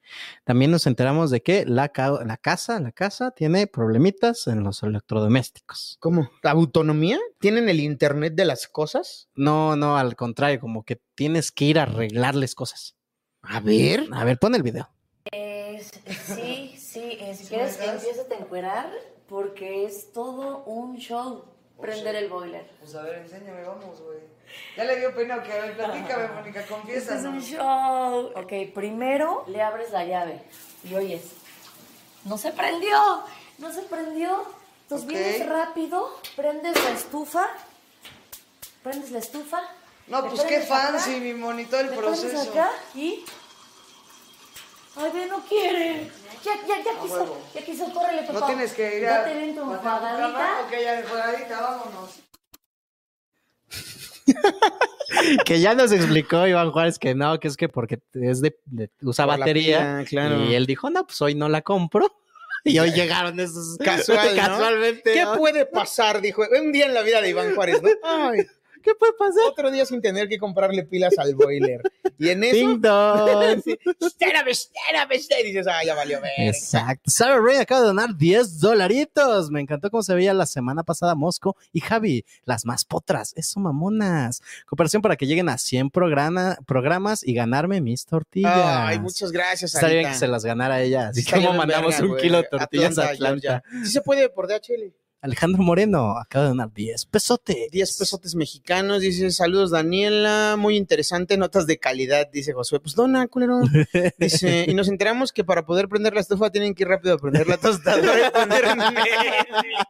[SPEAKER 4] También nos enteramos de que la, ca- la casa, la casa tiene problemitas en los electrodomésticos.
[SPEAKER 3] ¿Cómo? ¿La autonomía? ¿Tienen el internet de las cosas?
[SPEAKER 4] No, no, al contrario, como que tienes que ir a arreglarles cosas.
[SPEAKER 3] A ver.
[SPEAKER 4] A ver, pon el video.
[SPEAKER 8] Sí, sí, eh, si quieres empieza a encuerar porque es todo un show prender el boiler.
[SPEAKER 9] Pues a ver, enséñame, vamos, güey. Ya le dio pena, que a ver, platícame, Mónica,
[SPEAKER 8] Este
[SPEAKER 9] confiesa.
[SPEAKER 8] es
[SPEAKER 9] ¿no?
[SPEAKER 8] un show. Ok, primero le abres la llave y oyes. No se prendió, no se prendió. Entonces
[SPEAKER 9] Ok.
[SPEAKER 8] vienes rápido, prendes la estufa, prendes la estufa.
[SPEAKER 9] No,
[SPEAKER 8] le
[SPEAKER 9] pues qué
[SPEAKER 8] prendes acá,
[SPEAKER 9] fancy, mi monito el
[SPEAKER 8] le prendes
[SPEAKER 9] proceso.
[SPEAKER 8] acá y... Ay, ve, no quiere. Ya, ya, ya quiso,
[SPEAKER 9] huevo.
[SPEAKER 8] ya quiso, córrele, papá.
[SPEAKER 9] Ah, No tienes que ir a.
[SPEAKER 8] Date bien tu
[SPEAKER 9] matar tu
[SPEAKER 8] enjuagadita.
[SPEAKER 9] cama, Ok, ya enjuagadita, vámonos.
[SPEAKER 4] que ya nos explicó Iván Juárez que no, que es que porque es de, de- usa
[SPEAKER 3] Por la pila,
[SPEAKER 4] batería.
[SPEAKER 3] claro.
[SPEAKER 4] Y él dijo, no, pues hoy no la compro. Y hoy llegaron esos
[SPEAKER 3] Casual, ¿no?
[SPEAKER 4] casualmente.
[SPEAKER 3] ¿Qué
[SPEAKER 4] ¿no?
[SPEAKER 3] puede pasar? Dijo, un día en la vida de Iván Juárez, ¿no? Ay,
[SPEAKER 4] ¿Qué puede pasar?
[SPEAKER 3] otro día sin tener que comprarle pilas al boiler. Y en eso...
[SPEAKER 4] Ding dong.
[SPEAKER 3] Espérame, espérame, espérame. Y dices, ah, ya valió ver.
[SPEAKER 4] Exacto. Sarah Ray acaba de donar 10 dolaritos. Me encantó cómo se veía la semana pasada Mosco y Javi, las más potras. Eso, mamonas. Cooperación para que lleguen a 100 programa- programas y ganarme mis tortillas.
[SPEAKER 3] Ay, muchas gracias,
[SPEAKER 4] Estaría bien
[SPEAKER 3] Sarita.
[SPEAKER 4] que se las ganara ella. Así
[SPEAKER 3] Está
[SPEAKER 4] como
[SPEAKER 3] bien
[SPEAKER 4] mandamos
[SPEAKER 3] verga,
[SPEAKER 4] un
[SPEAKER 3] güey.
[SPEAKER 4] kilo de tortillas a Atlanta.
[SPEAKER 3] Georgia. Sí se puede por DHL.
[SPEAKER 4] Alejandro Moreno acaba de donar 10 pesotes.
[SPEAKER 3] 10 pesotes mexicanos, dice, saludos Daniela, muy interesante, notas de calidad, dice Josué, pues dona, culero. Dice, y nos enteramos que para poder prender la estufa tienen que ir rápido a prender la tostadora. y poner Netflix.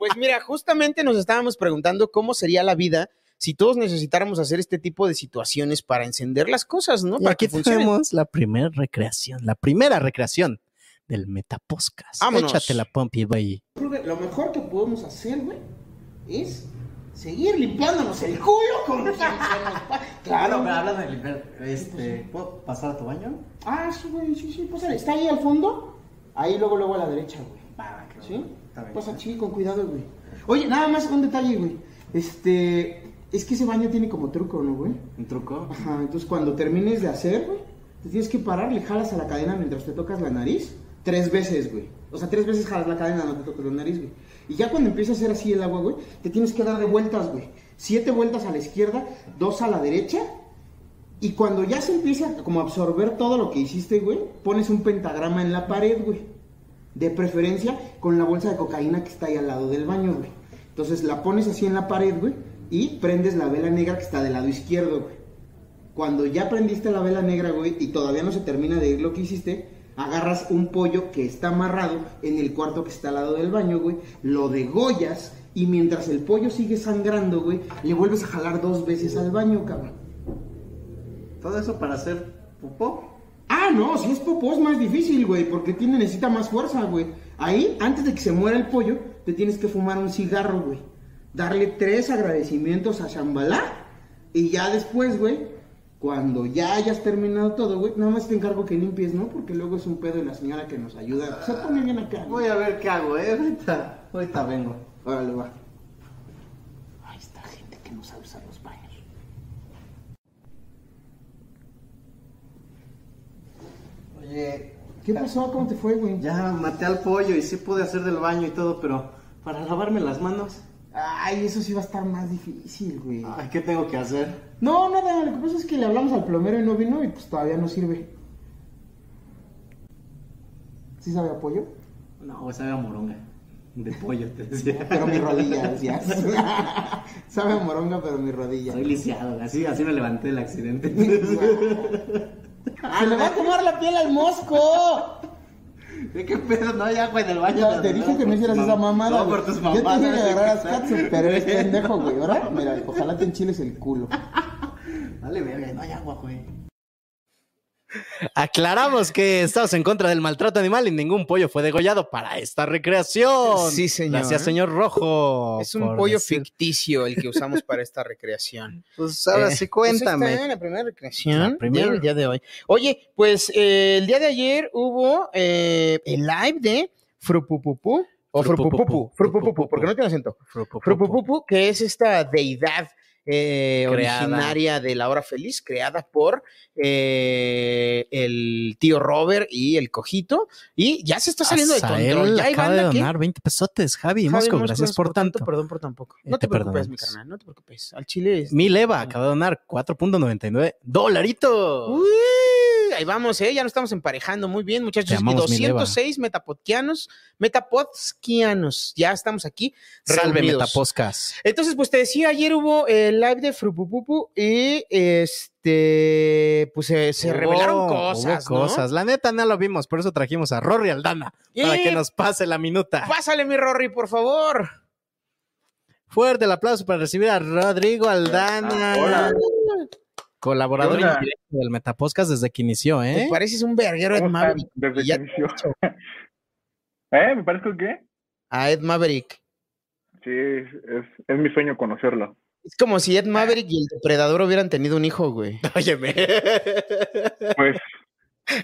[SPEAKER 3] pues mira, justamente nos estábamos preguntando cómo sería la vida si todos necesitáramos hacer este tipo de situaciones para encender las cosas, ¿no?
[SPEAKER 4] Y
[SPEAKER 3] Para
[SPEAKER 4] aquí
[SPEAKER 3] que funcionen.
[SPEAKER 4] tenemos la primera recreación, la primera recreación del Metapodcast.
[SPEAKER 3] Vámonos.
[SPEAKER 4] Échate la Pompi, güey.
[SPEAKER 9] Lo mejor que podemos hacer, güey, es seguir limpiándonos el culo con los
[SPEAKER 10] Claro, me hablas de limpiar. Este, ¿Puedo pasar a tu baño?
[SPEAKER 9] Ah, sí, güey, sí, sí, pásale. Está ahí al fondo, ahí luego, luego a la derecha, güey. ¿Sí? Pasa chiqui, con cuidado, güey. Oye, nada más un detalle, güey. Este, es que ese baño tiene como truco, ¿no, güey?
[SPEAKER 10] ¿Un truco?
[SPEAKER 9] Ajá, entonces cuando termines de hacer, güey, te tienes que parar, le jalas a la cadena mientras te tocas la nariz, tres veces, güey. O sea, tres veces jalas la cadena, no te tocas la nariz, güey. Y ya cuando empieza a hacer así el agua, güey, te tienes que dar de vueltas, güey. Siete vueltas a la izquierda, dos a la derecha. Y cuando ya se empieza como a absorber todo lo que hiciste, güey, pones un pentagrama en la pared, güey. De preferencia con la bolsa de cocaína que está ahí al lado del baño, güey. Entonces la pones así en la pared, güey, y prendes la vela negra que está del lado izquierdo, güey cuando ya prendiste la vela negra, güey, y todavía no se termina de ir lo que hiciste, agarras un pollo que está amarrado en el cuarto que está al lado del baño, güey, lo degollas y mientras el pollo sigue sangrando, güey, le vuelves a jalar dos veces al baño, cabrón.
[SPEAKER 10] ¿Todo eso para hacer popó?
[SPEAKER 9] Ah, no, si es popó es más difícil, güey, porque tiene, necesita más fuerza, güey. Ahí, antes de que se muera el pollo, te tienes que fumar un cigarro, güey. Darle tres agradecimientos a Shambhala y ya después, güey, cuando ya hayas terminado todo, güey, nada más te encargo que limpies, ¿no? Porque luego es un pedo y la señora que nos ayuda se pone bien acá.
[SPEAKER 10] Voy a ver qué hago, ¿eh? Ahorita, ahorita vengo.
[SPEAKER 9] Órale, va.
[SPEAKER 10] Ahí está gente que no sabe usar los baños. Oye,
[SPEAKER 9] ¿Qué pasó? ¿Cómo te fue, güey?
[SPEAKER 10] ya maté al pollo y sí pude hacer del baño y todo, pero para lavarme las manos,
[SPEAKER 9] Ay, eso sí va a estar más difícil, güey.
[SPEAKER 10] ay, ¿qué tengo que hacer?
[SPEAKER 9] No, nada, lo que pasa es que le hablamos al plomero y no vino y pues todavía no sirve. ¿Sí sabe apoyo?
[SPEAKER 10] No, esa era moronga. De pollo, te decía.
[SPEAKER 9] Pero mi rodilla, decías. sabe a moronga, pero mi rodilla.
[SPEAKER 10] Soy lisiado, así, así me levanté del accidente.
[SPEAKER 9] ¡Se le va a comer la piel al mosco!
[SPEAKER 10] ¿De qué pedo? No, ya, güey, del baño.
[SPEAKER 9] Ya,
[SPEAKER 10] la
[SPEAKER 9] te
[SPEAKER 10] verdad,
[SPEAKER 9] dije que no
[SPEAKER 10] por
[SPEAKER 9] hicieras
[SPEAKER 10] tus
[SPEAKER 9] esa
[SPEAKER 10] mam-
[SPEAKER 9] mamada.
[SPEAKER 10] No, por
[SPEAKER 9] güey.
[SPEAKER 10] tus
[SPEAKER 9] Yo
[SPEAKER 10] mamadas.
[SPEAKER 9] te dije que
[SPEAKER 10] güey,
[SPEAKER 9] agarraras
[SPEAKER 10] exacto.
[SPEAKER 9] catsup, pero eres pendejo, güey. Ahora, mira, ojalá te enchiles el culo.
[SPEAKER 10] Dale, verga, no hay agua, güey.
[SPEAKER 4] Aclaramos que estamos en contra del maltrato animal y ningún pollo fue degollado para esta recreación.
[SPEAKER 3] Sí, señor.
[SPEAKER 4] Gracias, señor Rojo.
[SPEAKER 3] Es un
[SPEAKER 4] por
[SPEAKER 3] pollo
[SPEAKER 4] decir-
[SPEAKER 3] ficticio el que usamos para esta recreación.
[SPEAKER 4] Pues ahora
[SPEAKER 3] Eh,
[SPEAKER 4] sí,
[SPEAKER 3] pues esta
[SPEAKER 4] cuéntame.
[SPEAKER 3] es la primera recreación.
[SPEAKER 4] La primera
[SPEAKER 3] del
[SPEAKER 4] del día de hoy.
[SPEAKER 3] Oye, pues eh, el día de ayer hubo eh, el live de Frupupupu. O Frupupupu.
[SPEAKER 4] Frupupupu.
[SPEAKER 3] Frupupupu, porque no tiene acento. Frupupupu, que es esta deidad eh,
[SPEAKER 4] Creada.
[SPEAKER 3] originaria de la hora feliz, creada por eh, el tío Robert y el cojito. Y ya se está saliendo
[SPEAKER 4] Azael
[SPEAKER 3] de control. Ya hay
[SPEAKER 4] acaba de
[SPEAKER 3] banda que.
[SPEAKER 4] donar 20 pesotes. Javi,
[SPEAKER 3] Javi
[SPEAKER 4] Mosco,
[SPEAKER 3] Mosco,
[SPEAKER 4] gracias por tanto.
[SPEAKER 3] Perdón por tampoco.
[SPEAKER 4] Eh,
[SPEAKER 3] No te,
[SPEAKER 4] te
[SPEAKER 3] preocupes, mi
[SPEAKER 4] perdonamos.
[SPEAKER 3] carnal, no te preocupes. Al chile es.
[SPEAKER 4] Mil Eva acaba de donar 4.99 dolaritos.
[SPEAKER 3] Uy, ahí vamos, ¿eh? Ya nos estamos emparejando muy bien, muchachos.
[SPEAKER 4] Te amamos, mi Leva.
[SPEAKER 3] 206 metapodquianos, metapodquianos. Ya estamos aquí.
[SPEAKER 4] Salve
[SPEAKER 3] reunidos.
[SPEAKER 4] Metapodcast.
[SPEAKER 3] Entonces, pues te decía, ayer hubo el live de Frupupupu y este, pues eh, se
[SPEAKER 4] Hubo-
[SPEAKER 3] revelaron
[SPEAKER 4] hubo
[SPEAKER 3] cosas. ¿no?
[SPEAKER 4] cosas. La neta no lo vimos, por eso trajimos a Rory Aldana para
[SPEAKER 3] Y-
[SPEAKER 4] que nos pase la minuta.
[SPEAKER 3] Pásale, mi Rory, por favor.
[SPEAKER 4] Fuerte el aplauso para recibir a Rodrigo Aldana.
[SPEAKER 10] Hola.
[SPEAKER 4] Colaborador
[SPEAKER 10] Hola.
[SPEAKER 4] indirecto del Metapodcast desde que inició,
[SPEAKER 3] Te
[SPEAKER 4] ¿eh?
[SPEAKER 3] pareces un verguero a Ed Maverick. Y ya-
[SPEAKER 11] ¿Eh? ¿Me parezco qué?
[SPEAKER 3] a Ed Maverick.
[SPEAKER 11] Sí, es, es mi sueño conocerlo.
[SPEAKER 3] Es como si
[SPEAKER 11] Ah.
[SPEAKER 3] Ed Maverick y el depredador hubieran tenido un hijo, güey.
[SPEAKER 4] Óyeme.
[SPEAKER 11] Pues,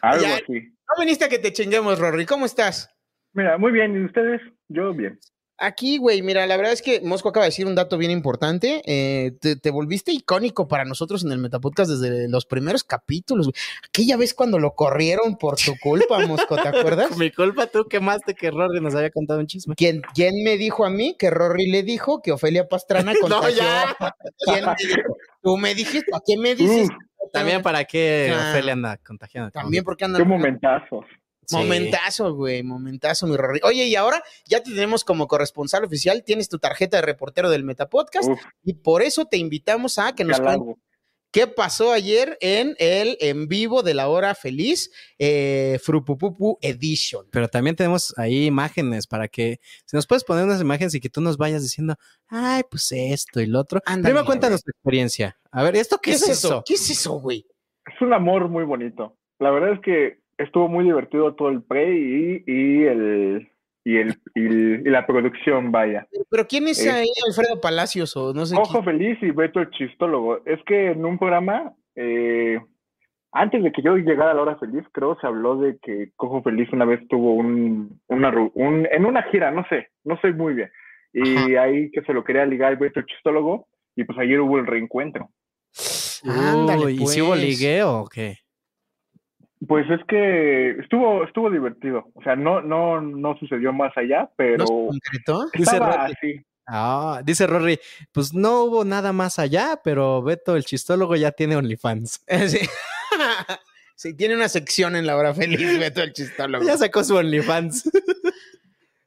[SPEAKER 11] algo
[SPEAKER 3] Ya.
[SPEAKER 11] así.
[SPEAKER 3] No viniste a que te chinguemos, Rory. ¿Cómo estás?
[SPEAKER 11] Mira, muy bien, ¿y ustedes? Yo bien.
[SPEAKER 3] Aquí, güey, mira, la verdad es que Mosco acaba de decir un dato bien importante. Eh, te, te volviste icónico para nosotros en el Metapodcast desde los primeros capítulos. güey. Aquella vez cuando lo corrieron por tu culpa, Mosco, ¿te acuerdas?
[SPEAKER 4] Mi culpa, tú quemaste que Rory nos había contado un chisme.
[SPEAKER 3] ¿Quién, ¿Quién me dijo a mí que Rory le dijo que Ofelia Pastrana contagió?
[SPEAKER 4] ya.
[SPEAKER 3] ¿Quién me dijo? Tú me dijiste, ¿a quién me dices?
[SPEAKER 4] También para que
[SPEAKER 3] Ah.
[SPEAKER 4] Ofelia anda contagiando.
[SPEAKER 3] También porque andan...
[SPEAKER 11] Qué momentazos.
[SPEAKER 4] Sí.
[SPEAKER 3] Momentazo, güey, momentazo, mi Rory. Oye, y ahora ya te tenemos como corresponsal oficial, tienes tu tarjeta de reportero del Metapodcast y por eso te invitamos a que nos
[SPEAKER 6] halago.
[SPEAKER 3] cuentes qué pasó ayer en el en vivo de la hora feliz eh, Frupupupu Edition.
[SPEAKER 4] Pero también tenemos ahí imágenes para que, si nos puedes poner unas imágenes y que tú nos vayas diciendo, ay, pues esto y lo otro. Primero cuéntanos tu experiencia. A ver, ¿esto qué, es, eso?
[SPEAKER 3] ¿Qué es eso, güey?
[SPEAKER 11] Es un amor muy bonito. La verdad es que estuvo muy divertido todo el pre y, y el, y, el, y, el- y la producción, vaya.
[SPEAKER 3] Pero ¿quién es
[SPEAKER 11] Eh,
[SPEAKER 3] ahí Alfredo Palacios o no sé
[SPEAKER 11] Ojo feliz y Beto el chistólogo. Es que en un programa, eh, antes de que yo llegara a la hora feliz, creo se habló de que Cojo Feliz una vez tuvo un, una, ru- un- en una gira, no sé, no sé muy bien. Y ahí que se lo quería ligar Beto el chistólogo y pues ayer hubo el reencuentro.
[SPEAKER 4] Ándale, Uy, ¿y si hubo
[SPEAKER 11] pues.
[SPEAKER 4] ligueo o qué?
[SPEAKER 11] Pues es que estuvo estuvo divertido, o sea, no no no sucedió más allá, pero
[SPEAKER 4] Dice
[SPEAKER 11] estaba
[SPEAKER 4] Rory.
[SPEAKER 11] así.
[SPEAKER 4] Ah, dice Rory, pues no hubo nada más allá, pero Beto, el chistólogo, ya tiene OnlyFans.
[SPEAKER 3] Sí. Sí, tiene una sección en la hora feliz, Beto el chistólogo.
[SPEAKER 4] Ya sacó su OnlyFans.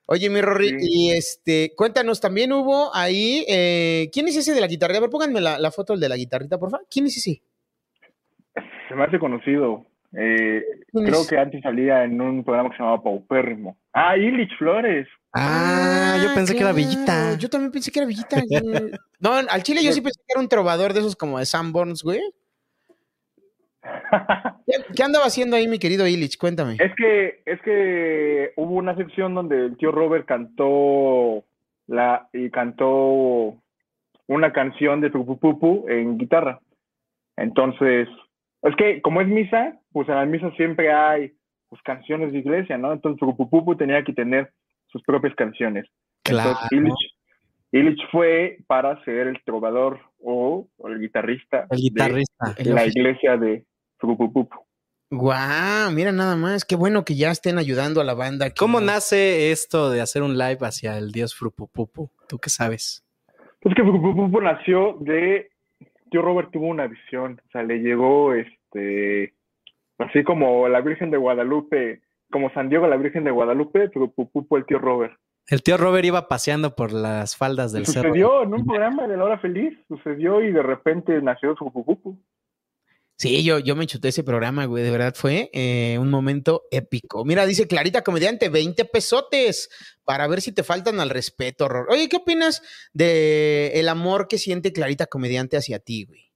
[SPEAKER 3] Oye, mi Rory, y este, cuéntanos, también hubo ahí, eh, ¿quién es ese de la guitarrita? A ver, pónganme la, la foto del de la guitarrita, por favor. ¿Quién es ese?
[SPEAKER 11] Se me hace conocido. Eh, creo que antes salía en un programa que se llamaba Paupérrimo. Ah, Illich Flores.
[SPEAKER 4] Ah, yo pensé que era Villita.
[SPEAKER 3] Yo también pensé que era Villita. güey. no, al chile yo sí pensé que era un trovador de esos como de Sanborns, güey. ¿Qué, qué andaba haciendo ahí, mi querido Illich? Cuéntame.
[SPEAKER 11] Es que, es que hubo una sección donde el tío Robert cantó la y cantó una canción de Pupupupu en guitarra. Entonces, es que como es misa, pues en la misa siempre hay pues, canciones de iglesia, ¿no? Entonces Pupupupu tenía que tener sus propias canciones.
[SPEAKER 4] Claro.
[SPEAKER 11] Entonces, Illich, Illich fue para ser el trovador o, o el guitarrista. de
[SPEAKER 4] El guitarrista. El
[SPEAKER 11] la
[SPEAKER 4] ofici-
[SPEAKER 11] iglesia de Pupupupu.
[SPEAKER 3] Guau, mira nada más, qué bueno que ya estén ayudando a la banda. aquí.
[SPEAKER 4] ¿Cómo nace eh? esto de hacer un live hacia el dios Frupupupu? ¿Tú qué sabes?
[SPEAKER 11] Es Pues que Pupupupu nació de. Tío Robert tuvo una visión. O sea, le llegó este. Así como la Virgen de Guadalupe, como San Diego, la Virgen de Guadalupe, Pupupupu, el tío Robert.
[SPEAKER 4] El tío Robert iba paseando por las faldas del cerro.
[SPEAKER 11] Sucedió en un programa de La Hora Feliz, sucedió y de repente nació Pupupupu.
[SPEAKER 3] Sí, yo, yo me chuté ese programa, güey. De verdad fue eh, un momento épico. Mira, dice Clarita Comediante, 20 pesotes para ver si te faltan al respeto, Ror. Oye, ¿qué opinas de el amor que siente Clarita Comediante hacia ti, güey?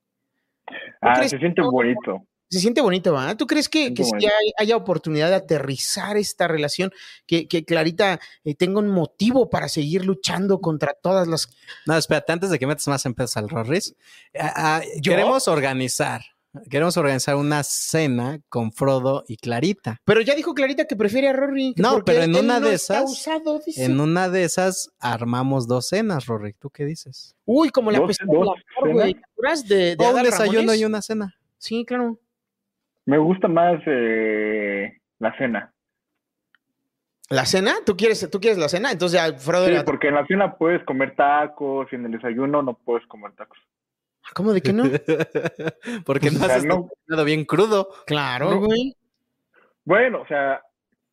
[SPEAKER 11] Ah,
[SPEAKER 3] crees
[SPEAKER 11] se siente bonito.
[SPEAKER 3] Se siente bonito, ¿va? ¿Tú crees que, que sí
[SPEAKER 11] bonito.
[SPEAKER 3] hay- haya oportunidad de aterrizar esta relación? Que, que Clarita eh, tenga un motivo para seguir luchando contra todas las...
[SPEAKER 4] No, espérate, antes de que metas más en pesos al Rorris, ah, ah, queremos organizar, queremos organizar una cena con Frodo y Clarita.
[SPEAKER 3] Pero ya dijo Clarita que prefiere a Rory. que
[SPEAKER 4] No,
[SPEAKER 3] porque
[SPEAKER 4] pero en
[SPEAKER 3] él
[SPEAKER 4] una
[SPEAKER 3] no
[SPEAKER 4] de
[SPEAKER 3] está
[SPEAKER 4] esas-
[SPEAKER 3] usado, dice.
[SPEAKER 4] En una de esas armamos dos cenas, Rory. ¿Tú qué dices?
[SPEAKER 3] Uy, como la
[SPEAKER 4] Dos-
[SPEAKER 3] pesada del
[SPEAKER 4] dos
[SPEAKER 3] amor, güey.
[SPEAKER 4] cenas.
[SPEAKER 3] ¿Te acuerdas de, de
[SPEAKER 4] O un
[SPEAKER 3] Adal
[SPEAKER 4] desayuno
[SPEAKER 3] Ramones?
[SPEAKER 4] y una cena.
[SPEAKER 3] Sí, claro.
[SPEAKER 11] Me gusta más eh, la cena.
[SPEAKER 3] ¿La cena? ¿Tú quieres, tú quieres la cena? Entonces, ya, Frodo...
[SPEAKER 11] Sí,
[SPEAKER 3] era-
[SPEAKER 11] porque en la cena puedes comer tacos y en el desayuno no puedes comer tacos.
[SPEAKER 3] "Ah, ¿Cómo de que no?
[SPEAKER 4] Porque no
[SPEAKER 11] O sea,
[SPEAKER 4] has
[SPEAKER 11] no.
[SPEAKER 4] desayunado bien crudo.
[SPEAKER 3] Claro, güey.
[SPEAKER 11] Bueno, o sea,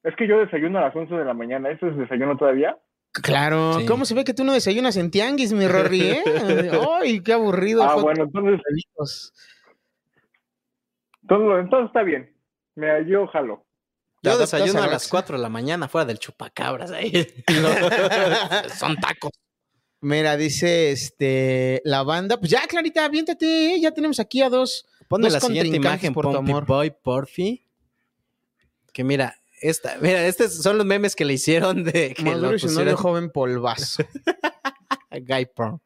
[SPEAKER 11] es que yo desayuno a las 11 de la mañana. ¿Eso es desayuno todavía?
[SPEAKER 3] Claro. ¿Cómo se ve que tú no desayunas en tianguis, mi Rory, eh? Ay, qué aburrido.
[SPEAKER 11] Ah,
[SPEAKER 3] Fue-
[SPEAKER 11] bueno, entonces. Todo, entonces está bien. Mira, yo jalo.
[SPEAKER 4] Yo
[SPEAKER 11] adaptas
[SPEAKER 4] desayuno
[SPEAKER 11] a
[SPEAKER 4] a
[SPEAKER 11] la
[SPEAKER 4] las 4 de la mañana fuera del chupacabras ahí.
[SPEAKER 3] Son tacos. Mira, dice este la banda. Pues ya, Clarita, aviéntate, eh, ya tenemos aquí a dos.
[SPEAKER 4] Ponme
[SPEAKER 3] dos
[SPEAKER 4] la siguiente
[SPEAKER 3] contrincantes
[SPEAKER 4] imagen,
[SPEAKER 3] por tu
[SPEAKER 4] Pompey
[SPEAKER 3] amor.
[SPEAKER 4] Boy Porfi. Que mira, esta, mira, estos son los memes que le hicieron de que
[SPEAKER 3] Maduro
[SPEAKER 4] lo
[SPEAKER 3] y su novio
[SPEAKER 4] pusieron-
[SPEAKER 3] joven polvazo.
[SPEAKER 4] Guy porn.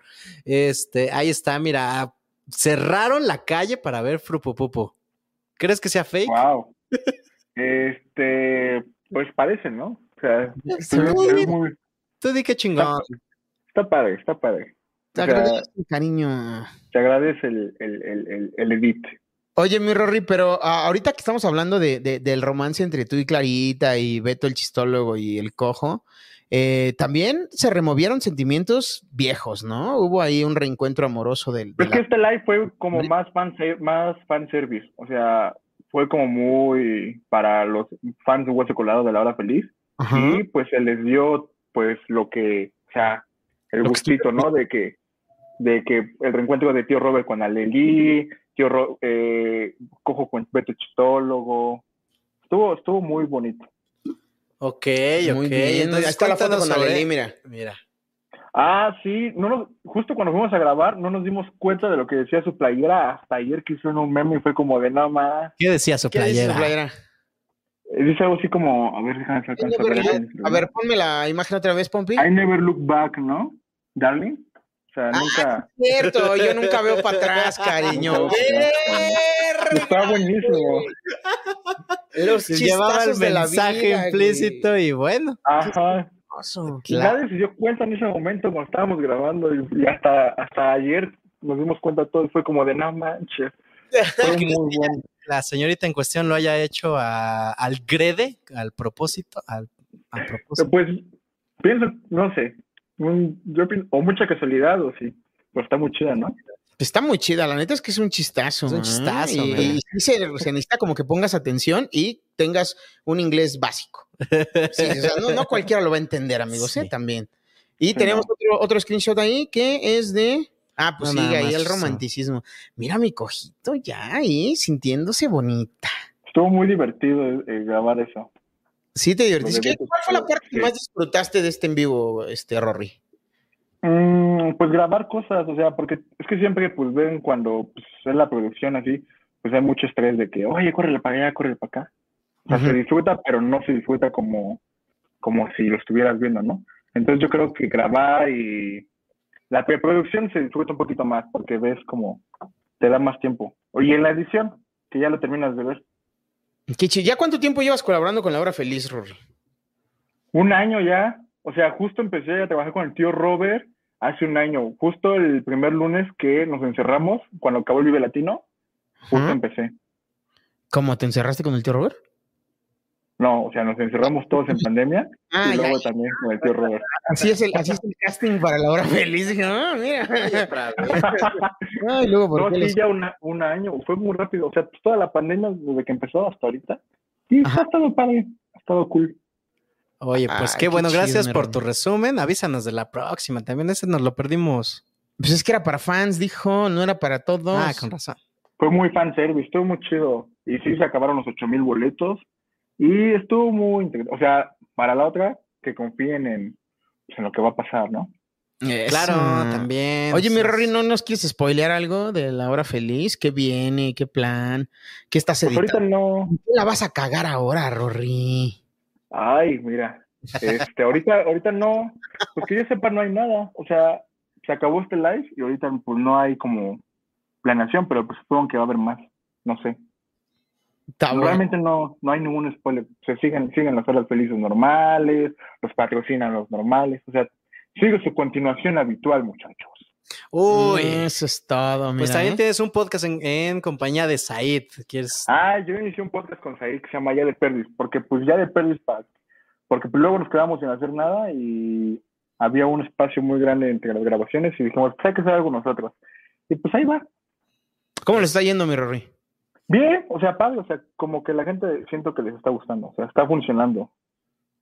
[SPEAKER 4] Este, ahí está, mira, cerraron la calle para ver Frupupupu. ¿Crees que sea fake?
[SPEAKER 11] Wow. Este, pues parece, ¿no? O sea,
[SPEAKER 4] Sí.
[SPEAKER 11] es muy-
[SPEAKER 4] Tú di que chingón.
[SPEAKER 11] está padre, está padre.
[SPEAKER 3] Te
[SPEAKER 11] O sea,
[SPEAKER 3] agradezco, cariño.
[SPEAKER 11] te agradece el, el, el, el, el edit.
[SPEAKER 3] Oye, mi Rory, pero ah, ahorita que estamos hablando de, de- del romance entre tú y Clarita y Beto el chistólogo y el cojo, eh, también se removieron sentimientos viejos, ¿no? Hubo ahí un reencuentro amoroso del... de
[SPEAKER 11] Pero es que
[SPEAKER 3] la-
[SPEAKER 11] este live fue como más fan, más fan service. O sea, fue como muy para los fans de Hueso Colorado de la hora feliz y pues se les dio pues lo que, o sea, el gustito, ¿no? De que, de que el reencuentro de tío Robert con Alelí, tío Ro- eh, Cojo con Beto Chitólogo, estuvo, estuvo muy bonito.
[SPEAKER 4] Ok,
[SPEAKER 3] Muy
[SPEAKER 4] ok.
[SPEAKER 3] bien.
[SPEAKER 4] Entonces,
[SPEAKER 3] Ahí está la foto
[SPEAKER 4] cuéntanos
[SPEAKER 3] con
[SPEAKER 4] sobre-
[SPEAKER 3] Alelí, mira.
[SPEAKER 4] Mira.
[SPEAKER 11] Ah, sí, no nos- justo cuando fuimos a grabar no nos dimos cuenta de lo que decía su playera hasta ayer que hicieron un meme y fue como de nada más.
[SPEAKER 4] ¿Qué decía su playera?
[SPEAKER 11] Eh, Dice algo así como, a ver, déjame si alcanzo a ver.
[SPEAKER 3] Never look- A ver, ponme la imagen otra vez, Pompi.
[SPEAKER 11] I never look back, ¿no? Darling. O sea,
[SPEAKER 3] Ah,
[SPEAKER 11] nunca.
[SPEAKER 3] Cierto, yo nunca veo para atrás, cariño.
[SPEAKER 11] Nunca veo para atrás. Está buenísimo.
[SPEAKER 3] Los
[SPEAKER 4] Se llevaba el
[SPEAKER 3] chistazos de la
[SPEAKER 4] mensaje
[SPEAKER 3] vida,
[SPEAKER 4] implícito y bueno.
[SPEAKER 11] Ajá.
[SPEAKER 4] Claro.
[SPEAKER 11] Nadie se dio cuenta en ese momento cuando estábamos grabando y, y hasta, hasta ayer nos dimos cuenta todo y fue como de no manches. Fue muy bueno.
[SPEAKER 4] La señorita en cuestión lo haya hecho a- al grede, al propósito, al, a propósito.
[SPEAKER 11] Pues pienso, no sé, un- yo pienso, o mucha casualidad o sí, pues está muy chida, ¿no?
[SPEAKER 3] Está muy chida, la neta es que es un chistazo. Es un Y,
[SPEAKER 4] chistazo, mira.
[SPEAKER 3] y sí se, se necesita como que pongas atención y tengas un inglés básico. Sí, o sea, no, no cualquiera lo va a entender, amigos, ¿eh? También. Y
[SPEAKER 4] Sí,
[SPEAKER 3] tenemos otro, otro screenshot ahí que es de. Ah, pues
[SPEAKER 4] No,
[SPEAKER 3] sigue
[SPEAKER 4] nada
[SPEAKER 3] ahí
[SPEAKER 4] más,
[SPEAKER 3] el
[SPEAKER 4] sí.
[SPEAKER 3] romanticismo. Mira mi cojito ya ahí, sintiéndose bonita.
[SPEAKER 11] Estuvo muy divertido eh, grabar eso.
[SPEAKER 3] Sí, te divertiste.
[SPEAKER 11] Lo de
[SPEAKER 3] ¿Qué- ¿Cuál fue la parte que
[SPEAKER 11] Sí.
[SPEAKER 3] más disfrutaste de este en vivo, este Rory?
[SPEAKER 11] Mm, pues grabar cosas, o sea, porque es que siempre pues ven cuando pues, es la producción así, pues hay mucho estrés de que, oye, córrele para allá, córrele para acá. O sea, se disfruta, pero no se disfruta como, como si lo estuvieras viendo, ¿no? Entonces yo creo que grabar y la preproducción se disfruta un poquito más porque ves como te da más tiempo. Y en la edición, que ya lo terminas de ver.
[SPEAKER 3] Kichi, ¿ya cuánto tiempo llevas colaborando con La Hora Feliz, Rory?
[SPEAKER 11] Un año ya, o sea, justo empecé a trabajar con el tío Robert hace un año, justo el primer lunes que nos encerramos, cuando acabó el Vive Latino, justo empecé.
[SPEAKER 3] ¿Cómo te encerraste con el tío Robert?
[SPEAKER 11] No, o sea, nos encerramos todos en pandemia
[SPEAKER 3] Ah,
[SPEAKER 11] y
[SPEAKER 3] ya,
[SPEAKER 11] luego también con el tío Robert.
[SPEAKER 3] Así es el, así es el casting para La Hora Feliz. Dije, ah, mira. Ay, luego, ¿por
[SPEAKER 11] No,
[SPEAKER 3] qué
[SPEAKER 11] sí,
[SPEAKER 3] les-
[SPEAKER 11] ya una- un año, fue muy rápido, o sea, pues, toda la pandemia desde que empezó hasta ahorita. Y ha estado padre, ha estado cool.
[SPEAKER 4] Oye, pues
[SPEAKER 3] Ay,
[SPEAKER 4] qué
[SPEAKER 3] qué
[SPEAKER 4] bueno,
[SPEAKER 3] chido,
[SPEAKER 4] gracias
[SPEAKER 3] mi
[SPEAKER 4] por
[SPEAKER 3] Romy.
[SPEAKER 4] tu resumen. Avísanos de la próxima. También ese nos lo perdimos.
[SPEAKER 3] Pues es que era para fans, dijo, no era para todos.
[SPEAKER 4] Ah, con razón.
[SPEAKER 11] Fue muy fanservice, estuvo muy chido. Y sí, se acabaron los 8000 boletos. Y estuvo muy interesante. O sea, para la otra, que confíen en, pues, en lo que va a pasar, ¿no?
[SPEAKER 3] Eso.
[SPEAKER 4] Claro, también.
[SPEAKER 3] Oye, mi
[SPEAKER 4] pues,
[SPEAKER 3] Rory, ¿no nos quieres spoilear algo de La Hora Feliz? ¿Qué viene? ¿Qué plan? ¿Qué estás
[SPEAKER 11] Pues ahorita
[SPEAKER 3] editando?
[SPEAKER 11] no.
[SPEAKER 3] ¿Qué la vas a cagar ahora, Rory?
[SPEAKER 11] Ay, mira. Este, ahorita, ahorita no. Porque yo sepa, no hay nada. O sea, se acabó este live y ahorita pues no hay como planeación, pero pues supongo que va a haber más. No sé.
[SPEAKER 3] Está bueno.
[SPEAKER 11] Realmente no, no hay ningún spoiler. Se siguen, siguen las horas felices normales, los patrocinan los normales. O sea, sigue su continuación habitual, muchachos.
[SPEAKER 4] Uy.
[SPEAKER 3] Eso es todo, mira.
[SPEAKER 4] Pues también
[SPEAKER 3] ¿eh?
[SPEAKER 4] tienes un podcast en, en compañía de Said. ¿Quieres?
[SPEAKER 11] Ah, yo inicié un podcast con Said que se llama Ya de Perdis, porque pues ya de Perdis Pack, porque pues luego nos quedamos sin hacer nada y había un espacio muy grande entre las grabaciones y dijimos, pues hay que hacer algo nosotros. Y pues ahí va.
[SPEAKER 3] ¿Cómo le está yendo, mi Rory?
[SPEAKER 11] Bien, o sea, padre, o sea, como que la gente siento que les está gustando, o sea, está funcionando.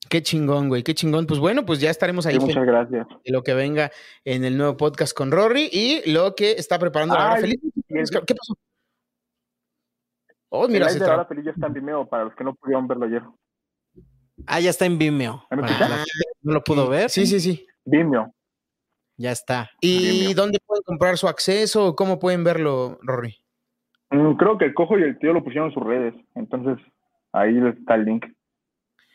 [SPEAKER 3] Qué chingón, güey, qué chingón. Pues bueno, pues ya estaremos ahí.
[SPEAKER 11] Y muchas
[SPEAKER 3] pendientes
[SPEAKER 11] gracias.
[SPEAKER 3] de lo que venga en el nuevo podcast con Rory y lo que está preparando la hora
[SPEAKER 11] Ay,
[SPEAKER 3] feliz.
[SPEAKER 11] y el-
[SPEAKER 3] ¿Qué pasó? Oh,
[SPEAKER 11] El
[SPEAKER 3] mira,
[SPEAKER 11] live
[SPEAKER 3] se
[SPEAKER 11] de la hora
[SPEAKER 3] trabó.
[SPEAKER 11] feliz ya está en Vimeo para los que no pudieron verlo ayer.
[SPEAKER 4] Ah, ya está en Vimeo.
[SPEAKER 11] ¿Ya me
[SPEAKER 4] Para
[SPEAKER 11] escuchas?
[SPEAKER 4] la- ¿No lo pudo ver?
[SPEAKER 3] Sí, sí, sí.
[SPEAKER 11] Vimeo.
[SPEAKER 4] Ya está.
[SPEAKER 3] ¿Y dónde pueden comprar su acceso o cómo pueden verlo, Rory?
[SPEAKER 11] Mm, Creo que el cojo y el tío lo pusieron en sus redes, entonces ahí está el link.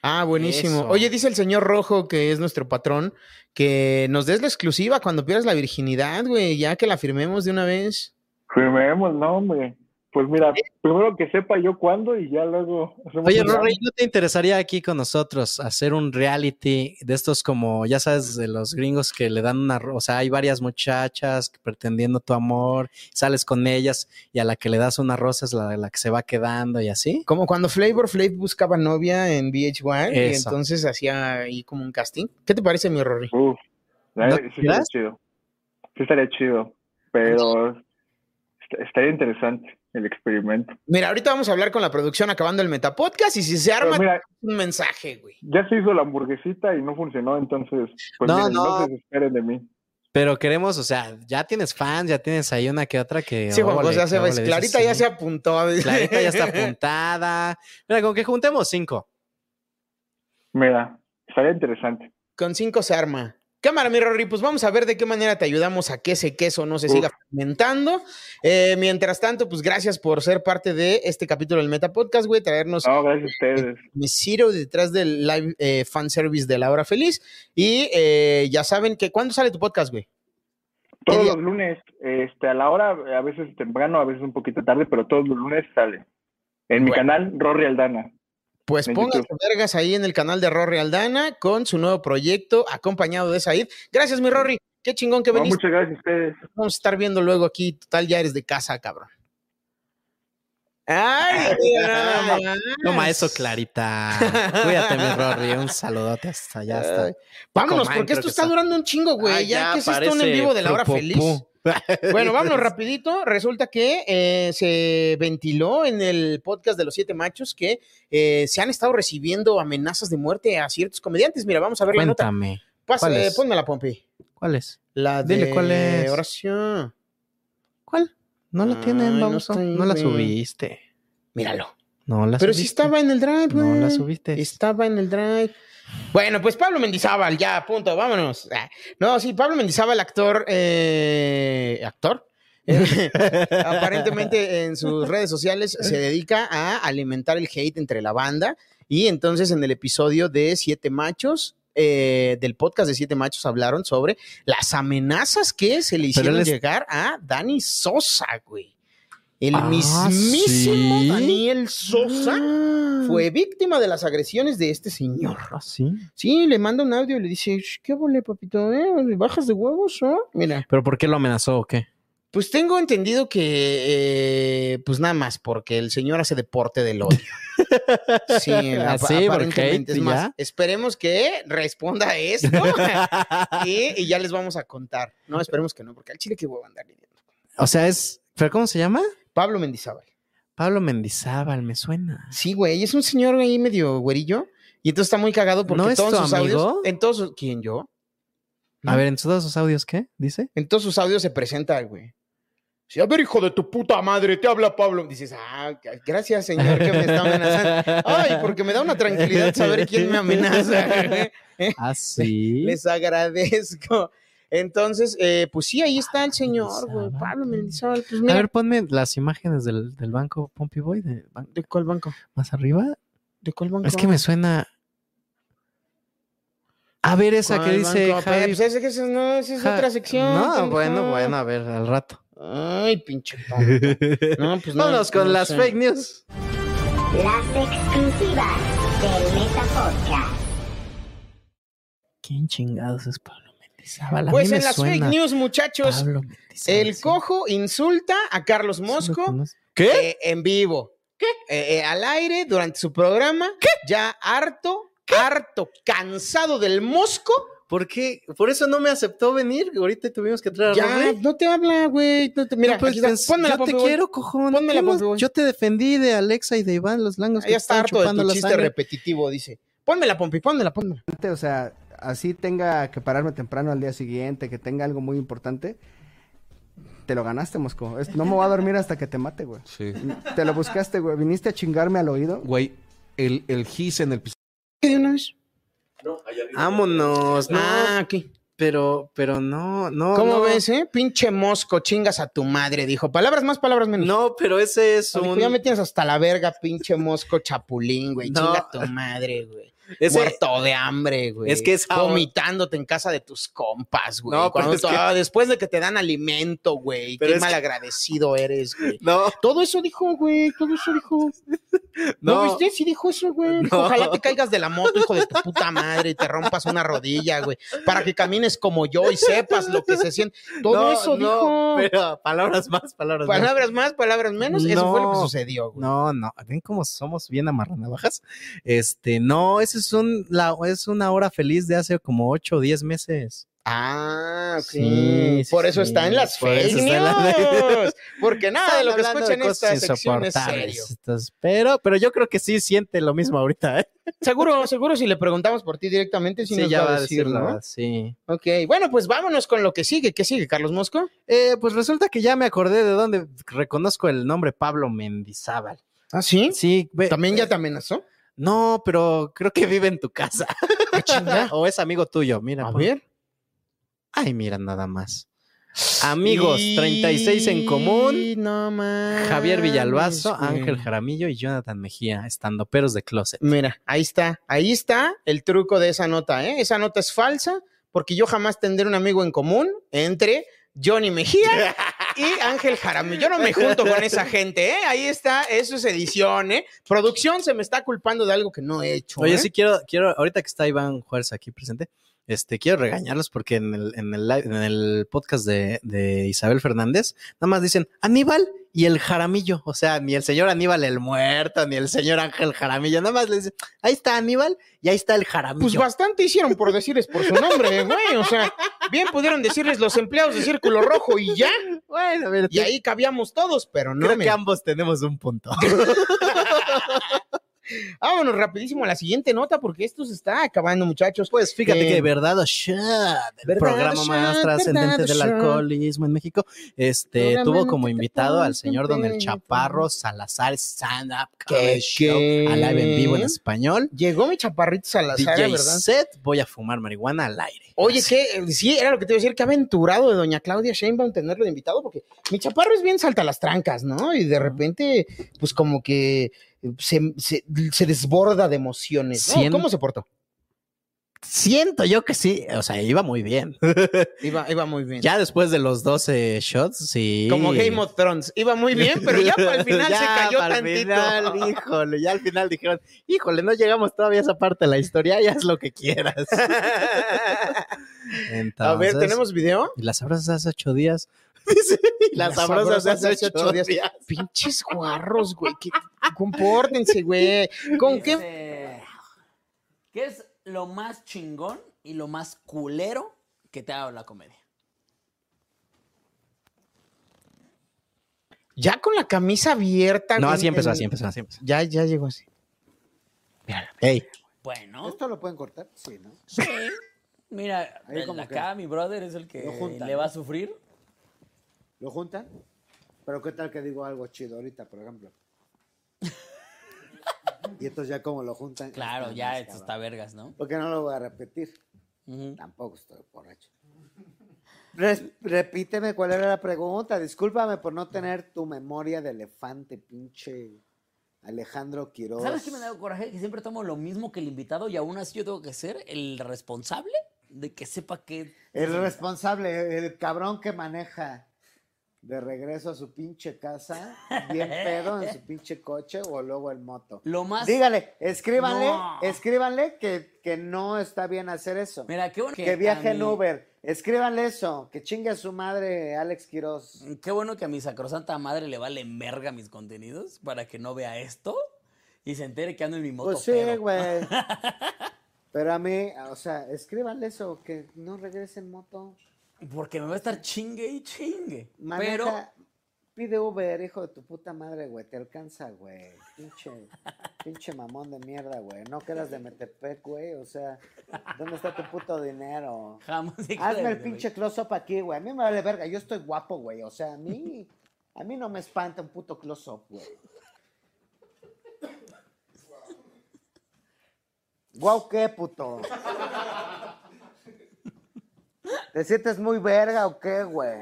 [SPEAKER 3] Ah, buenísimo.
[SPEAKER 4] Eso.
[SPEAKER 3] Oye, dice el señor Rojo, que es nuestro patrón, que nos des la exclusiva cuando pierdas la virginidad, güey, ya que la firmemos de una vez.
[SPEAKER 11] Firmemos, no, hombre. Pues mira, primero que sepa yo cuándo y ya luego hacemos
[SPEAKER 4] Oye,
[SPEAKER 11] un plan.
[SPEAKER 4] Rory, ¿no te interesaría aquí con nosotros hacer un reality de estos como, ya sabes, de los gringos que le dan una, ro- o sea, hay varias muchachas que pretendiendo tu amor, sales con ellas y a la que le das una rosa es la de la que se va quedando y así?
[SPEAKER 3] Como cuando Flavor Flav buscaba novia en VH1 Ah, y
[SPEAKER 4] Eso.
[SPEAKER 3] entonces hacía ahí como un casting. ¿Qué te parece, mi Rory?
[SPEAKER 11] Uf, la
[SPEAKER 4] ¿No
[SPEAKER 11] verdad, sí estaría
[SPEAKER 4] quieras?
[SPEAKER 11] chido. Sí estaría chido, pero est- estaría interesante. el experimento.
[SPEAKER 3] Mira, ahorita vamos a hablar con la producción acabando el Metapodcast y si se arma
[SPEAKER 11] Pero mira-
[SPEAKER 3] un mensaje, güey.
[SPEAKER 11] Ya se hizo la hamburguesita y no funcionó, entonces, pues
[SPEAKER 4] No,
[SPEAKER 11] miren,
[SPEAKER 4] no.
[SPEAKER 11] no se desesperen de mí.
[SPEAKER 4] Pero queremos, o sea, ya tienes fans, ya tienes ahí una que otra que.
[SPEAKER 3] Sí, Juan
[SPEAKER 4] órale,
[SPEAKER 3] José, ya se
[SPEAKER 4] que
[SPEAKER 3] va-
[SPEAKER 4] órale,
[SPEAKER 3] Clarita
[SPEAKER 4] dices,
[SPEAKER 3] ya
[SPEAKER 4] sí.
[SPEAKER 3] se apuntó.
[SPEAKER 4] Clarita ya está apuntada. Ah, Mira, con que juntemos cinco.
[SPEAKER 11] Mira, estaría interesante.
[SPEAKER 3] Con cinco se arma. Cámara, mi Rory, pues vamos a ver de qué manera te ayudamos a que ese queso no se siga fermentando. Eh, mientras tanto, pues gracias por ser parte de este capítulo del Meta Podcast, güey, traernos.
[SPEAKER 11] No, gracias a ustedes.
[SPEAKER 3] Me Ciro detrás del live eh, fan service de La Hora Feliz. Y eh, ya saben que. ¿Cuándo sale tu podcast, güey?
[SPEAKER 11] Todos los lunes, este, a la hora, a veces temprano, a veces un poquito tarde, pero todos los lunes sale. En mi canal, Rory Aldana.
[SPEAKER 3] Pues
[SPEAKER 11] En
[SPEAKER 3] pónganse
[SPEAKER 11] YouTube.
[SPEAKER 3] vergas ahí en el canal de Rory Aldana con su nuevo proyecto acompañado de Said. Gracias, mi Rory. Qué chingón que
[SPEAKER 11] No,
[SPEAKER 3] veniste.
[SPEAKER 11] muchas gracias a ustedes.
[SPEAKER 3] Vamos a estar viendo luego aquí. Total, ya eres de casa, cabrón. Ay, mira, nada
[SPEAKER 4] Toma
[SPEAKER 3] más.
[SPEAKER 4] eso, Clarita. Cuídate, mi Rory. Un saludote hasta allá. Hasta...
[SPEAKER 3] Vámonos,
[SPEAKER 4] Coman,
[SPEAKER 3] porque
[SPEAKER 4] creo
[SPEAKER 3] esto
[SPEAKER 4] que
[SPEAKER 3] está
[SPEAKER 4] son.
[SPEAKER 3] durando un chingo, güey.
[SPEAKER 4] Ah,
[SPEAKER 3] ya,
[SPEAKER 4] ya,
[SPEAKER 3] que es esto un en
[SPEAKER 4] parece
[SPEAKER 3] vivo de la hora
[SPEAKER 4] Propopó.
[SPEAKER 3] feliz. Bueno, vámonos rapidito. Resulta que eh, se ventiló en el podcast de los siete machos que eh, se han estado recibiendo amenazas de muerte a ciertos comediantes. Mira, vamos a ver la nota.
[SPEAKER 4] Cuéntame.
[SPEAKER 3] Pasa,
[SPEAKER 4] ¿Cuál
[SPEAKER 3] eh,
[SPEAKER 4] es?
[SPEAKER 3] pónmela, Pompi.
[SPEAKER 4] ¿Cuál es?
[SPEAKER 3] La de
[SPEAKER 4] Dile cuál es.
[SPEAKER 3] Horacio.
[SPEAKER 4] No la tienen,
[SPEAKER 3] Ay, no
[SPEAKER 4] vamos.
[SPEAKER 3] está ahí,
[SPEAKER 4] no la
[SPEAKER 3] güey.
[SPEAKER 4] subiste.
[SPEAKER 3] Míralo.
[SPEAKER 4] No la
[SPEAKER 3] Pero si
[SPEAKER 4] subiste.
[SPEAKER 3] estaba en el drive, güey.
[SPEAKER 4] No la subiste.
[SPEAKER 3] Estaba en el drive. Bueno, pues Pablo Mendizábal, ya, punto, vámonos. Ah, No, sí, Pablo Mendizábal, actor. eh, ¿Actor? Eh, aparentemente en sus redes sociales se dedica a alimentar el hate entre la banda. Y entonces en el episodio de Siete Machos. eh, del podcast de Siete Machos hablaron sobre las amenazas que se le hicieron
[SPEAKER 4] él es-
[SPEAKER 3] llegar a Dani Sosa, güey. El
[SPEAKER 4] Ah,
[SPEAKER 3] mismísimo
[SPEAKER 4] ¿sí?
[SPEAKER 3] Daniel Sosa fue víctima de las agresiones de este señor.
[SPEAKER 4] ¿Ah, sí?
[SPEAKER 3] Sí, le manda un audio y le dice, "Sh, ¿qué vole, papito? eh? ¿Bajas de huevos? ah?". Mira,
[SPEAKER 4] ¿Pero por qué lo amenazó o qué?
[SPEAKER 3] pues tengo entendido que, eh, pues nada más, porque el señor hace deporte del odio. Sí,
[SPEAKER 4] Ah,
[SPEAKER 3] ap-
[SPEAKER 4] sí, por
[SPEAKER 3] aparentemente.
[SPEAKER 4] hate,
[SPEAKER 3] Es más,
[SPEAKER 4] ¿ya?
[SPEAKER 3] esperemos que responda a esto y, y ya les vamos a contar. No, esperemos que no, porque al chile que huevo andar.
[SPEAKER 4] O sea, es. ¿Pero cómo se llama?
[SPEAKER 3] Pablo Mendizábal.
[SPEAKER 4] Pablo Mendizábal, me suena.
[SPEAKER 3] Sí, güey, es un señor ahí medio güerillo y entonces está muy cagado porque
[SPEAKER 4] ¿No es
[SPEAKER 3] todos
[SPEAKER 4] tu
[SPEAKER 3] sus audios,
[SPEAKER 4] amigo?
[SPEAKER 3] en todos sus- ¿quién yo?
[SPEAKER 4] A ver, en todos sus audios, ¿qué? ¿Dice?
[SPEAKER 3] En todos sus audios se presenta, güey. Sí, a ver, hijo de tu puta madre, te habla Pablo. Dices, ah, gracias, señor, que me está amenazando. Ay, porque me da una tranquilidad saber quién me amenaza.
[SPEAKER 4] Ah, sí.
[SPEAKER 3] Les agradezco. Entonces, eh, pues sí, ahí está el señor, güey. Pablo Mendizábal. Pues
[SPEAKER 4] A
[SPEAKER 3] mira,
[SPEAKER 4] ver, ponme las imágenes del, del banco Pompey Boy. ¿De,
[SPEAKER 3] ¿De cuál banco?
[SPEAKER 4] ¿Más arriba?
[SPEAKER 3] ¿de cuál banco?
[SPEAKER 4] Es que me suena. A ver, esa que
[SPEAKER 3] ¿Cuál
[SPEAKER 4] dice.
[SPEAKER 3] banco?
[SPEAKER 4] Javi-
[SPEAKER 3] Pues esa que es- no, esa es
[SPEAKER 4] Ja-
[SPEAKER 3] otra sección.
[SPEAKER 4] No,
[SPEAKER 3] pendejo.
[SPEAKER 4] bueno, bueno, a ver, al rato.
[SPEAKER 3] Ay, pinche tonto. No, pues no,
[SPEAKER 4] Vámonos con
[SPEAKER 3] no
[SPEAKER 4] las
[SPEAKER 3] sé.
[SPEAKER 4] fake news.
[SPEAKER 2] Las exclusivas del Meta Podcast.
[SPEAKER 4] ¿Quién chingados es Pablo Mendizábal? A
[SPEAKER 3] Pues
[SPEAKER 4] mí me
[SPEAKER 3] en las
[SPEAKER 4] suena
[SPEAKER 3] fake news, muchachos,
[SPEAKER 4] Pablo
[SPEAKER 3] el cojo insulta a Carlos Mosco
[SPEAKER 4] ¿Qué?
[SPEAKER 3] eh, en vivo. ¿Qué? al aire durante su programa. Ya harto, harto, cansado del Mosco.
[SPEAKER 4] ¿Por qué? Por eso no me aceptó venir. Ahorita tuvimos que traer a
[SPEAKER 3] Ya,
[SPEAKER 4] Rory.
[SPEAKER 3] no te habla, güey. no te- mira,
[SPEAKER 4] No, pues,
[SPEAKER 3] aquí está.
[SPEAKER 4] pues,
[SPEAKER 3] Pónmela,
[SPEAKER 4] yo te
[SPEAKER 3] Pompey Boy.
[SPEAKER 4] quiero, cojón.
[SPEAKER 3] Pónmela,
[SPEAKER 4] ¿Qué más?
[SPEAKER 3] Pompey Boy.
[SPEAKER 4] Yo te defendí de Alexa y de Iván, los langos que
[SPEAKER 3] Ya está
[SPEAKER 4] están
[SPEAKER 3] harto de
[SPEAKER 4] chupando
[SPEAKER 3] tu
[SPEAKER 4] la
[SPEAKER 3] chiste
[SPEAKER 4] sangre.
[SPEAKER 3] repetitivo, dice. Pónmela, Pompi, pónmela, pónmela.
[SPEAKER 12] O sea, así tenga que pararme temprano al día siguiente, que tenga algo muy importante. Te lo ganaste, Mosco. Es- no me voy a dormir hasta que te mate, güey.
[SPEAKER 13] Sí.
[SPEAKER 12] Te lo buscaste, güey. Viniste a chingarme al oído.
[SPEAKER 13] Güey, el, el gis en el piso.
[SPEAKER 3] ¿Qué de una vez?
[SPEAKER 4] Vámonos, no.
[SPEAKER 3] Ah, ok.
[SPEAKER 4] Pero, pero no, no.
[SPEAKER 3] ¿Cómo
[SPEAKER 4] no.
[SPEAKER 3] ves, eh? Pinche Mosco, chingas a tu madre, dijo. Palabras más, palabras menos.
[SPEAKER 4] No, pero ese es
[SPEAKER 3] Dijo,
[SPEAKER 4] un.
[SPEAKER 3] Ya me tienes hasta la verga, pinche mosco chapulín, güey.
[SPEAKER 4] No.
[SPEAKER 3] Chinga tu madre, güey.
[SPEAKER 4] Ese-
[SPEAKER 3] Muerto de hambre, güey.
[SPEAKER 4] Es que es ahora-
[SPEAKER 3] vomitándote en casa de tus compas, güey.
[SPEAKER 4] No, pero
[SPEAKER 3] Cuando
[SPEAKER 4] es
[SPEAKER 3] tú-
[SPEAKER 4] que-
[SPEAKER 3] ah, después de que te dan alimento, güey.
[SPEAKER 4] Pero
[SPEAKER 3] Qué
[SPEAKER 4] es que-
[SPEAKER 3] malagradecido eres, güey.
[SPEAKER 4] No,
[SPEAKER 3] Todo eso dijo, güey. Todo eso dijo. No,
[SPEAKER 4] No.
[SPEAKER 3] viste, sí dijo eso, güey. Dijo,
[SPEAKER 4] No.
[SPEAKER 3] Ojalá te caigas de la moto, hijo de tu puta madre, y te rompas una rodilla, güey. Para que camines como yo y sepas lo que se siente. Todo
[SPEAKER 4] no,
[SPEAKER 3] eso
[SPEAKER 4] no,
[SPEAKER 3] dijo.
[SPEAKER 4] Pero palabras más, palabras más.
[SPEAKER 3] Palabras más, palabras menos. Eso fue lo que
[SPEAKER 4] No.
[SPEAKER 3] sucedió, güey.
[SPEAKER 4] No, no, ven cómo somos bien amarranavajas. Este, no, ese es un, la, es una hora feliz de hace como 8 o 10 meses.
[SPEAKER 3] Ah, ok.
[SPEAKER 4] Sí, sí,
[SPEAKER 3] por eso
[SPEAKER 4] sí.
[SPEAKER 3] está en las
[SPEAKER 4] Por
[SPEAKER 3] fake
[SPEAKER 4] eso está en las-
[SPEAKER 3] news. Porque nada de lo que escucha en esta sección es serio.
[SPEAKER 4] Entonces, pero, pero yo creo que sí siente lo mismo ahorita, ¿eh?
[SPEAKER 3] Seguro, seguro si le preguntamos por ti directamente, si
[SPEAKER 4] Sí,
[SPEAKER 3] nos
[SPEAKER 4] ya
[SPEAKER 3] va a decir,
[SPEAKER 4] la
[SPEAKER 3] ¿no?
[SPEAKER 4] verdad, sí.
[SPEAKER 3] Ok, bueno, pues vámonos con lo que sigue. ¿Qué sigue, Carlos Mosco?
[SPEAKER 4] Eh, pues resulta que ya me acordé de dónde reconozco el nombre Pablo Mendizábal.
[SPEAKER 3] ¿Ah, sí?
[SPEAKER 4] Sí. eh,
[SPEAKER 3] ¿También ya te amenazó? Ah,
[SPEAKER 4] No, pero creo que vive en tu casa. o es amigo tuyo, mira. A ver. Ay, mira nada más. Amigos, 36 en común.
[SPEAKER 3] No más.
[SPEAKER 4] Javier Villalbazo, Ángel Jaramillo y Jonathan Mejía, estando peros de closet.
[SPEAKER 3] Mira, ahí está, ahí está el truco de esa nota, ¿eh? Esa nota es falsa porque yo jamás tendré un amigo en común entre Johnny Mejía y Ángel Jaramillo. Yo no me junto con esa gente, ¿eh? Ahí está, eso es edición, ¿eh? Producción se me está culpando de algo que no he hecho.
[SPEAKER 4] Oye,
[SPEAKER 3] ¿eh?
[SPEAKER 4] sí quiero, quiero, ahorita que está Iván Juárez aquí presente, este, quiero regañarlos porque en el, en el, live- en el podcast de, de Isabel Fernández, nada más dicen Aníbal y el Jaramillo. O sea, ni el señor Aníbal el muerto, ni el señor Ángel Jaramillo. Nada más le dicen, ahí está Aníbal y ahí está el Jaramillo.
[SPEAKER 3] Pues bastante hicieron por decirles por su nombre, güey. O sea, bien pudieron decirles los empleados de Círculo Rojo y ya.
[SPEAKER 4] Bueno,
[SPEAKER 3] y ahí cabíamos todos, pero no.
[SPEAKER 4] Creo
[SPEAKER 3] me-
[SPEAKER 4] que ambos tenemos un punto.
[SPEAKER 3] Vámonos rapidísimo a la siguiente nota porque esto se está acabando, muchachos. Eh,
[SPEAKER 4] Pues Fíjate que verdad o shot, el
[SPEAKER 3] Verdad o
[SPEAKER 4] programa más
[SPEAKER 3] shot,
[SPEAKER 4] trascendente
[SPEAKER 3] verdad o
[SPEAKER 4] del
[SPEAKER 3] shot.
[SPEAKER 4] alcoholismo en México, este
[SPEAKER 3] Programa
[SPEAKER 4] tuvo
[SPEAKER 3] no
[SPEAKER 4] como
[SPEAKER 3] te
[SPEAKER 4] invitado al
[SPEAKER 3] puedes
[SPEAKER 4] señor Don El
[SPEAKER 3] entender.
[SPEAKER 4] Chaparro Salazar Stand Up
[SPEAKER 3] ¿Qué,
[SPEAKER 4] Comedy
[SPEAKER 3] qué?
[SPEAKER 4] Show, al live en vivo en español.
[SPEAKER 3] Llegó mi chaparrito Salazar,
[SPEAKER 4] DJ
[SPEAKER 3] ¿verdad?
[SPEAKER 4] set, voy a fumar marihuana al aire.
[SPEAKER 3] Oye, que sí, era lo que te iba a decir, que aventurado de doña Claudia Sheinbaum tenerlo de invitado, porque mi chaparro es bien salta las trancas, ¿no? Y de repente, pues como que se, se- se desborda de emociones. ¿no?
[SPEAKER 4] Cien-
[SPEAKER 3] ¿Cómo se portó?
[SPEAKER 4] Siento yo que sí, o sea, iba muy bien.
[SPEAKER 3] Iba, iba muy bien.
[SPEAKER 4] ya después de los 12 shots, sí.
[SPEAKER 3] Como Game of Thrones. Iba muy bien, pero ya para el final se
[SPEAKER 4] Ya,
[SPEAKER 3] cayó
[SPEAKER 4] Ah, para el
[SPEAKER 3] tantito.
[SPEAKER 4] final, híjole, ya al final dijeron, híjole, no llegamos todavía a esa parte de la historia, ya haz lo que quieras.
[SPEAKER 3] a ver,
[SPEAKER 4] Entonces,
[SPEAKER 3] ¿tenemos video?
[SPEAKER 4] Y las sabrosas hace ocho días. Dice, y las sabrosas de hace ocho días.
[SPEAKER 3] Pinches guarros, güey. que- Compórtense, güey. ¿Con qué?
[SPEAKER 14] Dice, Eh, ¿Qué es lo más chingón y lo más culero que te ha dado la comedia?
[SPEAKER 3] Ya con la camisa abierta.
[SPEAKER 4] No,
[SPEAKER 3] güey,
[SPEAKER 4] así empezó,
[SPEAKER 3] en-
[SPEAKER 4] así empezó, así empezó.
[SPEAKER 3] Ya, ya llegó así.
[SPEAKER 4] Ey,
[SPEAKER 14] Bueno.
[SPEAKER 9] ¿Esto lo pueden cortar? Sí, ¿no?
[SPEAKER 14] Sí. Mira,
[SPEAKER 9] Ahí
[SPEAKER 14] el
[SPEAKER 9] como
[SPEAKER 14] acá mi brother es el que
[SPEAKER 9] Lo juntan,
[SPEAKER 14] le va a
[SPEAKER 9] ¿no?
[SPEAKER 14] sufrir.
[SPEAKER 9] ¿Lo juntan? Pero qué tal que digo algo chido ahorita, por ejemplo. y entonces ya como lo juntan.
[SPEAKER 14] Claro,
[SPEAKER 9] está
[SPEAKER 14] ya
[SPEAKER 9] más
[SPEAKER 14] esto
[SPEAKER 9] cabrón.
[SPEAKER 14] está vergas, ¿no?
[SPEAKER 9] Porque no lo voy a repetir. Tampoco estoy borracho. Res- repíteme cuál era la pregunta. Discúlpame por no tener tu memoria de elefante, pinche Alejandro Quiroz.
[SPEAKER 14] Pues, ¿Sabes qué me da coraje? Que siempre tomo lo mismo que el invitado y aún así yo tengo que ser el responsable de que sepa que...
[SPEAKER 9] El responsable, el cabrón que maneja de regreso a su pinche casa, bien pedo en su pinche coche o luego en moto.
[SPEAKER 14] Lo más-
[SPEAKER 9] Dígale, escríbanle,
[SPEAKER 14] No.
[SPEAKER 9] escríbanle que, que no está bien hacer eso.
[SPEAKER 14] Mira, qué bueno
[SPEAKER 9] que,
[SPEAKER 14] que
[SPEAKER 9] viaje
[SPEAKER 14] a
[SPEAKER 9] en
[SPEAKER 14] mí-
[SPEAKER 9] Uber. Escríbanle eso, que chingue a su madre Alex Quiroz.
[SPEAKER 14] Mm, Qué bueno que a mi sacrosanta madre le valen verga mis contenidos para que no vea esto y se entere que ando en mi moto.
[SPEAKER 9] Pues sí,
[SPEAKER 14] pero-
[SPEAKER 9] güey. Pero a mí, o sea, escríbanle eso, que no regrese en moto.
[SPEAKER 14] Porque me va a estar chingue y chingue.
[SPEAKER 9] Maneja,
[SPEAKER 14] Pero
[SPEAKER 9] pide Uber, hijo de tu puta madre, güey. Te alcanza, güey. Pinche, pinche mamón de mierda, güey. No quedas de Metepec, güey. O sea, ¿dónde está tu puto dinero?
[SPEAKER 14] jamás. dije
[SPEAKER 9] Hazme
[SPEAKER 14] de-
[SPEAKER 9] el pinche close-up aquí, güey. A mí me vale verga. Yo estoy guapo, güey. O sea, a mí, a mí no me espanta un puto close-up, güey. Guau, ¿qué, puto? ¿Te sientes muy verga o qué, güey?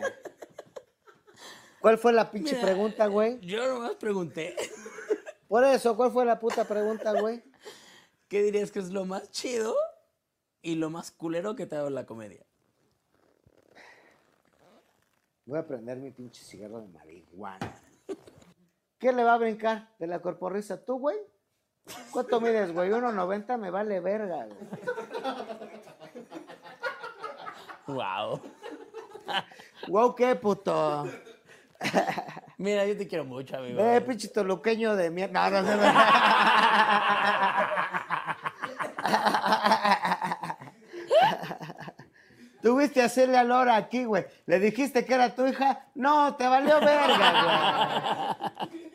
[SPEAKER 9] ¿Cuál fue la pinche
[SPEAKER 14] Mira,
[SPEAKER 9] pregunta, güey?
[SPEAKER 14] Yo nomás pregunté,
[SPEAKER 9] Por eso, ¿cuál fue la puta pregunta, güey?
[SPEAKER 14] ¿qué dirías que es lo más chido y lo más culero que te ha dado la comedia?
[SPEAKER 9] Voy a prender mi pinche cigarro de marihuana. ¿Qué le va a brincar de la corporrisa tú, güey? ¿Cuánto mides, güey? 1.90 me vale verga, güey.
[SPEAKER 14] Wow.
[SPEAKER 9] Wow, qué puto.
[SPEAKER 14] Mira, yo te quiero mucho, amigo.
[SPEAKER 9] Eh, pinche toluqueño de mierda. No, no, no, no.
[SPEAKER 15] Tuviste a hacerle a Lora aquí, güey. Le dijiste que era tu hija. No, te valió verga, güey.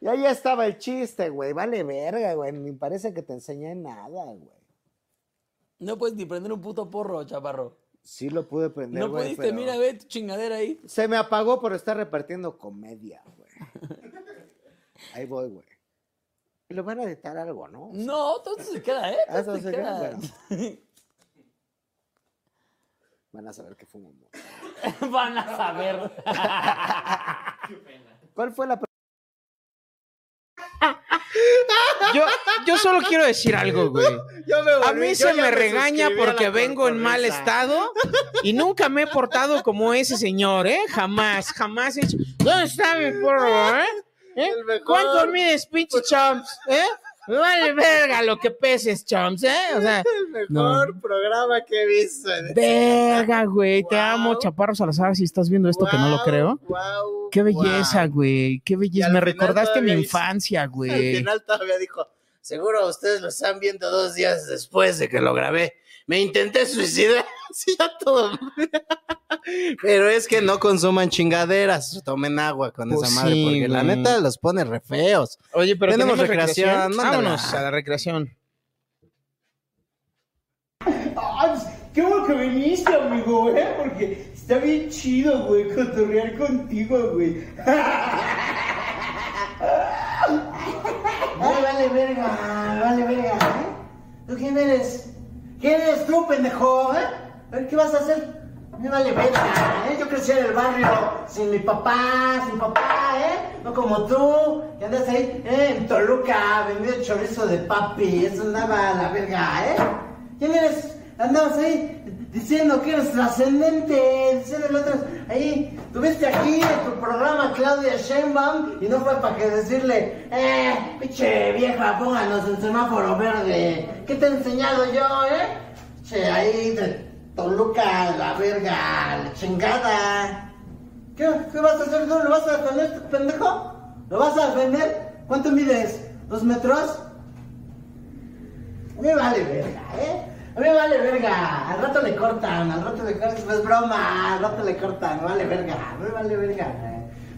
[SPEAKER 15] Y ahí estaba el chiste, güey. Vale verga, güey. Ni parece que te enseñé nada, güey.
[SPEAKER 14] No puedes ni prender un puto porro, chaparro.
[SPEAKER 15] Sí lo pude prender,
[SPEAKER 14] No
[SPEAKER 15] güey,
[SPEAKER 14] pudiste,
[SPEAKER 15] pero
[SPEAKER 14] mira, ve tu chingadera ahí.
[SPEAKER 15] Se me apagó por estar repartiendo comedia, güey. Ahí voy, güey. Lo van a editar algo, ¿no?
[SPEAKER 14] No, todo esto se queda, ¿eh? Todo
[SPEAKER 15] Ah, todo
[SPEAKER 14] esto
[SPEAKER 15] se
[SPEAKER 14] se
[SPEAKER 15] queda,
[SPEAKER 14] queda.
[SPEAKER 15] bueno. Van a saber que fumo mucho.
[SPEAKER 14] Van a saber.
[SPEAKER 15] ¿Cuál fue la
[SPEAKER 3] Yo, yo solo quiero decir algo, güey. a mí
[SPEAKER 15] yo
[SPEAKER 3] se
[SPEAKER 15] ya
[SPEAKER 3] me
[SPEAKER 15] me
[SPEAKER 3] regaña
[SPEAKER 15] suscribí a
[SPEAKER 3] porque
[SPEAKER 15] la
[SPEAKER 3] vengo en mal
[SPEAKER 15] cotorriza.
[SPEAKER 3] estado y nunca me he portado como ese señor, ¿eh? Jamás, jamás he hecho. ¿Dónde está mi porro, eh? ¿Eh? ¿Cuánto mides, pinche chomps? ¿Eh? Me Vale, verga, lo que peses, chomps, ¿eh? O sea, no.
[SPEAKER 15] programa que he visto.
[SPEAKER 3] Verga, güey, te amo, Chaparro Salazar, si estás viendo esto que no lo creo. qué belleza, güey, qué belleza.
[SPEAKER 16] al
[SPEAKER 3] Me
[SPEAKER 16] final
[SPEAKER 3] recordaste mi
[SPEAKER 16] todavía hice-
[SPEAKER 3] infancia,
[SPEAKER 16] Al
[SPEAKER 3] güey.
[SPEAKER 16] final todavía dijo, seguro ustedes lo están viendo dos días después de que lo grabé. Me intenté suicidar, sí, ya todo.
[SPEAKER 4] Pero es que no consuman chingaderas, tomen agua con
[SPEAKER 3] Pues
[SPEAKER 4] esa madre,
[SPEAKER 3] sí,
[SPEAKER 4] porque la
[SPEAKER 3] güey.
[SPEAKER 4] neta los pone re feos.
[SPEAKER 3] Oye, pero
[SPEAKER 4] tenemos,
[SPEAKER 3] ¿tenemos
[SPEAKER 4] recreación.
[SPEAKER 3] recreación?
[SPEAKER 4] mándala.
[SPEAKER 3] Vámonos a la recreación.
[SPEAKER 9] Ah, pues, qué bueno que viniste, amigo, ¿eh? Porque está bien chido, güey, cotorrear contigo, güey.
[SPEAKER 15] Ay, vale verga, vale verga, ¿eh? ¿Tú quién eres? ¿Quién eres tú, pendejo, eh? A ver, ¿Qué vas a hacer? Me vale verga, ¿eh? Yo crecí en el barrio sin mi papá, sin papá, ¿eh? No como tú, que andas ahí, ¿eh? En Toluca, vendiendo chorizo de papi, eso andaba a la verga, ¿eh? ¿Quién eres? Andabas ahí diciendo que eres trascendente, diciendo el otro, ahí, tuviste aquí en tu programa Claudia Sheinbaum y no fue para que decirle, eh, pinche vieja, pónganos el semáforo verde, ¿qué te he enseñado yo, eh? Che, ahí de Toluca, la verga, la chingada. ¿Qué, qué vas a hacer tú? ¿Lo vas a defender, este pendejo? ¿Lo vas a defender? ¿Cuánto mides? ¿Dos metros? A mí me vale verga, ¿eh? A mí me vale verga. Al rato le cortan, al rato le cortan. Es broma, al rato le cortan. Me vale verga, me vale verga.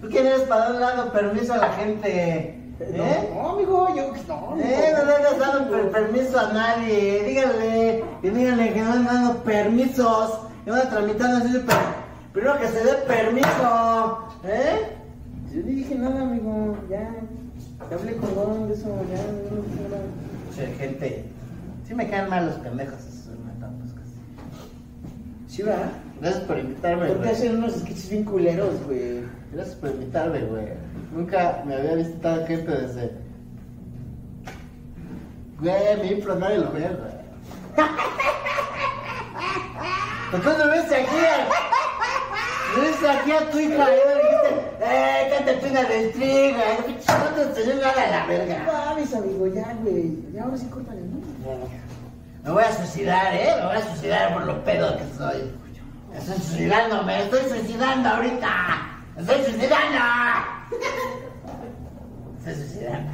[SPEAKER 15] ¿Tú quién eres para dar dado permiso a la gente? ¿Eh? No, amigo, yo no. Eh, no le has dado per- permiso a nadie. Díganle, que díganle que no han dado permisos. Que van a tramitar así de per- Primero que se dé permiso, ¿eh? Yo no dije nada, amigo. Ya, ya hablé con Don de eso, ya, no no dije nada. Che, gente. Sí me caen mal los pendejos esos matapascas. Sí, ¿verdad?
[SPEAKER 16] Gracias por invitarme,
[SPEAKER 15] Porque
[SPEAKER 16] güey.
[SPEAKER 15] hacen unos sketches bien culeros, güey.
[SPEAKER 16] Gracias por invitarme, güey. Nunca me había visitado gente desde... Güey, mi impro nadie lo ve, güey.
[SPEAKER 15] ¿Por qué no viste aquí? No viste aquí a tu hija, y le dijiste, eh, canta tu hija de intriga, eh, pinche, no te enseñó nada de la verga.
[SPEAKER 9] Mames, amigo, ya, güey. Ya ahora sí córtale, ¿no?
[SPEAKER 15] Me voy a suicidar, eh, me voy a suicidar por lo pedo que soy. Estoy suicidando, me estoy suicidando ahorita. Me estoy suicidando. Estoy suicidando.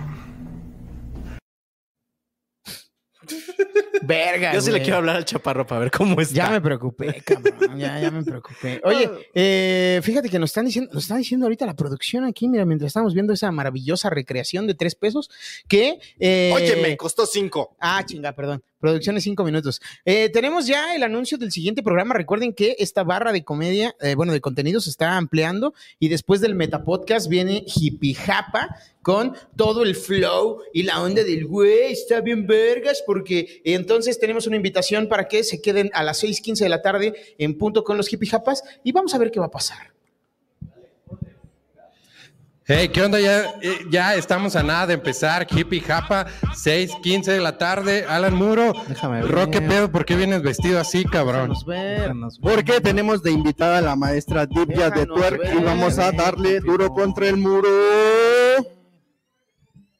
[SPEAKER 3] Verga.
[SPEAKER 4] Yo sí le
[SPEAKER 3] güey.
[SPEAKER 4] quiero hablar al chaparro para ver cómo está.
[SPEAKER 3] Ya me preocupé, cabrón. Ya, ya me preocupé. Oye, eh, fíjate que nos están diciendo, nos están diciendo ahorita la producción aquí, mira, mientras estamos viendo esa maravillosa recreación de tres pesos, que. eh,
[SPEAKER 4] Oye, me costó cinco.
[SPEAKER 3] Ah, chinga, perdón. Producción de cinco minutos. Eh, tenemos ya el anuncio del siguiente programa. Recuerden que esta barra de comedia, eh, bueno, de contenido se está ampliando y después del Metapodcast viene Hippie Japa con todo el flow y la onda del güey, está bien vergas, porque entonces tenemos una invitación para que se queden a las 6.15 de la tarde en punto con los Hippie Japas y vamos a ver qué va a pasar.
[SPEAKER 13] Hey, ¿qué onda? Ya, eh, ya estamos a nada de empezar. Hippie Japa, 6:15 de la tarde. Alan Muro. Déjame
[SPEAKER 4] ver.
[SPEAKER 13] Roque Pedo, ¿por qué vienes vestido así, cabrón?
[SPEAKER 17] Porque tenemos de invitada a la maestra Divya de Tuerk y vamos a darle duro contra el muro.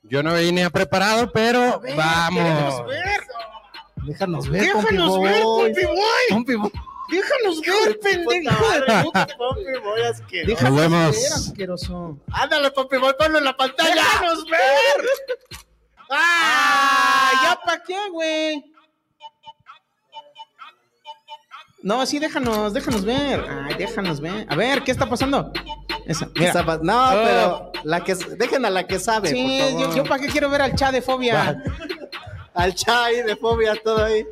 [SPEAKER 13] Yo no vine preparado, pero vamos.
[SPEAKER 4] Déjanos
[SPEAKER 13] ver, Déjanos compi ver, boys. compi boy.
[SPEAKER 3] Déjanos ver, pendejo
[SPEAKER 13] de puta.
[SPEAKER 16] Papi, voy asqueroso.
[SPEAKER 3] Déjanos Nos vemos. ver,
[SPEAKER 16] asqueroso. Ándale, papi, voy ponlo en la pantalla.
[SPEAKER 3] ¡Déjanos ver! ¡Ah! ¿Ya pa' qué, güey? No, sí, déjanos, déjanos ver. Ay, déjanos ver. A ver, ¿qué está pasando? Esa, mira. Oh.
[SPEAKER 4] Esa pa- no, pero la que, dejen a la que sabe.
[SPEAKER 3] Sí,
[SPEAKER 4] por favor.
[SPEAKER 3] yo, para qué quiero ver al chat de fobia.
[SPEAKER 4] Al chai de fobia, todo ahí.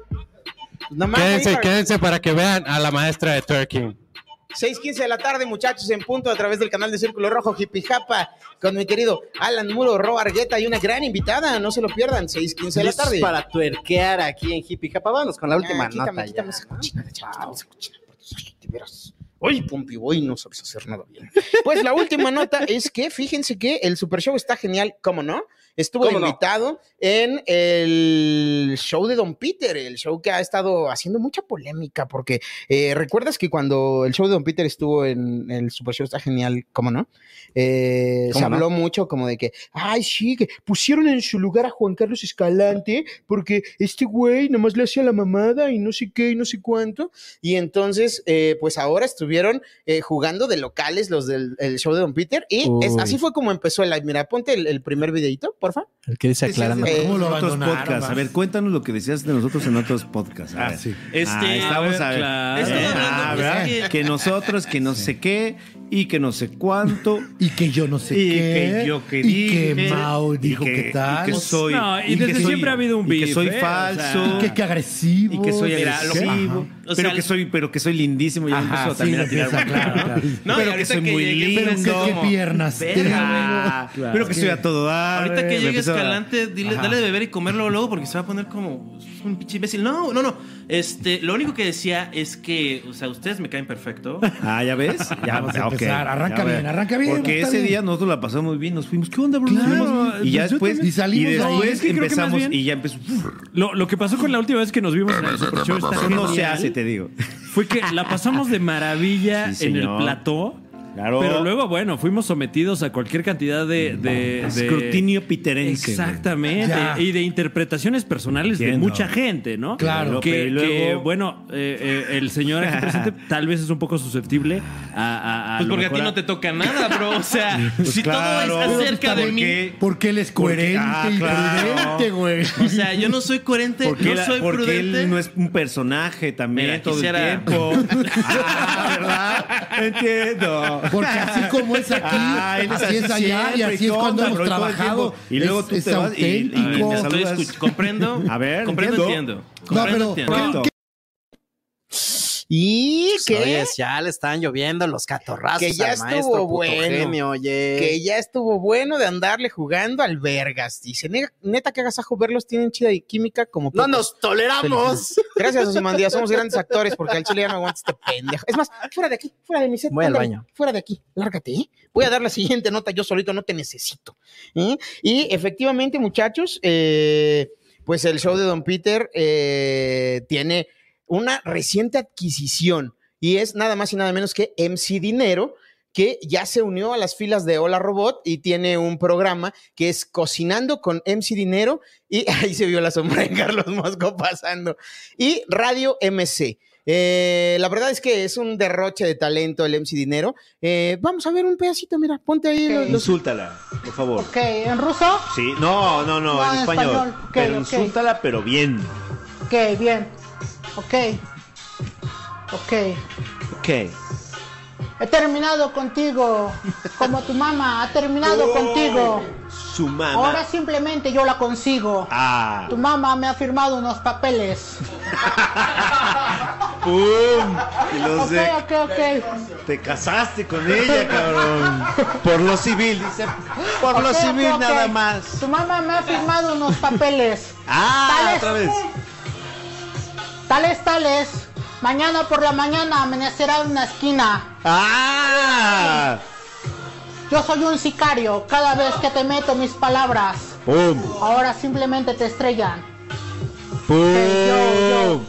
[SPEAKER 13] Quédense, quédense para que vean a la maestra de Turkey.
[SPEAKER 3] 6:15 de la tarde, muchachos, en punto a través del canal de Círculo Rojo Jipijapa con mi querido Alan Muro, Ro Argueta y una gran invitada. No se lo pierdan, 6:15 de Pues la
[SPEAKER 4] Listos
[SPEAKER 3] tarde.
[SPEAKER 4] para tuerquear aquí en Hippie Japa. Vámonos con la última
[SPEAKER 3] Ah, quítame,
[SPEAKER 4] nota.
[SPEAKER 3] quítame esa cochina, ya, quítame esa cochina, por Dios, ay, de veras. Ay, Pompi, hoy no sabes hacer nada bien. Pues la última nota es que fíjense que el Super Show está genial, ¿cómo no? Estuvo
[SPEAKER 4] ¿Cómo no?
[SPEAKER 3] invitado en el show de Don Peter, el show que ha estado haciendo mucha polémica, porque eh, recuerdas que cuando el show de Don Peter estuvo en el Super Show está genial, ¿cómo no? Eh, se
[SPEAKER 4] ¿Cómo no?
[SPEAKER 3] habló mucho como de que, ay, sí, que pusieron en su lugar a Juan Carlos Escalante porque este güey nomás le hacía la mamada y no sé qué y no sé cuánto. Y entonces, eh, pues ahora estuvieron eh, jugando de locales los del el show de Don Peter y es-
[SPEAKER 4] Uy.
[SPEAKER 3] así fue como empezó el live. Mira, ponte el, el primer videito, porfa.
[SPEAKER 4] El que dice aclarando.
[SPEAKER 3] sí, sí.
[SPEAKER 18] ¿Cómo lo
[SPEAKER 3] Eh, lo
[SPEAKER 18] otros
[SPEAKER 3] abandonaron,
[SPEAKER 18] podcasts? A
[SPEAKER 3] va.
[SPEAKER 18] ver, cuéntanos lo que decías de nosotros en otros podcasts. A ver.
[SPEAKER 19] Este,
[SPEAKER 18] Ah, estamos a ver.
[SPEAKER 19] claro.
[SPEAKER 18] Eh,
[SPEAKER 19] Estaba
[SPEAKER 18] ah,
[SPEAKER 19] hablando,
[SPEAKER 18] ¿verdad?
[SPEAKER 19] pues, es que-
[SPEAKER 18] Que nosotros, que no sé qué, y que no sé cuánto.
[SPEAKER 19] Y que yo no sé
[SPEAKER 18] y
[SPEAKER 19] qué,
[SPEAKER 18] que yo que
[SPEAKER 19] y
[SPEAKER 18] dije,
[SPEAKER 19] que Mao dijo
[SPEAKER 18] y
[SPEAKER 19] que tal.
[SPEAKER 18] Y que soy,
[SPEAKER 19] Ah, No, y
[SPEAKER 18] que
[SPEAKER 19] desde
[SPEAKER 18] soy-
[SPEAKER 19] siempre ha habido un
[SPEAKER 18] y
[SPEAKER 19] beef,
[SPEAKER 18] Que soy
[SPEAKER 19] ¿eh? O
[SPEAKER 18] falso.
[SPEAKER 19] sea, y que- que agresivo.
[SPEAKER 18] Y que soy
[SPEAKER 19] Mira, lo que-
[SPEAKER 18] agresivo.
[SPEAKER 19] Ajá. O
[SPEAKER 18] Pero,
[SPEAKER 19] sea,
[SPEAKER 18] que soy, pero que soy lindísimo. Ya
[SPEAKER 19] Ajá,
[SPEAKER 18] empezó
[SPEAKER 19] sí,
[SPEAKER 18] también a
[SPEAKER 19] ya
[SPEAKER 18] tirar
[SPEAKER 19] empieza,
[SPEAKER 18] una-
[SPEAKER 19] claro, claro. No, y
[SPEAKER 18] Pero que
[SPEAKER 19] ahorita
[SPEAKER 18] soy
[SPEAKER 19] que
[SPEAKER 18] muy
[SPEAKER 19] llegué-
[SPEAKER 18] lindo.
[SPEAKER 19] Pero que qué piernas
[SPEAKER 18] Verga,
[SPEAKER 19] tengo.
[SPEAKER 18] güey. Pero que soy a todo dar.
[SPEAKER 20] Ahorita que
[SPEAKER 18] güey,
[SPEAKER 20] llegue
[SPEAKER 18] empiezo a-
[SPEAKER 20] Escalante, dile,
[SPEAKER 18] Ajá.
[SPEAKER 20] dale de beber y comerlo luego porque se va a poner como un pinche imbécil. No, no, no. Este, lo único que decía es que, o sea, ustedes me caen perfecto.
[SPEAKER 18] Ah, ¿ya ves? Ya,
[SPEAKER 20] Vamos a
[SPEAKER 18] ok.
[SPEAKER 20] empezar. Arranca
[SPEAKER 18] Ya,
[SPEAKER 20] bien,
[SPEAKER 18] güey.
[SPEAKER 20] arranca bien,
[SPEAKER 18] Porque
[SPEAKER 20] está
[SPEAKER 18] ese
[SPEAKER 20] bien.
[SPEAKER 18] día nosotros la pasamos bien, nos fuimos. ¿Qué onda, bro?
[SPEAKER 20] Claro,
[SPEAKER 18] Nos fuimos. y
[SPEAKER 20] pues
[SPEAKER 18] ya
[SPEAKER 20] yo
[SPEAKER 18] después,
[SPEAKER 20] también. Y salimos
[SPEAKER 18] y
[SPEAKER 20] de ahí.
[SPEAKER 18] después
[SPEAKER 20] Es que creo que más
[SPEAKER 18] empezamos
[SPEAKER 20] bien-
[SPEAKER 18] y ya empezó.
[SPEAKER 19] Lo, lo que pasó con la última vez que nos vimos en el Super Show está
[SPEAKER 18] Eso no se
[SPEAKER 19] genial.
[SPEAKER 18] hace, te digo.
[SPEAKER 19] fue que la pasamos de maravilla
[SPEAKER 18] Sí,
[SPEAKER 19] en el
[SPEAKER 18] señor.
[SPEAKER 19] plató.
[SPEAKER 18] Claro.
[SPEAKER 19] Pero luego, bueno, fuimos sometidos a cualquier cantidad de. de- de-
[SPEAKER 18] Escrutinio piterense.
[SPEAKER 19] Exactamente.
[SPEAKER 18] Ya.
[SPEAKER 19] Y de interpretaciones personales
[SPEAKER 18] Entiendo.
[SPEAKER 19] de mucha gente, ¿no?
[SPEAKER 18] Claro.
[SPEAKER 19] Que,
[SPEAKER 18] Pero y luego-
[SPEAKER 19] que, bueno, eh, eh, el señor aquí presente tal vez es un poco susceptible a. a- a
[SPEAKER 20] Pues
[SPEAKER 19] lo
[SPEAKER 20] porque a ti
[SPEAKER 19] mejor
[SPEAKER 20] no te toca nada, bro. O sea,
[SPEAKER 19] Pues
[SPEAKER 20] si
[SPEAKER 19] claro.
[SPEAKER 20] todo es
[SPEAKER 19] Pero
[SPEAKER 20] acerca
[SPEAKER 19] está
[SPEAKER 20] de
[SPEAKER 19] ¿por
[SPEAKER 20] mí.
[SPEAKER 19] qué?
[SPEAKER 20] Porque él es
[SPEAKER 18] coherente Ah, y claro. prudente,
[SPEAKER 19] güey.
[SPEAKER 20] O sea, yo no soy coherente,
[SPEAKER 18] Porque,
[SPEAKER 20] no
[SPEAKER 18] él-
[SPEAKER 20] soy
[SPEAKER 18] porque
[SPEAKER 20] prudente.
[SPEAKER 18] él no es un personaje también
[SPEAKER 20] Mira,
[SPEAKER 18] todo
[SPEAKER 20] quisiera-
[SPEAKER 18] el tiempo. ah, ¿verdad? Entiendo.
[SPEAKER 19] Porque así
[SPEAKER 18] como es
[SPEAKER 19] aquí,
[SPEAKER 18] así
[SPEAKER 19] así es allá y
[SPEAKER 18] siempre,
[SPEAKER 19] así es
[SPEAKER 18] ¿qué
[SPEAKER 19] cuando
[SPEAKER 18] onda,
[SPEAKER 19] hemos
[SPEAKER 18] bro? Y todo el
[SPEAKER 19] trabajado.
[SPEAKER 18] tiempo. Y luego
[SPEAKER 19] Es-
[SPEAKER 18] tú
[SPEAKER 19] es
[SPEAKER 18] te vas y- y- y
[SPEAKER 20] A ver,
[SPEAKER 18] te
[SPEAKER 20] estoy
[SPEAKER 18] saludas.
[SPEAKER 20] escuch- comprendo.
[SPEAKER 18] A ver,
[SPEAKER 20] comprendo,
[SPEAKER 18] entiendo.
[SPEAKER 20] entiendo. Comprendo,
[SPEAKER 4] No,
[SPEAKER 20] entiendo.
[SPEAKER 4] pero-
[SPEAKER 3] ¿Y
[SPEAKER 4] qué? Pues, Oye, ya le están lloviendo los catorrazos
[SPEAKER 3] que ya
[SPEAKER 4] al
[SPEAKER 3] estuvo
[SPEAKER 4] maestro puto
[SPEAKER 3] bueno.
[SPEAKER 4] genio, oye.
[SPEAKER 3] Que ya estuvo bueno de andarle jugando al vergas. Dice, "Nega- neta que agasajo este verlos, tienen chida y química como
[SPEAKER 4] ¡No
[SPEAKER 3] pocos".
[SPEAKER 4] nos toleramos!
[SPEAKER 3] Gracias, Osimandía, somos grandes actores porque al chile ya no aguanta este pendejo. Es más, fuera de aquí, fuera de mi set.
[SPEAKER 4] Voy al
[SPEAKER 3] ándale,
[SPEAKER 4] baño.
[SPEAKER 3] Fuera de aquí, lárgate, ¿eh? Voy a dar la siguiente nota, yo solito no te necesito. ¿eh? Y efectivamente, muchachos, eh, pues el show de Don Peter eh, tiene una reciente adquisición y es nada más y nada menos que MC Dinero que ya se unió a las filas de Hola Robot y tiene un programa que es Cocinando con MC Dinero y ahí se vio la sombra de Carlos Mosco pasando y Radio MC. Eh, la verdad es que es un derroche de talento el MC Dinero. Eh, vamos a ver un pedacito, mira, ponte ahí los- los...
[SPEAKER 18] Insúltala, por favor.
[SPEAKER 3] Ok, en ruso.
[SPEAKER 18] Sí, no, no, no,
[SPEAKER 3] No,
[SPEAKER 18] en
[SPEAKER 3] en
[SPEAKER 18] español.
[SPEAKER 3] español. Ok,
[SPEAKER 18] pero
[SPEAKER 3] ok.
[SPEAKER 18] insúltala, pero bien.
[SPEAKER 3] Ok, bien. Ok.
[SPEAKER 21] Ok,
[SPEAKER 18] Ok.
[SPEAKER 21] he terminado contigo, como tu mamá ha terminado
[SPEAKER 18] Oh,
[SPEAKER 21] contigo.
[SPEAKER 18] Su mamá.
[SPEAKER 21] Ahora simplemente yo la consigo.
[SPEAKER 18] Ah.
[SPEAKER 21] Tu mamá me ha firmado unos papeles.
[SPEAKER 18] ¡Pum! Y los
[SPEAKER 21] Ok,
[SPEAKER 18] de.
[SPEAKER 21] ok, ok.
[SPEAKER 18] Te casaste con ella, cabrón. Por lo civil, dice. Por lo
[SPEAKER 21] Ok, ok,
[SPEAKER 18] civil
[SPEAKER 21] ok.
[SPEAKER 18] nada más.
[SPEAKER 21] Tu mamá me ha firmado unos papeles.
[SPEAKER 18] Ah,
[SPEAKER 21] Tales,
[SPEAKER 18] otra vez.
[SPEAKER 21] Tales, tales. Mañana por la mañana amanecerá en una esquina.
[SPEAKER 18] Ah.
[SPEAKER 21] Yo soy un sicario. Cada vez que te meto mis palabras,
[SPEAKER 18] ¡Pum!
[SPEAKER 21] ahora simplemente te estrellan.
[SPEAKER 3] Pues,
[SPEAKER 18] ¡Pum!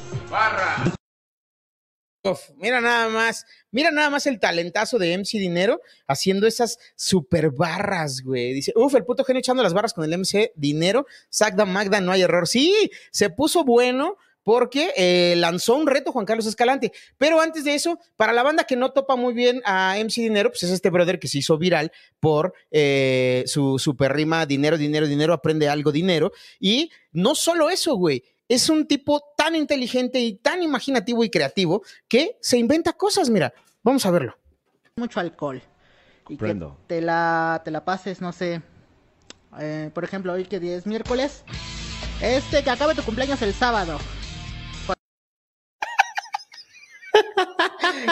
[SPEAKER 3] Uf, mira nada más, mira nada más el talentazo de MC Dinero haciendo esas super barras, güey. Dice, uf, el puto genio echando las barras con el MC Dinero. Sagda Magda, no hay error. Sí, se puso bueno porque eh, lanzó un reto Juan Carlos Escalante. Pero antes de eso, para la banda que no topa muy bien a MC Dinero, pues es este brother que se hizo viral por eh, su super rima Dinero, Dinero, Dinero, aprende algo, dinero. Y no solo eso, güey. es un tipo tan inteligente y tan imaginativo y creativo que se inventa cosas. Mira, vamos a verlo.
[SPEAKER 21] Mucho alcohol. Y que
[SPEAKER 3] Comprendo.
[SPEAKER 21] te la, te la pases, no sé. eh, por ejemplo, hoy que día es miércoles. Este, que acabe tu cumpleaños el sábado.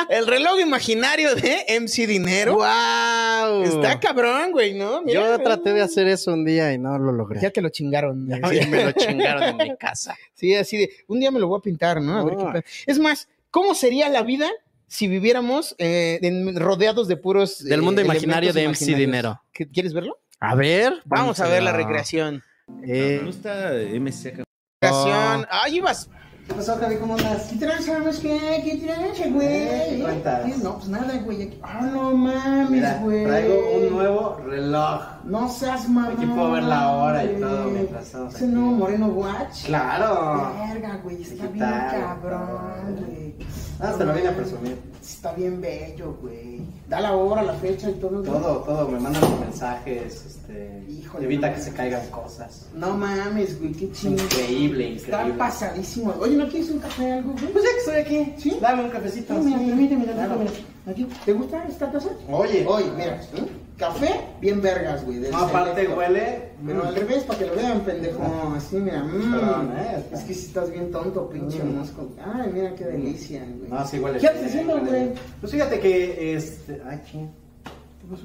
[SPEAKER 3] El reloj imaginario de MC Dinero.
[SPEAKER 9] ¡Wow!
[SPEAKER 3] Está cabrón, güey, ¿no? Mira.
[SPEAKER 9] Yo traté de hacer eso un día y no lo logré.
[SPEAKER 3] Ya te lo chingaron.
[SPEAKER 9] Ya me lo chingaron en mi casa.
[SPEAKER 3] Sí, así de, un día me lo voy a pintar, ¿no? A ver qué
[SPEAKER 9] Ah.
[SPEAKER 3] pedo. Es más, ¿cómo sería la vida si viviéramos eh, en- rodeados de puros...
[SPEAKER 9] Del
[SPEAKER 3] eh,
[SPEAKER 9] mundo imaginario
[SPEAKER 3] elementos
[SPEAKER 9] de MC
[SPEAKER 3] imaginarios?
[SPEAKER 9] Dinero. Oh.
[SPEAKER 3] ¿Qué- ¿Quieres verlo?
[SPEAKER 9] A ver.
[SPEAKER 3] Vamos a ver la
[SPEAKER 9] Ah.
[SPEAKER 3] recreación.
[SPEAKER 9] Eh,
[SPEAKER 20] Me gusta MC.
[SPEAKER 3] Recreación. Ay, ibas.
[SPEAKER 22] ¿Qué pasó, Javi? ¿Cómo andas?
[SPEAKER 15] ¿Qué tranza, no es que? ¿Qué tranza,
[SPEAKER 22] Eh,
[SPEAKER 15] güey?
[SPEAKER 22] cuentas.
[SPEAKER 15] ¿Qué? No, pues nada, güey. aquí- Ah, no mames, güey.
[SPEAKER 4] traigo un nuevo reloj.
[SPEAKER 15] No seas mamón.
[SPEAKER 4] Aquí puedo ver la hora y todo
[SPEAKER 15] güey.
[SPEAKER 4] mientras estamos
[SPEAKER 15] ¿Ese nuevo Moreno Watch?
[SPEAKER 4] Claro.
[SPEAKER 15] Verga, güey, está bien
[SPEAKER 4] tal?
[SPEAKER 15] cabrón, güey.
[SPEAKER 4] Ah, te lo vine a presumir.
[SPEAKER 15] Está bien bello, güey. Da la hora, la fecha y todo. güey.
[SPEAKER 4] Todo, todo, me mandan los mensajes, este,
[SPEAKER 15] Híjole,
[SPEAKER 4] evita
[SPEAKER 15] no.
[SPEAKER 4] que se caigan cosas.
[SPEAKER 15] No mames, güey, qué
[SPEAKER 4] Es
[SPEAKER 15] chido.
[SPEAKER 4] increíble,
[SPEAKER 15] Está
[SPEAKER 4] increíble.
[SPEAKER 15] pasadísimo. Oye, ¿no quieres un café algo, güey? Pues ya que estoy aquí. ¿Sí? Dame un cafecito. mira, permíteme, tantito, mira. Aquí. ¿Te gusta esta taza?
[SPEAKER 4] Oye.
[SPEAKER 15] Oye, mira. ¿eh? Café, bien vergas, güey. del
[SPEAKER 4] No, aparte
[SPEAKER 15] selecto.
[SPEAKER 4] huele-
[SPEAKER 15] Pero al revés, para que lo vean, pendejo. mm. No, así, mira. mm.
[SPEAKER 4] Perdón, eh.
[SPEAKER 15] Es que si estás bien tonto, pinche
[SPEAKER 4] Mm.
[SPEAKER 15] mosco. Ay, mira qué delicia, güey.
[SPEAKER 4] No, sí huele
[SPEAKER 15] ¿Qué andas
[SPEAKER 4] bien,
[SPEAKER 15] haciendo,
[SPEAKER 4] huele
[SPEAKER 15] güey?
[SPEAKER 4] bien. Pues fíjate que, este, ay, ching. ¿Qué pasó?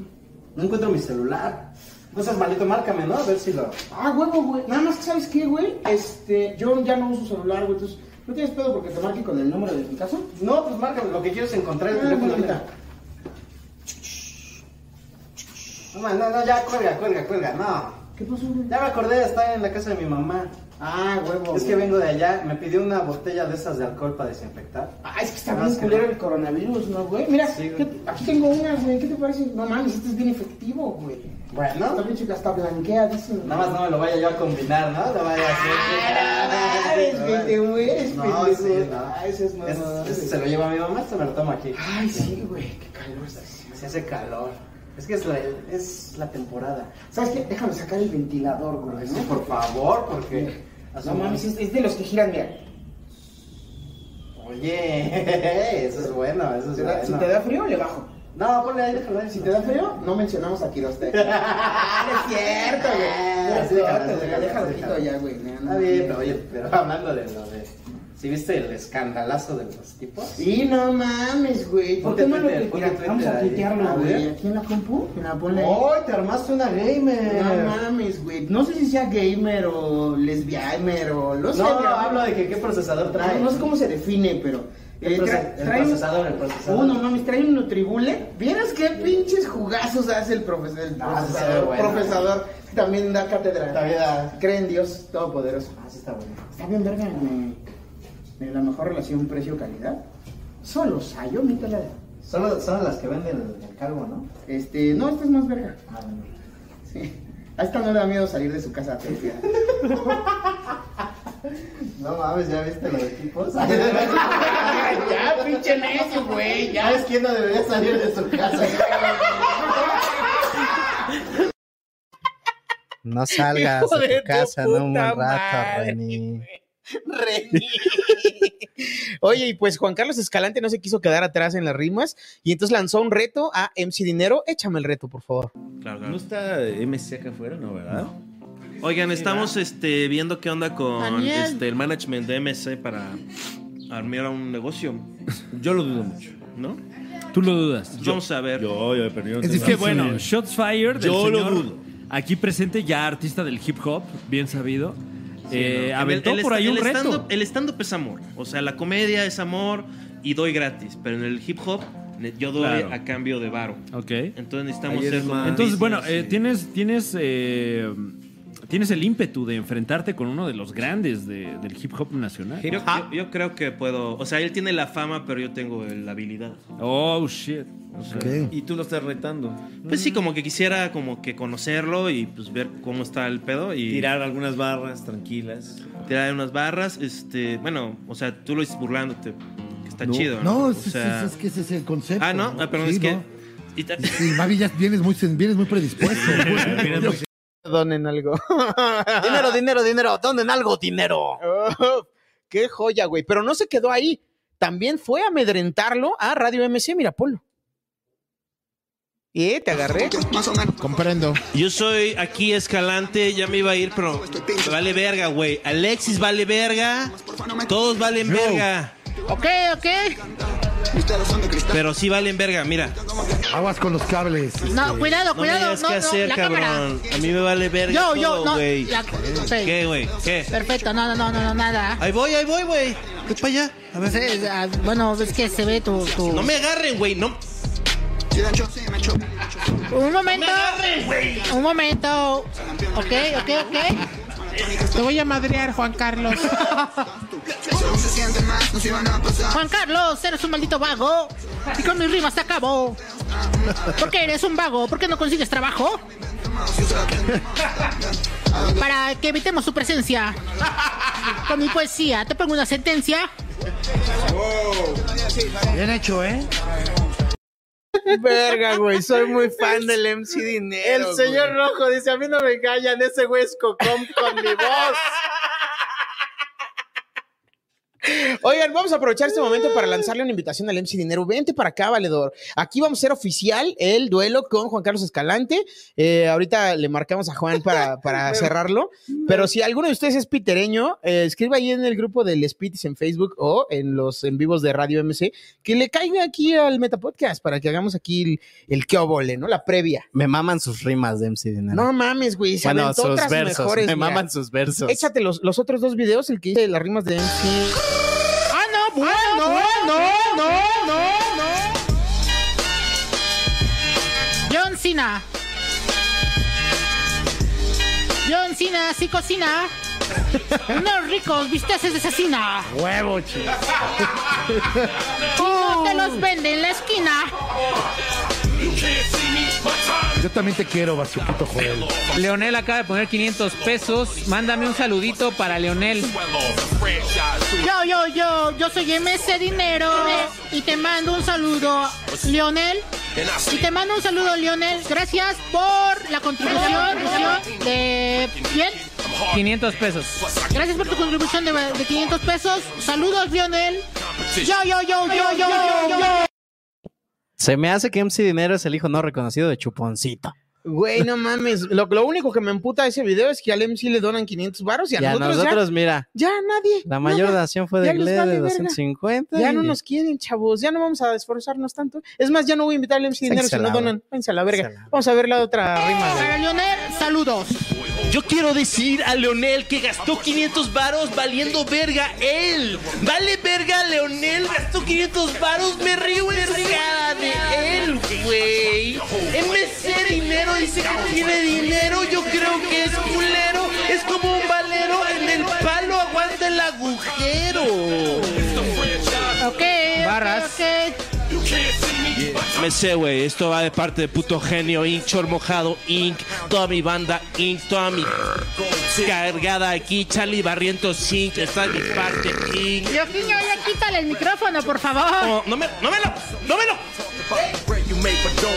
[SPEAKER 4] No encuentro mi celular. No seas malito, márcame, ¿no? A ver si lo...
[SPEAKER 15] Ah, huevo, güey. Nada más que sabes qué, güey. Este, yo ya no uso celular, güey. Entonces, ¿no tienes pedo porque te marque con el número de mi casa?
[SPEAKER 4] No, pues márcame, lo que quieres encontrar es
[SPEAKER 15] Ah,
[SPEAKER 4] el teléfono.
[SPEAKER 15] bueno, ahorita.
[SPEAKER 4] No, man, no, no, ya, cuelga, cuelga, cuelga, no.
[SPEAKER 15] ¿Qué pasó, güey?
[SPEAKER 4] Ya me acordé, está en la casa de mi mamá.
[SPEAKER 15] Ah, huevo.
[SPEAKER 4] Es que
[SPEAKER 15] güey.
[SPEAKER 4] vengo de allá, me pidió una botella de esas de alcohol para desinfectar.
[SPEAKER 15] Ah, es que está
[SPEAKER 4] No,
[SPEAKER 15] bien
[SPEAKER 4] es que
[SPEAKER 15] culero
[SPEAKER 4] no.
[SPEAKER 15] el coronavirus, ¿no, güey? Mira,
[SPEAKER 4] Sí, güey.
[SPEAKER 15] ¿qué- aquí tengo una, güey. ¿Qué te parece? No mames, este es bien efectivo, güey.
[SPEAKER 4] Bueno.
[SPEAKER 15] Esta pinche hasta blanqueadísima.
[SPEAKER 4] Nada más no me lo vaya yo a combinar, ¿no? No vaya a
[SPEAKER 15] Ay,
[SPEAKER 4] hacer.
[SPEAKER 15] Ah, güey, te mueres,
[SPEAKER 4] No,
[SPEAKER 15] pendejo.
[SPEAKER 4] sí, no.
[SPEAKER 15] Ay, eso es mamada,
[SPEAKER 4] Es- es-
[SPEAKER 15] güey.
[SPEAKER 4] se lo lleva mi mamá, se me lo tomo aquí.
[SPEAKER 15] Ay, sí, güey, qué calor está haciendo.
[SPEAKER 4] Se hace calor. Es que es la, es la temporada.
[SPEAKER 15] ¿Sabes qué? Déjame sacar el ventilador, güey, ¿no?
[SPEAKER 4] Sí, por favor, pues, porque.
[SPEAKER 15] No mames, es, es de los que giran, mira.
[SPEAKER 4] Oye, eso es bueno, eso es
[SPEAKER 15] Te da-
[SPEAKER 4] bueno.
[SPEAKER 15] Si te da frío, le bajo.
[SPEAKER 4] No, ponle ahí, déjalo ahí.
[SPEAKER 15] Si te da frío, no mencionamos a Quiroste. Ah, no es cierto, güey. No es
[SPEAKER 4] Sí, déjalo,
[SPEAKER 15] cierto, güey.
[SPEAKER 4] déjalo,
[SPEAKER 15] Ah, Déjalo
[SPEAKER 4] déjalo.
[SPEAKER 15] quito ya, güey. No, no,
[SPEAKER 4] Está bien, pero, oye, pero hablando de lo de. ¿Sí viste el escandalazo de los tipos?
[SPEAKER 15] Sí, no mames, güey. ¿Por
[SPEAKER 4] Ponte
[SPEAKER 15] qué no lo
[SPEAKER 4] Twitter,
[SPEAKER 15] tuiteas?
[SPEAKER 4] ponte
[SPEAKER 15] Vamos a
[SPEAKER 4] Twitter ahí.
[SPEAKER 15] tuitearlo,
[SPEAKER 4] A
[SPEAKER 15] güey.
[SPEAKER 4] ver.
[SPEAKER 15] ¿Aquí en la compu? Mira, ponle ahí.
[SPEAKER 4] ¡Ay, te armaste una gamer!
[SPEAKER 15] No mames, güey. No sé si sea gamer o lesbianer o lo sé.
[SPEAKER 4] No,
[SPEAKER 15] güey.
[SPEAKER 4] hablo de que qué procesador trae.
[SPEAKER 15] No sé cómo se define, pero.
[SPEAKER 4] El
[SPEAKER 15] eh, tra-
[SPEAKER 4] proce- el
[SPEAKER 15] trae un-
[SPEAKER 4] procesador, el procesador.
[SPEAKER 15] Oh, no mames, trae un Nutribullet. ¿Vieras qué pinches jugazos hace el profesor? El
[SPEAKER 4] Ah, sí se ve
[SPEAKER 15] procesador,
[SPEAKER 4] bueno.
[SPEAKER 15] profesador. También da cátedra.
[SPEAKER 4] También da-
[SPEAKER 15] Cree en Dios Todopoderoso.
[SPEAKER 4] Ah, sí está bueno.
[SPEAKER 15] Está bien, verga, güey. La mejor relación precio-calidad. Solo Sayo, mi tela de-
[SPEAKER 4] Son, son las que venden el, el calvo, ¿no?
[SPEAKER 15] Este, no, esta es más verga.
[SPEAKER 4] Ah, bueno.
[SPEAKER 15] Sí. A esta no le da miedo salir de su casa, te decía.
[SPEAKER 4] No mames, ¿ya viste los equipos?
[SPEAKER 15] ya, pinche necio, güey.
[SPEAKER 4] ya es que no debería salir de su casa.
[SPEAKER 9] No salgas
[SPEAKER 3] Hijo
[SPEAKER 9] de
[SPEAKER 3] de
[SPEAKER 9] tu casa
[SPEAKER 3] tu
[SPEAKER 9] no un buen
[SPEAKER 3] puta
[SPEAKER 9] rato,
[SPEAKER 3] madre,
[SPEAKER 9] Reni.
[SPEAKER 3] Reni. Oye, y pues Juan Carlos Escalante no se quiso quedar atrás en las rimas y entonces lanzó un reto a MC Dinero. Échame el reto, por favor.
[SPEAKER 20] Claro, claro. ¿No está MC acá afuera? No, ¿verdad? Oigan, estamos este, viendo qué onda con
[SPEAKER 21] Daniel.
[SPEAKER 20] este, el management de MC para armar un negocio. Yo lo dudo mucho, ¿no?
[SPEAKER 19] Tú lo dudas.
[SPEAKER 20] Vamos a ver.
[SPEAKER 19] Yo, yo, pero yo no Es tengo que, nada. bueno, shots fired. del
[SPEAKER 20] Yo lo
[SPEAKER 19] señor
[SPEAKER 20] dudo.
[SPEAKER 19] Aquí presente ya artista del hip hop, bien sabido. Eh, aventó por ahí un reto.
[SPEAKER 20] Stand -up, el stand-up es amor. O sea, la comedia es amor y doy gratis. Pero en el hip hop ne- yo doy
[SPEAKER 19] Claro.
[SPEAKER 20] a cambio de varo.
[SPEAKER 19] Ok.
[SPEAKER 20] Entonces necesitamos
[SPEAKER 19] Ahí
[SPEAKER 20] ser
[SPEAKER 19] eres
[SPEAKER 20] como
[SPEAKER 19] más-
[SPEAKER 20] un
[SPEAKER 19] Entonces, bueno,
[SPEAKER 20] business,
[SPEAKER 19] eh,
[SPEAKER 20] sí.
[SPEAKER 19] tienes, tienes, eh, tienes el ímpetu de enfrentarte con uno de los grandes de- del hip hop nacional.
[SPEAKER 20] Yo, yo- yo creo que puedo. O sea, él tiene la fama, pero yo tengo la habilidad.
[SPEAKER 19] Oh, shit.
[SPEAKER 20] O sea, Y tú lo estás retando. Pues sí, como que quisiera como que conocerlo y pues ver cómo está el pedo y
[SPEAKER 4] Tirar
[SPEAKER 20] algunas barras tranquilas. Tirar unas barras, este, bueno, o sea, tú lo dices burlándote, que está
[SPEAKER 23] No,
[SPEAKER 20] chido, ¿no?
[SPEAKER 23] No,
[SPEAKER 20] O
[SPEAKER 23] es, es-
[SPEAKER 20] sea-
[SPEAKER 23] es que ese es el concepto.
[SPEAKER 20] Ah, no, ah, perdón,
[SPEAKER 23] Sí,
[SPEAKER 20] es que
[SPEAKER 23] no. Y, y, Mavi, ya vienes muy, sen- vienes muy predispuesto.
[SPEAKER 3] donen algo.
[SPEAKER 4] Dinero, dinero, dinero. Donen algo, dinero.
[SPEAKER 3] Oh, qué joya, güey. Pero no se quedó ahí. También fue a amedrentarlo a Radio MC Mirapolo. ¿Y Eh, te agarré? Más o menos.
[SPEAKER 24] Comprendo.
[SPEAKER 20] Yo soy aquí escalante, ya me iba a ir, pero me vale verga, güey. Alexis vale verga. Todos valen verga.
[SPEAKER 3] Ok, ok.
[SPEAKER 20] Pero sí valen verga, mira.
[SPEAKER 24] Aguas con los cables.
[SPEAKER 21] No,
[SPEAKER 20] No
[SPEAKER 21] cuidado,
[SPEAKER 20] me
[SPEAKER 21] cuidado.
[SPEAKER 20] digas
[SPEAKER 21] No,
[SPEAKER 20] qué
[SPEAKER 21] no,
[SPEAKER 20] hacer,
[SPEAKER 21] la
[SPEAKER 20] cabrón.
[SPEAKER 21] cámara.
[SPEAKER 20] A mí me vale verga
[SPEAKER 21] Yo, yo,
[SPEAKER 20] todo,
[SPEAKER 21] no,
[SPEAKER 20] güey.
[SPEAKER 21] la- ok.
[SPEAKER 20] ¿Qué, güey? ¿Qué?
[SPEAKER 21] Perfecto, no, no, no, no, no, nada. ah,
[SPEAKER 20] Ahí voy, ahí voy, güey. ¿Qué para allá? A ver.
[SPEAKER 21] bueno, es que se ve tu. tu-
[SPEAKER 20] No me agarren, güey. No.
[SPEAKER 21] Un momento. Un momento. Ok, ok, ok.
[SPEAKER 24] Te voy a madrear, Juan Carlos.
[SPEAKER 21] Juan Carlos, eres un maldito vago. Y con mis rimas te acabo. ¿Por qué eres un vago? ¿Por qué no consigues trabajo? Para que evitemos su presencia. Con mi poesía, te pongo una sentencia.
[SPEAKER 24] Bien hecho, ¿eh?
[SPEAKER 3] Verga, güey. Soy muy fan del MC Dinero.
[SPEAKER 4] El
[SPEAKER 3] güey.
[SPEAKER 4] señor rojo dice, a mí no me callan, ese güey es cocom con mi voz.
[SPEAKER 3] Oigan, vamos a aprovechar este momento para lanzarle una invitación al MC Dinero. Vente para acá, valedor. Aquí vamos a ser oficial el duelo con Juan Carlos Escalante. Eh, ahorita le marcamos a Juan para, para cerrarlo. Pero si alguno de ustedes es pitereño, eh, escriba ahí en el grupo del Spitis en Facebook o en los en vivos de Radio MC que le caiga aquí al Metapodcast para que hagamos aquí el, el que obole, ¿no? La previa.
[SPEAKER 4] Me maman sus rimas de MC Dinero.
[SPEAKER 3] No mames, güey. Se
[SPEAKER 4] Bueno,
[SPEAKER 3] aventó
[SPEAKER 4] sus
[SPEAKER 3] otras
[SPEAKER 4] versos,
[SPEAKER 3] mejores,
[SPEAKER 4] me
[SPEAKER 3] mira.
[SPEAKER 4] maman sus versos.
[SPEAKER 3] Échate los, los otros dos videos, el que dice las rimas de MC.
[SPEAKER 24] ¡Ah, no! ¡Bueno, no, no, no, no,
[SPEAKER 21] John Cena. John Cena sí cocina. Unos ricos bisteces de asesina.
[SPEAKER 24] ¡Huevo, chido!
[SPEAKER 21] Y no
[SPEAKER 24] Oh.
[SPEAKER 21] te los vende en la esquina.
[SPEAKER 24] Yo también te quiero, Bazuquito Joel.
[SPEAKER 25] Leonel acaba de poner 500 pesos. Mándame un saludito para Leonel.
[SPEAKER 21] Yo, yo, yo, yo soy MC Dinero y te mando un saludo, Lionel. Y te mando un saludo, Lionel. Gracias por la contribución de... ¿Bien?
[SPEAKER 25] 500 pesos.
[SPEAKER 21] Gracias por tu contribución de, de 500 pesos. Saludos, Lionel. Yo, yo, yo, yo, yo, yo, yo.
[SPEAKER 4] Se me hace que MC Dinero es el hijo no reconocido de Chuponcito.
[SPEAKER 3] Güey, no mames. Lo, lo único que me emputa de ese video es que al MC le donan 500 varos y a
[SPEAKER 4] Y a
[SPEAKER 3] nosotros, ya-
[SPEAKER 4] nosotros, mira.
[SPEAKER 3] Ya nadie.
[SPEAKER 4] La mayor
[SPEAKER 3] nada.
[SPEAKER 4] donación fue
[SPEAKER 3] Ya
[SPEAKER 4] de
[SPEAKER 3] les
[SPEAKER 4] Gled
[SPEAKER 3] vale
[SPEAKER 4] de
[SPEAKER 3] verga.
[SPEAKER 4] 250.
[SPEAKER 3] Ya
[SPEAKER 4] y-
[SPEAKER 3] no nos quieren, chavos. Ya no vamos a esforzarnos tanto. Es más, ya no voy a invitar al MC Dinero si
[SPEAKER 4] Váyanse a
[SPEAKER 3] no
[SPEAKER 4] la
[SPEAKER 3] donan. Váyanse a la verga. Vamos a ver la otra rima. güey.
[SPEAKER 21] Eh, Para Lionel, saludos.
[SPEAKER 20] Yo quiero decir a Leonel que gastó 500 varos valiendo verga él. Vale verga, Leonel, gastó 500 varos, me río en su cara de él, güey. MC Dinero dice que tiene dinero, yo creo que es culero, es como un valero en el palo, aguanta el agujero.
[SPEAKER 21] Ok.
[SPEAKER 20] Barras. Me sé, güey, esto va de parte de puto genio, Inchor Mojado, Inc., toda mi banda, Inc., toda mi cargada aquí, Charlie Barrientos, Inc., está de mi parte, Inc.
[SPEAKER 21] Yoquiño, ya quítale el micrófono, por favor.
[SPEAKER 20] No, no me, no me lo, no me lo.
[SPEAKER 21] Oh.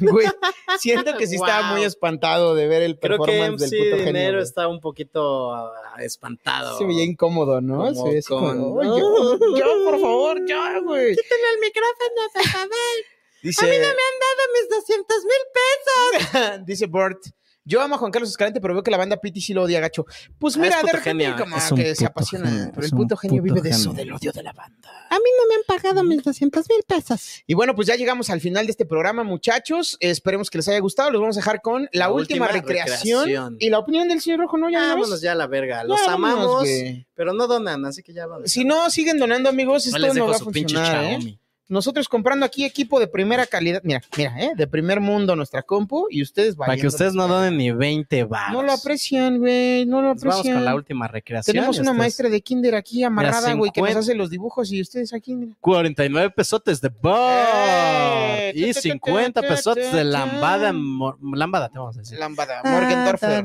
[SPEAKER 3] Güey, siento que sí estaba
[SPEAKER 4] Wow.
[SPEAKER 3] muy espantado de ver el
[SPEAKER 4] Creo que
[SPEAKER 3] performance
[SPEAKER 4] MC
[SPEAKER 3] del puto genio.
[SPEAKER 4] Dinero
[SPEAKER 3] güey.
[SPEAKER 4] está un poquito ah, espantado.
[SPEAKER 3] Se veía incómodo, ¿no?
[SPEAKER 4] Como
[SPEAKER 3] Se veía así como,
[SPEAKER 4] con-
[SPEAKER 3] "Ay, yo, yo, por favor, yo, güey.
[SPEAKER 1] Quítale el micrófono, por favor.
[SPEAKER 3] Dice-
[SPEAKER 1] A mí no me han dado mis 200 mil pesos.
[SPEAKER 3] Dice Bert. Yo amo a Juan Carlos Escalante, pero veo que la banda Pity sí lo odia, gacho. Pues
[SPEAKER 1] Ah,
[SPEAKER 3] mira,
[SPEAKER 4] es
[SPEAKER 3] de
[SPEAKER 4] puto
[SPEAKER 3] repente
[SPEAKER 4] genio,
[SPEAKER 3] como
[SPEAKER 4] es un
[SPEAKER 3] que se
[SPEAKER 4] puto
[SPEAKER 3] apasiona.
[SPEAKER 4] genio,
[SPEAKER 3] pero
[SPEAKER 4] es
[SPEAKER 3] el
[SPEAKER 4] un
[SPEAKER 3] puto genio
[SPEAKER 4] puto
[SPEAKER 3] vive de eso,
[SPEAKER 4] genio.
[SPEAKER 3] del odio de la banda.
[SPEAKER 1] A mí no me han pagado mis 200 mil pesos.
[SPEAKER 3] Y bueno, pues ya llegamos al final de este programa, muchachos. Esperemos que les haya gustado. Los vamos a dejar con la,
[SPEAKER 4] La
[SPEAKER 3] última,
[SPEAKER 4] última
[SPEAKER 3] recreación,
[SPEAKER 4] recreación.
[SPEAKER 3] y la opinión del señor Rojo, ¿no? Ya vámonos
[SPEAKER 4] Vámonos ya a la verga. Los
[SPEAKER 3] Ya, vámonos,
[SPEAKER 4] amamos,
[SPEAKER 3] güey.
[SPEAKER 4] pero no donan, así que ya vamos.
[SPEAKER 3] Si no siguen donando, amigos,
[SPEAKER 4] No
[SPEAKER 3] esto
[SPEAKER 4] les
[SPEAKER 3] no
[SPEAKER 4] dejo
[SPEAKER 3] va a
[SPEAKER 4] su pinche
[SPEAKER 3] funcionar. ¿eh?
[SPEAKER 4] Xiaomi.
[SPEAKER 3] Nosotros comprando aquí equipo de primera calidad, mira, mira, ¿eh? de primer mundo nuestra compu y ustedes
[SPEAKER 4] Para que
[SPEAKER 3] valiendo-
[SPEAKER 4] ustedes no donen ni 20 varos.
[SPEAKER 3] no lo aprecian, güey, no lo
[SPEAKER 4] Pues vamos
[SPEAKER 3] aprecian.
[SPEAKER 4] con la última recreación. Este
[SPEAKER 3] Tenemos una
[SPEAKER 4] Ustedes-
[SPEAKER 3] maestra de kinder aquí amarrada, güey, que nos
[SPEAKER 4] 50.
[SPEAKER 3] hace los dibujos y ustedes aquí, mira.
[SPEAKER 4] 49 pesotes de
[SPEAKER 3] Eh,
[SPEAKER 4] bar y 50 pesotes de lambada. mor- Lambada, te vamos a decir.
[SPEAKER 3] Lambada,
[SPEAKER 4] Morgendorfer.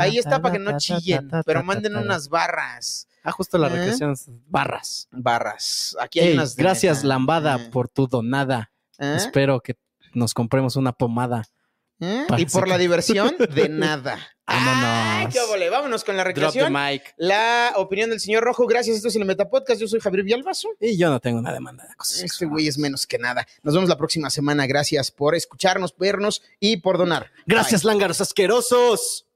[SPEAKER 3] Ahí está para que no chillen, pero manden unas barras.
[SPEAKER 4] Ah, justo la
[SPEAKER 3] ¿Eh?
[SPEAKER 4] recreación es barras.
[SPEAKER 3] Barras. Aquí hay
[SPEAKER 4] Ey,
[SPEAKER 3] unas de-
[SPEAKER 4] gracias, lambada, por tu donada.
[SPEAKER 3] ¿Eh?
[SPEAKER 4] Espero que nos compremos una pomada
[SPEAKER 3] ¿Eh? Y
[SPEAKER 4] Parece
[SPEAKER 3] por la
[SPEAKER 4] que-
[SPEAKER 3] diversión, de nada. ¡Ay, qué óvole! Vámonos con la recreación.
[SPEAKER 4] Drop the mic.
[SPEAKER 3] La opinión del señor Rojo. Gracias. Esto es el Metapodcast. Yo soy Javier Villalbazo.
[SPEAKER 4] Y yo no tengo una demanda.
[SPEAKER 3] Este güey es menos que nada. Nos vemos la próxima semana. Gracias por escucharnos, vernos y por donar.
[SPEAKER 4] Gracias, lángaros asquerosos.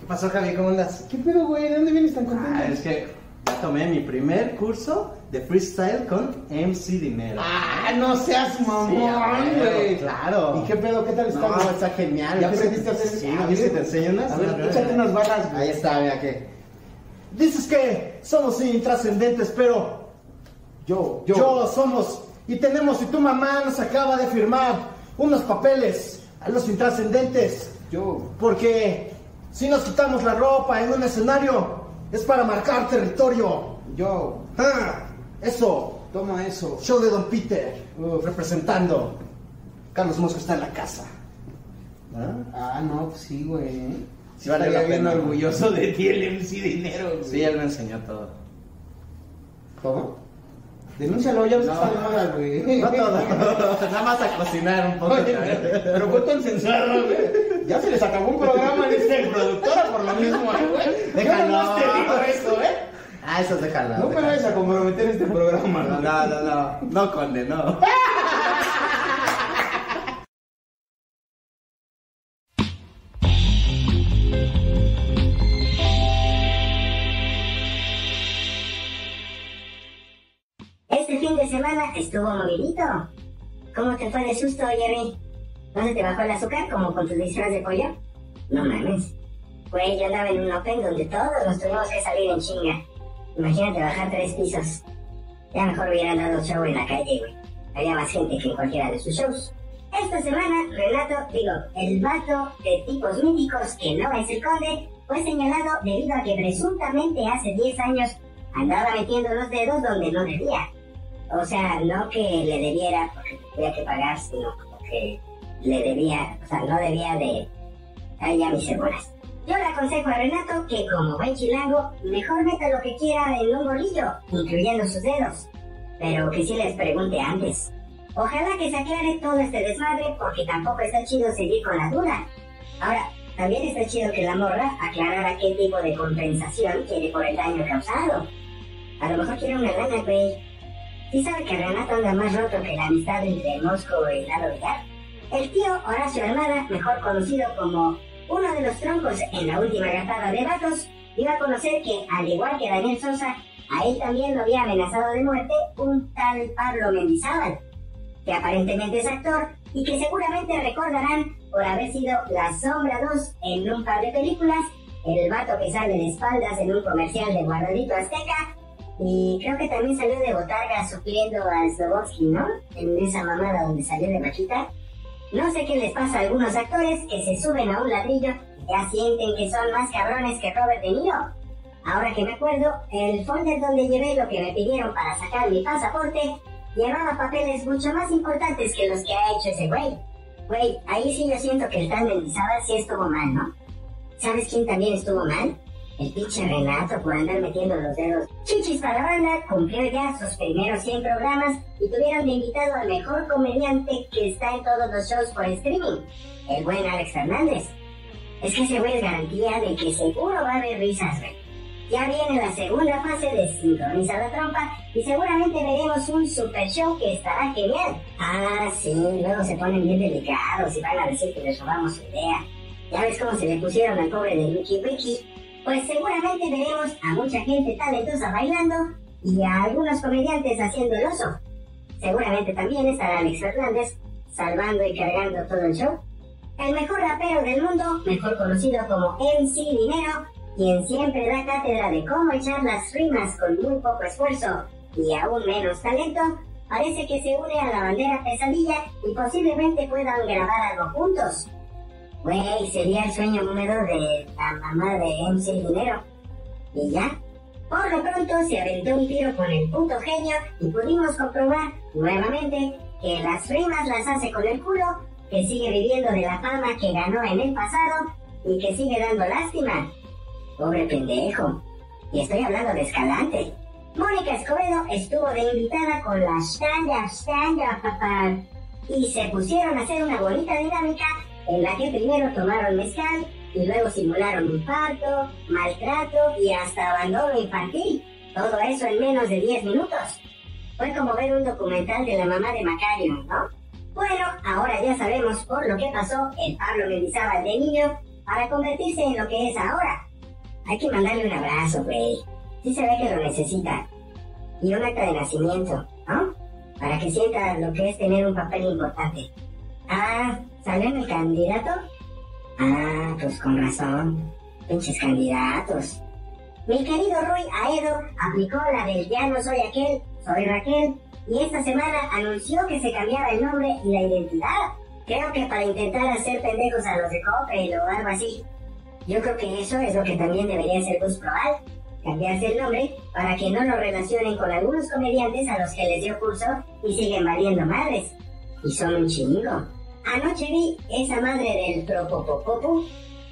[SPEAKER 18] ¿Qué pasó, Javi? ¿Cómo andas?
[SPEAKER 9] ¿Qué pedo, güey? ¿De dónde vienes tan contento?
[SPEAKER 18] Ah, es que ya tomé mi primer curso de freestyle con MC Dinero.
[SPEAKER 9] Ah, no seas mamón,
[SPEAKER 18] Sí,
[SPEAKER 9] güey.
[SPEAKER 18] claro.
[SPEAKER 9] ¿Y qué pedo? ¿Qué tal está?
[SPEAKER 18] No, está genial.
[SPEAKER 9] ¿Ya
[SPEAKER 18] ¿Qué
[SPEAKER 9] aprendiste a hacer?
[SPEAKER 18] Sí, ¿quieres que te enseñe unas?
[SPEAKER 9] A
[SPEAKER 18] No, no,
[SPEAKER 9] ver,
[SPEAKER 18] no,
[SPEAKER 9] échate
[SPEAKER 18] no.
[SPEAKER 9] unas barras,
[SPEAKER 18] Ahí
[SPEAKER 9] güey.
[SPEAKER 18] está, mira que. Dices que somos intrascendentes, pero yo, yo, somos y tenemos y tu mamá nos acaba de firmar unos papeles a los intrascendentes. Yo. Porque si nos quitamos la ropa en un escenario es para marcar territorio. Yo. Eso. Toma eso. Show de Don Peter. representando. Carlos Mosco está en la casa.
[SPEAKER 9] Ah, no, pues sí, güey.
[SPEAKER 18] Sí valió
[SPEAKER 9] Estaría
[SPEAKER 18] la
[SPEAKER 9] bien
[SPEAKER 18] pena.
[SPEAKER 9] orgulloso de ti el MC Dinero, güey.
[SPEAKER 18] Sí, él me enseñó todo.
[SPEAKER 9] ¿Cómo? Denúncialo, ya ves que está de moda, güey.
[SPEAKER 18] No todo. Nada más a cocinar un poco.
[SPEAKER 9] Oye, Pero fue tan sensual, güey. Ya se les acabó un programa en este productora por lo mismo, güey. este
[SPEAKER 18] Déjalo.
[SPEAKER 9] Yo nomás te digo eso, ¿eh?
[SPEAKER 18] Ah, eso déjala.
[SPEAKER 9] No me vayas a comprometer este programa,
[SPEAKER 18] No, no, no, no. No, Conde, no.
[SPEAKER 2] Este fin de semana estuvo movidito. ¿Cómo te fue de susto, Jerry? ¿No se te bajó el azúcar como con tu disfraz de pollo? No mames. Güey, Pues yo andaba en un open donde todos nos tuvimos que salir en chinga. Imagínate bajar tres pisos. Ya mejor hubiera dado show en la calle, güey. Había más gente que en cualquiera de sus shows. Esta semana, Renato, digo, el vato de tipos míticos que no es el conde, fue señalado debido a que presuntamente hace 10 años andaba metiendo los dedos donde no debía. O sea, no que le debiera porque tenía que pagar, sino como que le debía, o sea, no debía de... Ay, ya mis cebolas. Yo le aconsejo a Renato que como buen chilango, mejor meta lo que quiera en un bolillo, incluyendo sus dedos. Pero que sí les pregunte antes. Ojalá que se aclare todo este desmadre porque tampoco está chido seguir con la duda. Ahora, también está chido que la morra aclarara qué tipo de compensación quiere por el daño causado. A lo mejor quiere una lana, güey. ¿Sí sabe que Renato anda más roto que la amistad entre Mosco y Lalo Vitar? El tío Horacio Armada, mejor conocido como uno de los troncos en la última gatada de vatos, iba a conocer que, al igual que Daniel Sosa, a él también lo había amenazado de muerte un tal Pablo Mendizábal, que aparentemente es actor y que seguramente recordarán por haber sido La Sombra 2 en un par de películas, el vato que sale de espaldas en un comercial de Guardadito Azteca, y creo que también salió de Botarga supliendo a Slobodsky, ¿no? En esa mamada donde salió de Maquita. No sé qué les pasa a algunos actores que se suben a un ladrillo y ya sienten que son más cabrones que Robert De Niro. Ahora que me acuerdo, el folder donde llevé lo que me pidieron para sacar mi pasaporte llevaba papeles mucho más importantes que los que ha hecho ese güey. Güey, ahí sí yo siento que el tal Mendizábal sí estuvo mal, ¿no? ¿Sabes quién también estuvo mal? El pinche Renato por andar metiendo los dedos. Chichis para la banda cumplió ya sus primeros 100 programas y tuvieron de invitado al mejor comediante que está en todos los shows por streaming, el buen Alex Fernández. Es que ese güey es garantía de que seguro va a haber risas, güey. Ya viene la segunda fase de Sintoniza la Trompa y seguramente veremos un super show que estará genial. Ah, sí, luego se ponen bien delicados y van a decir que les robamos su idea. Ya ves cómo se le pusieron al pobre de Wiki Wiki. Pues seguramente veremos a mucha gente talentosa bailando y a algunos comediantes haciendo el oso. Seguramente también estará Alex Fernández salvando y cargando todo el show. El mejor rapero del mundo, mejor conocido como MC Dinero, quien siempre da cátedra de cómo echar las rimas con muy poco esfuerzo y aún menos talento, parece que se une a la bandera pesadilla y posiblemente puedan grabar algo juntos. Güey, sería el sueño húmedo de la mamá de MC Dinero. Y ya. Por lo pronto se aventó un tiro con el puto genio y pudimos comprobar nuevamente que las rimas las hace con el culo, que sigue viviendo de la fama que ganó en el pasado y que sigue dando lástima. Pobre pendejo. Y estoy hablando de Escalante. Mónica Escobedo estuvo de invitada con la Stand Up, Stand Up, papá. Y se pusieron a hacer una bonita dinámica en la que primero tomaron mezcal y luego simularon infarto, maltrato y hasta abandono infantil. Todo eso en menos de 10 minutos. Fue como ver un documental de la mamá de Macario, ¿no? Bueno, ahora ya sabemos por lo que pasó el Pablo Mendizábal de niño para convertirse en lo que es ahora. Hay que mandarle un abrazo, güey. Sí se ve que lo necesita. Y un acta de nacimiento, ¿no? Para que sienta lo que es tener un papel importante. Ah, ¿salió en el candidato? Ah, pues con razón. Pinches candidatos. Mi querido Rui Aedo aplicó la del ya no soy aquel, soy Raquel, y esta semana anunció que se cambiaba el nombre y la identidad. Creo que para intentar hacer pendejos a los de Coppel o algo así. Yo creo que eso es lo que también debería hacer Gus Proal, cambiarse el nombre para que no lo relacionen con algunos comediantes a los que les dio curso y siguen valiendo madres. Y son un chingo. Anoche vi esa madre del Propopopopu,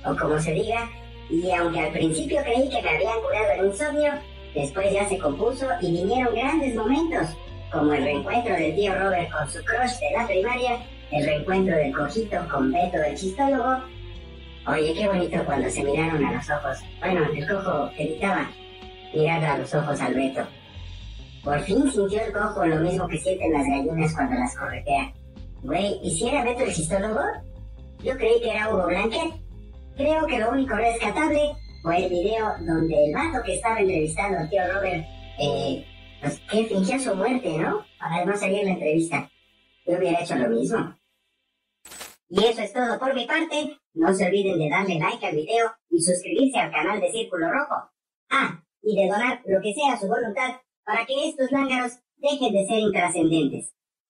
[SPEAKER 2] o como se diga, y aunque al principio creí que me habían curado el insomnio, después ya se compuso y vinieron grandes momentos, como el reencuentro del tío Robert con su crush de la primaria, el reencuentro del cojito con Beto el chistólogo. Oye, qué bonito cuando se miraron a los ojos. Bueno, el cojo evitaba mirar a los ojos al Beto. Por fin sintió el cojo lo mismo que sienten las gallinas cuando las corretea. Güey, ¿y si era Beto el chistólogo? Yo creí que era Hugo Blanquet. Creo que lo único rescatable fue el video donde el vato que estaba entrevistando al tío Robert, eh, pues que fingió su muerte, ¿no? Para no salir en la entrevista. Yo hubiera hecho lo mismo. Y eso es todo por mi parte. No se olviden de darle like al video y suscribirse al canal de Círculo Rojo. Ah, y de donar lo que sea a su voluntad para que estos lángaros dejen de ser intrascendentes.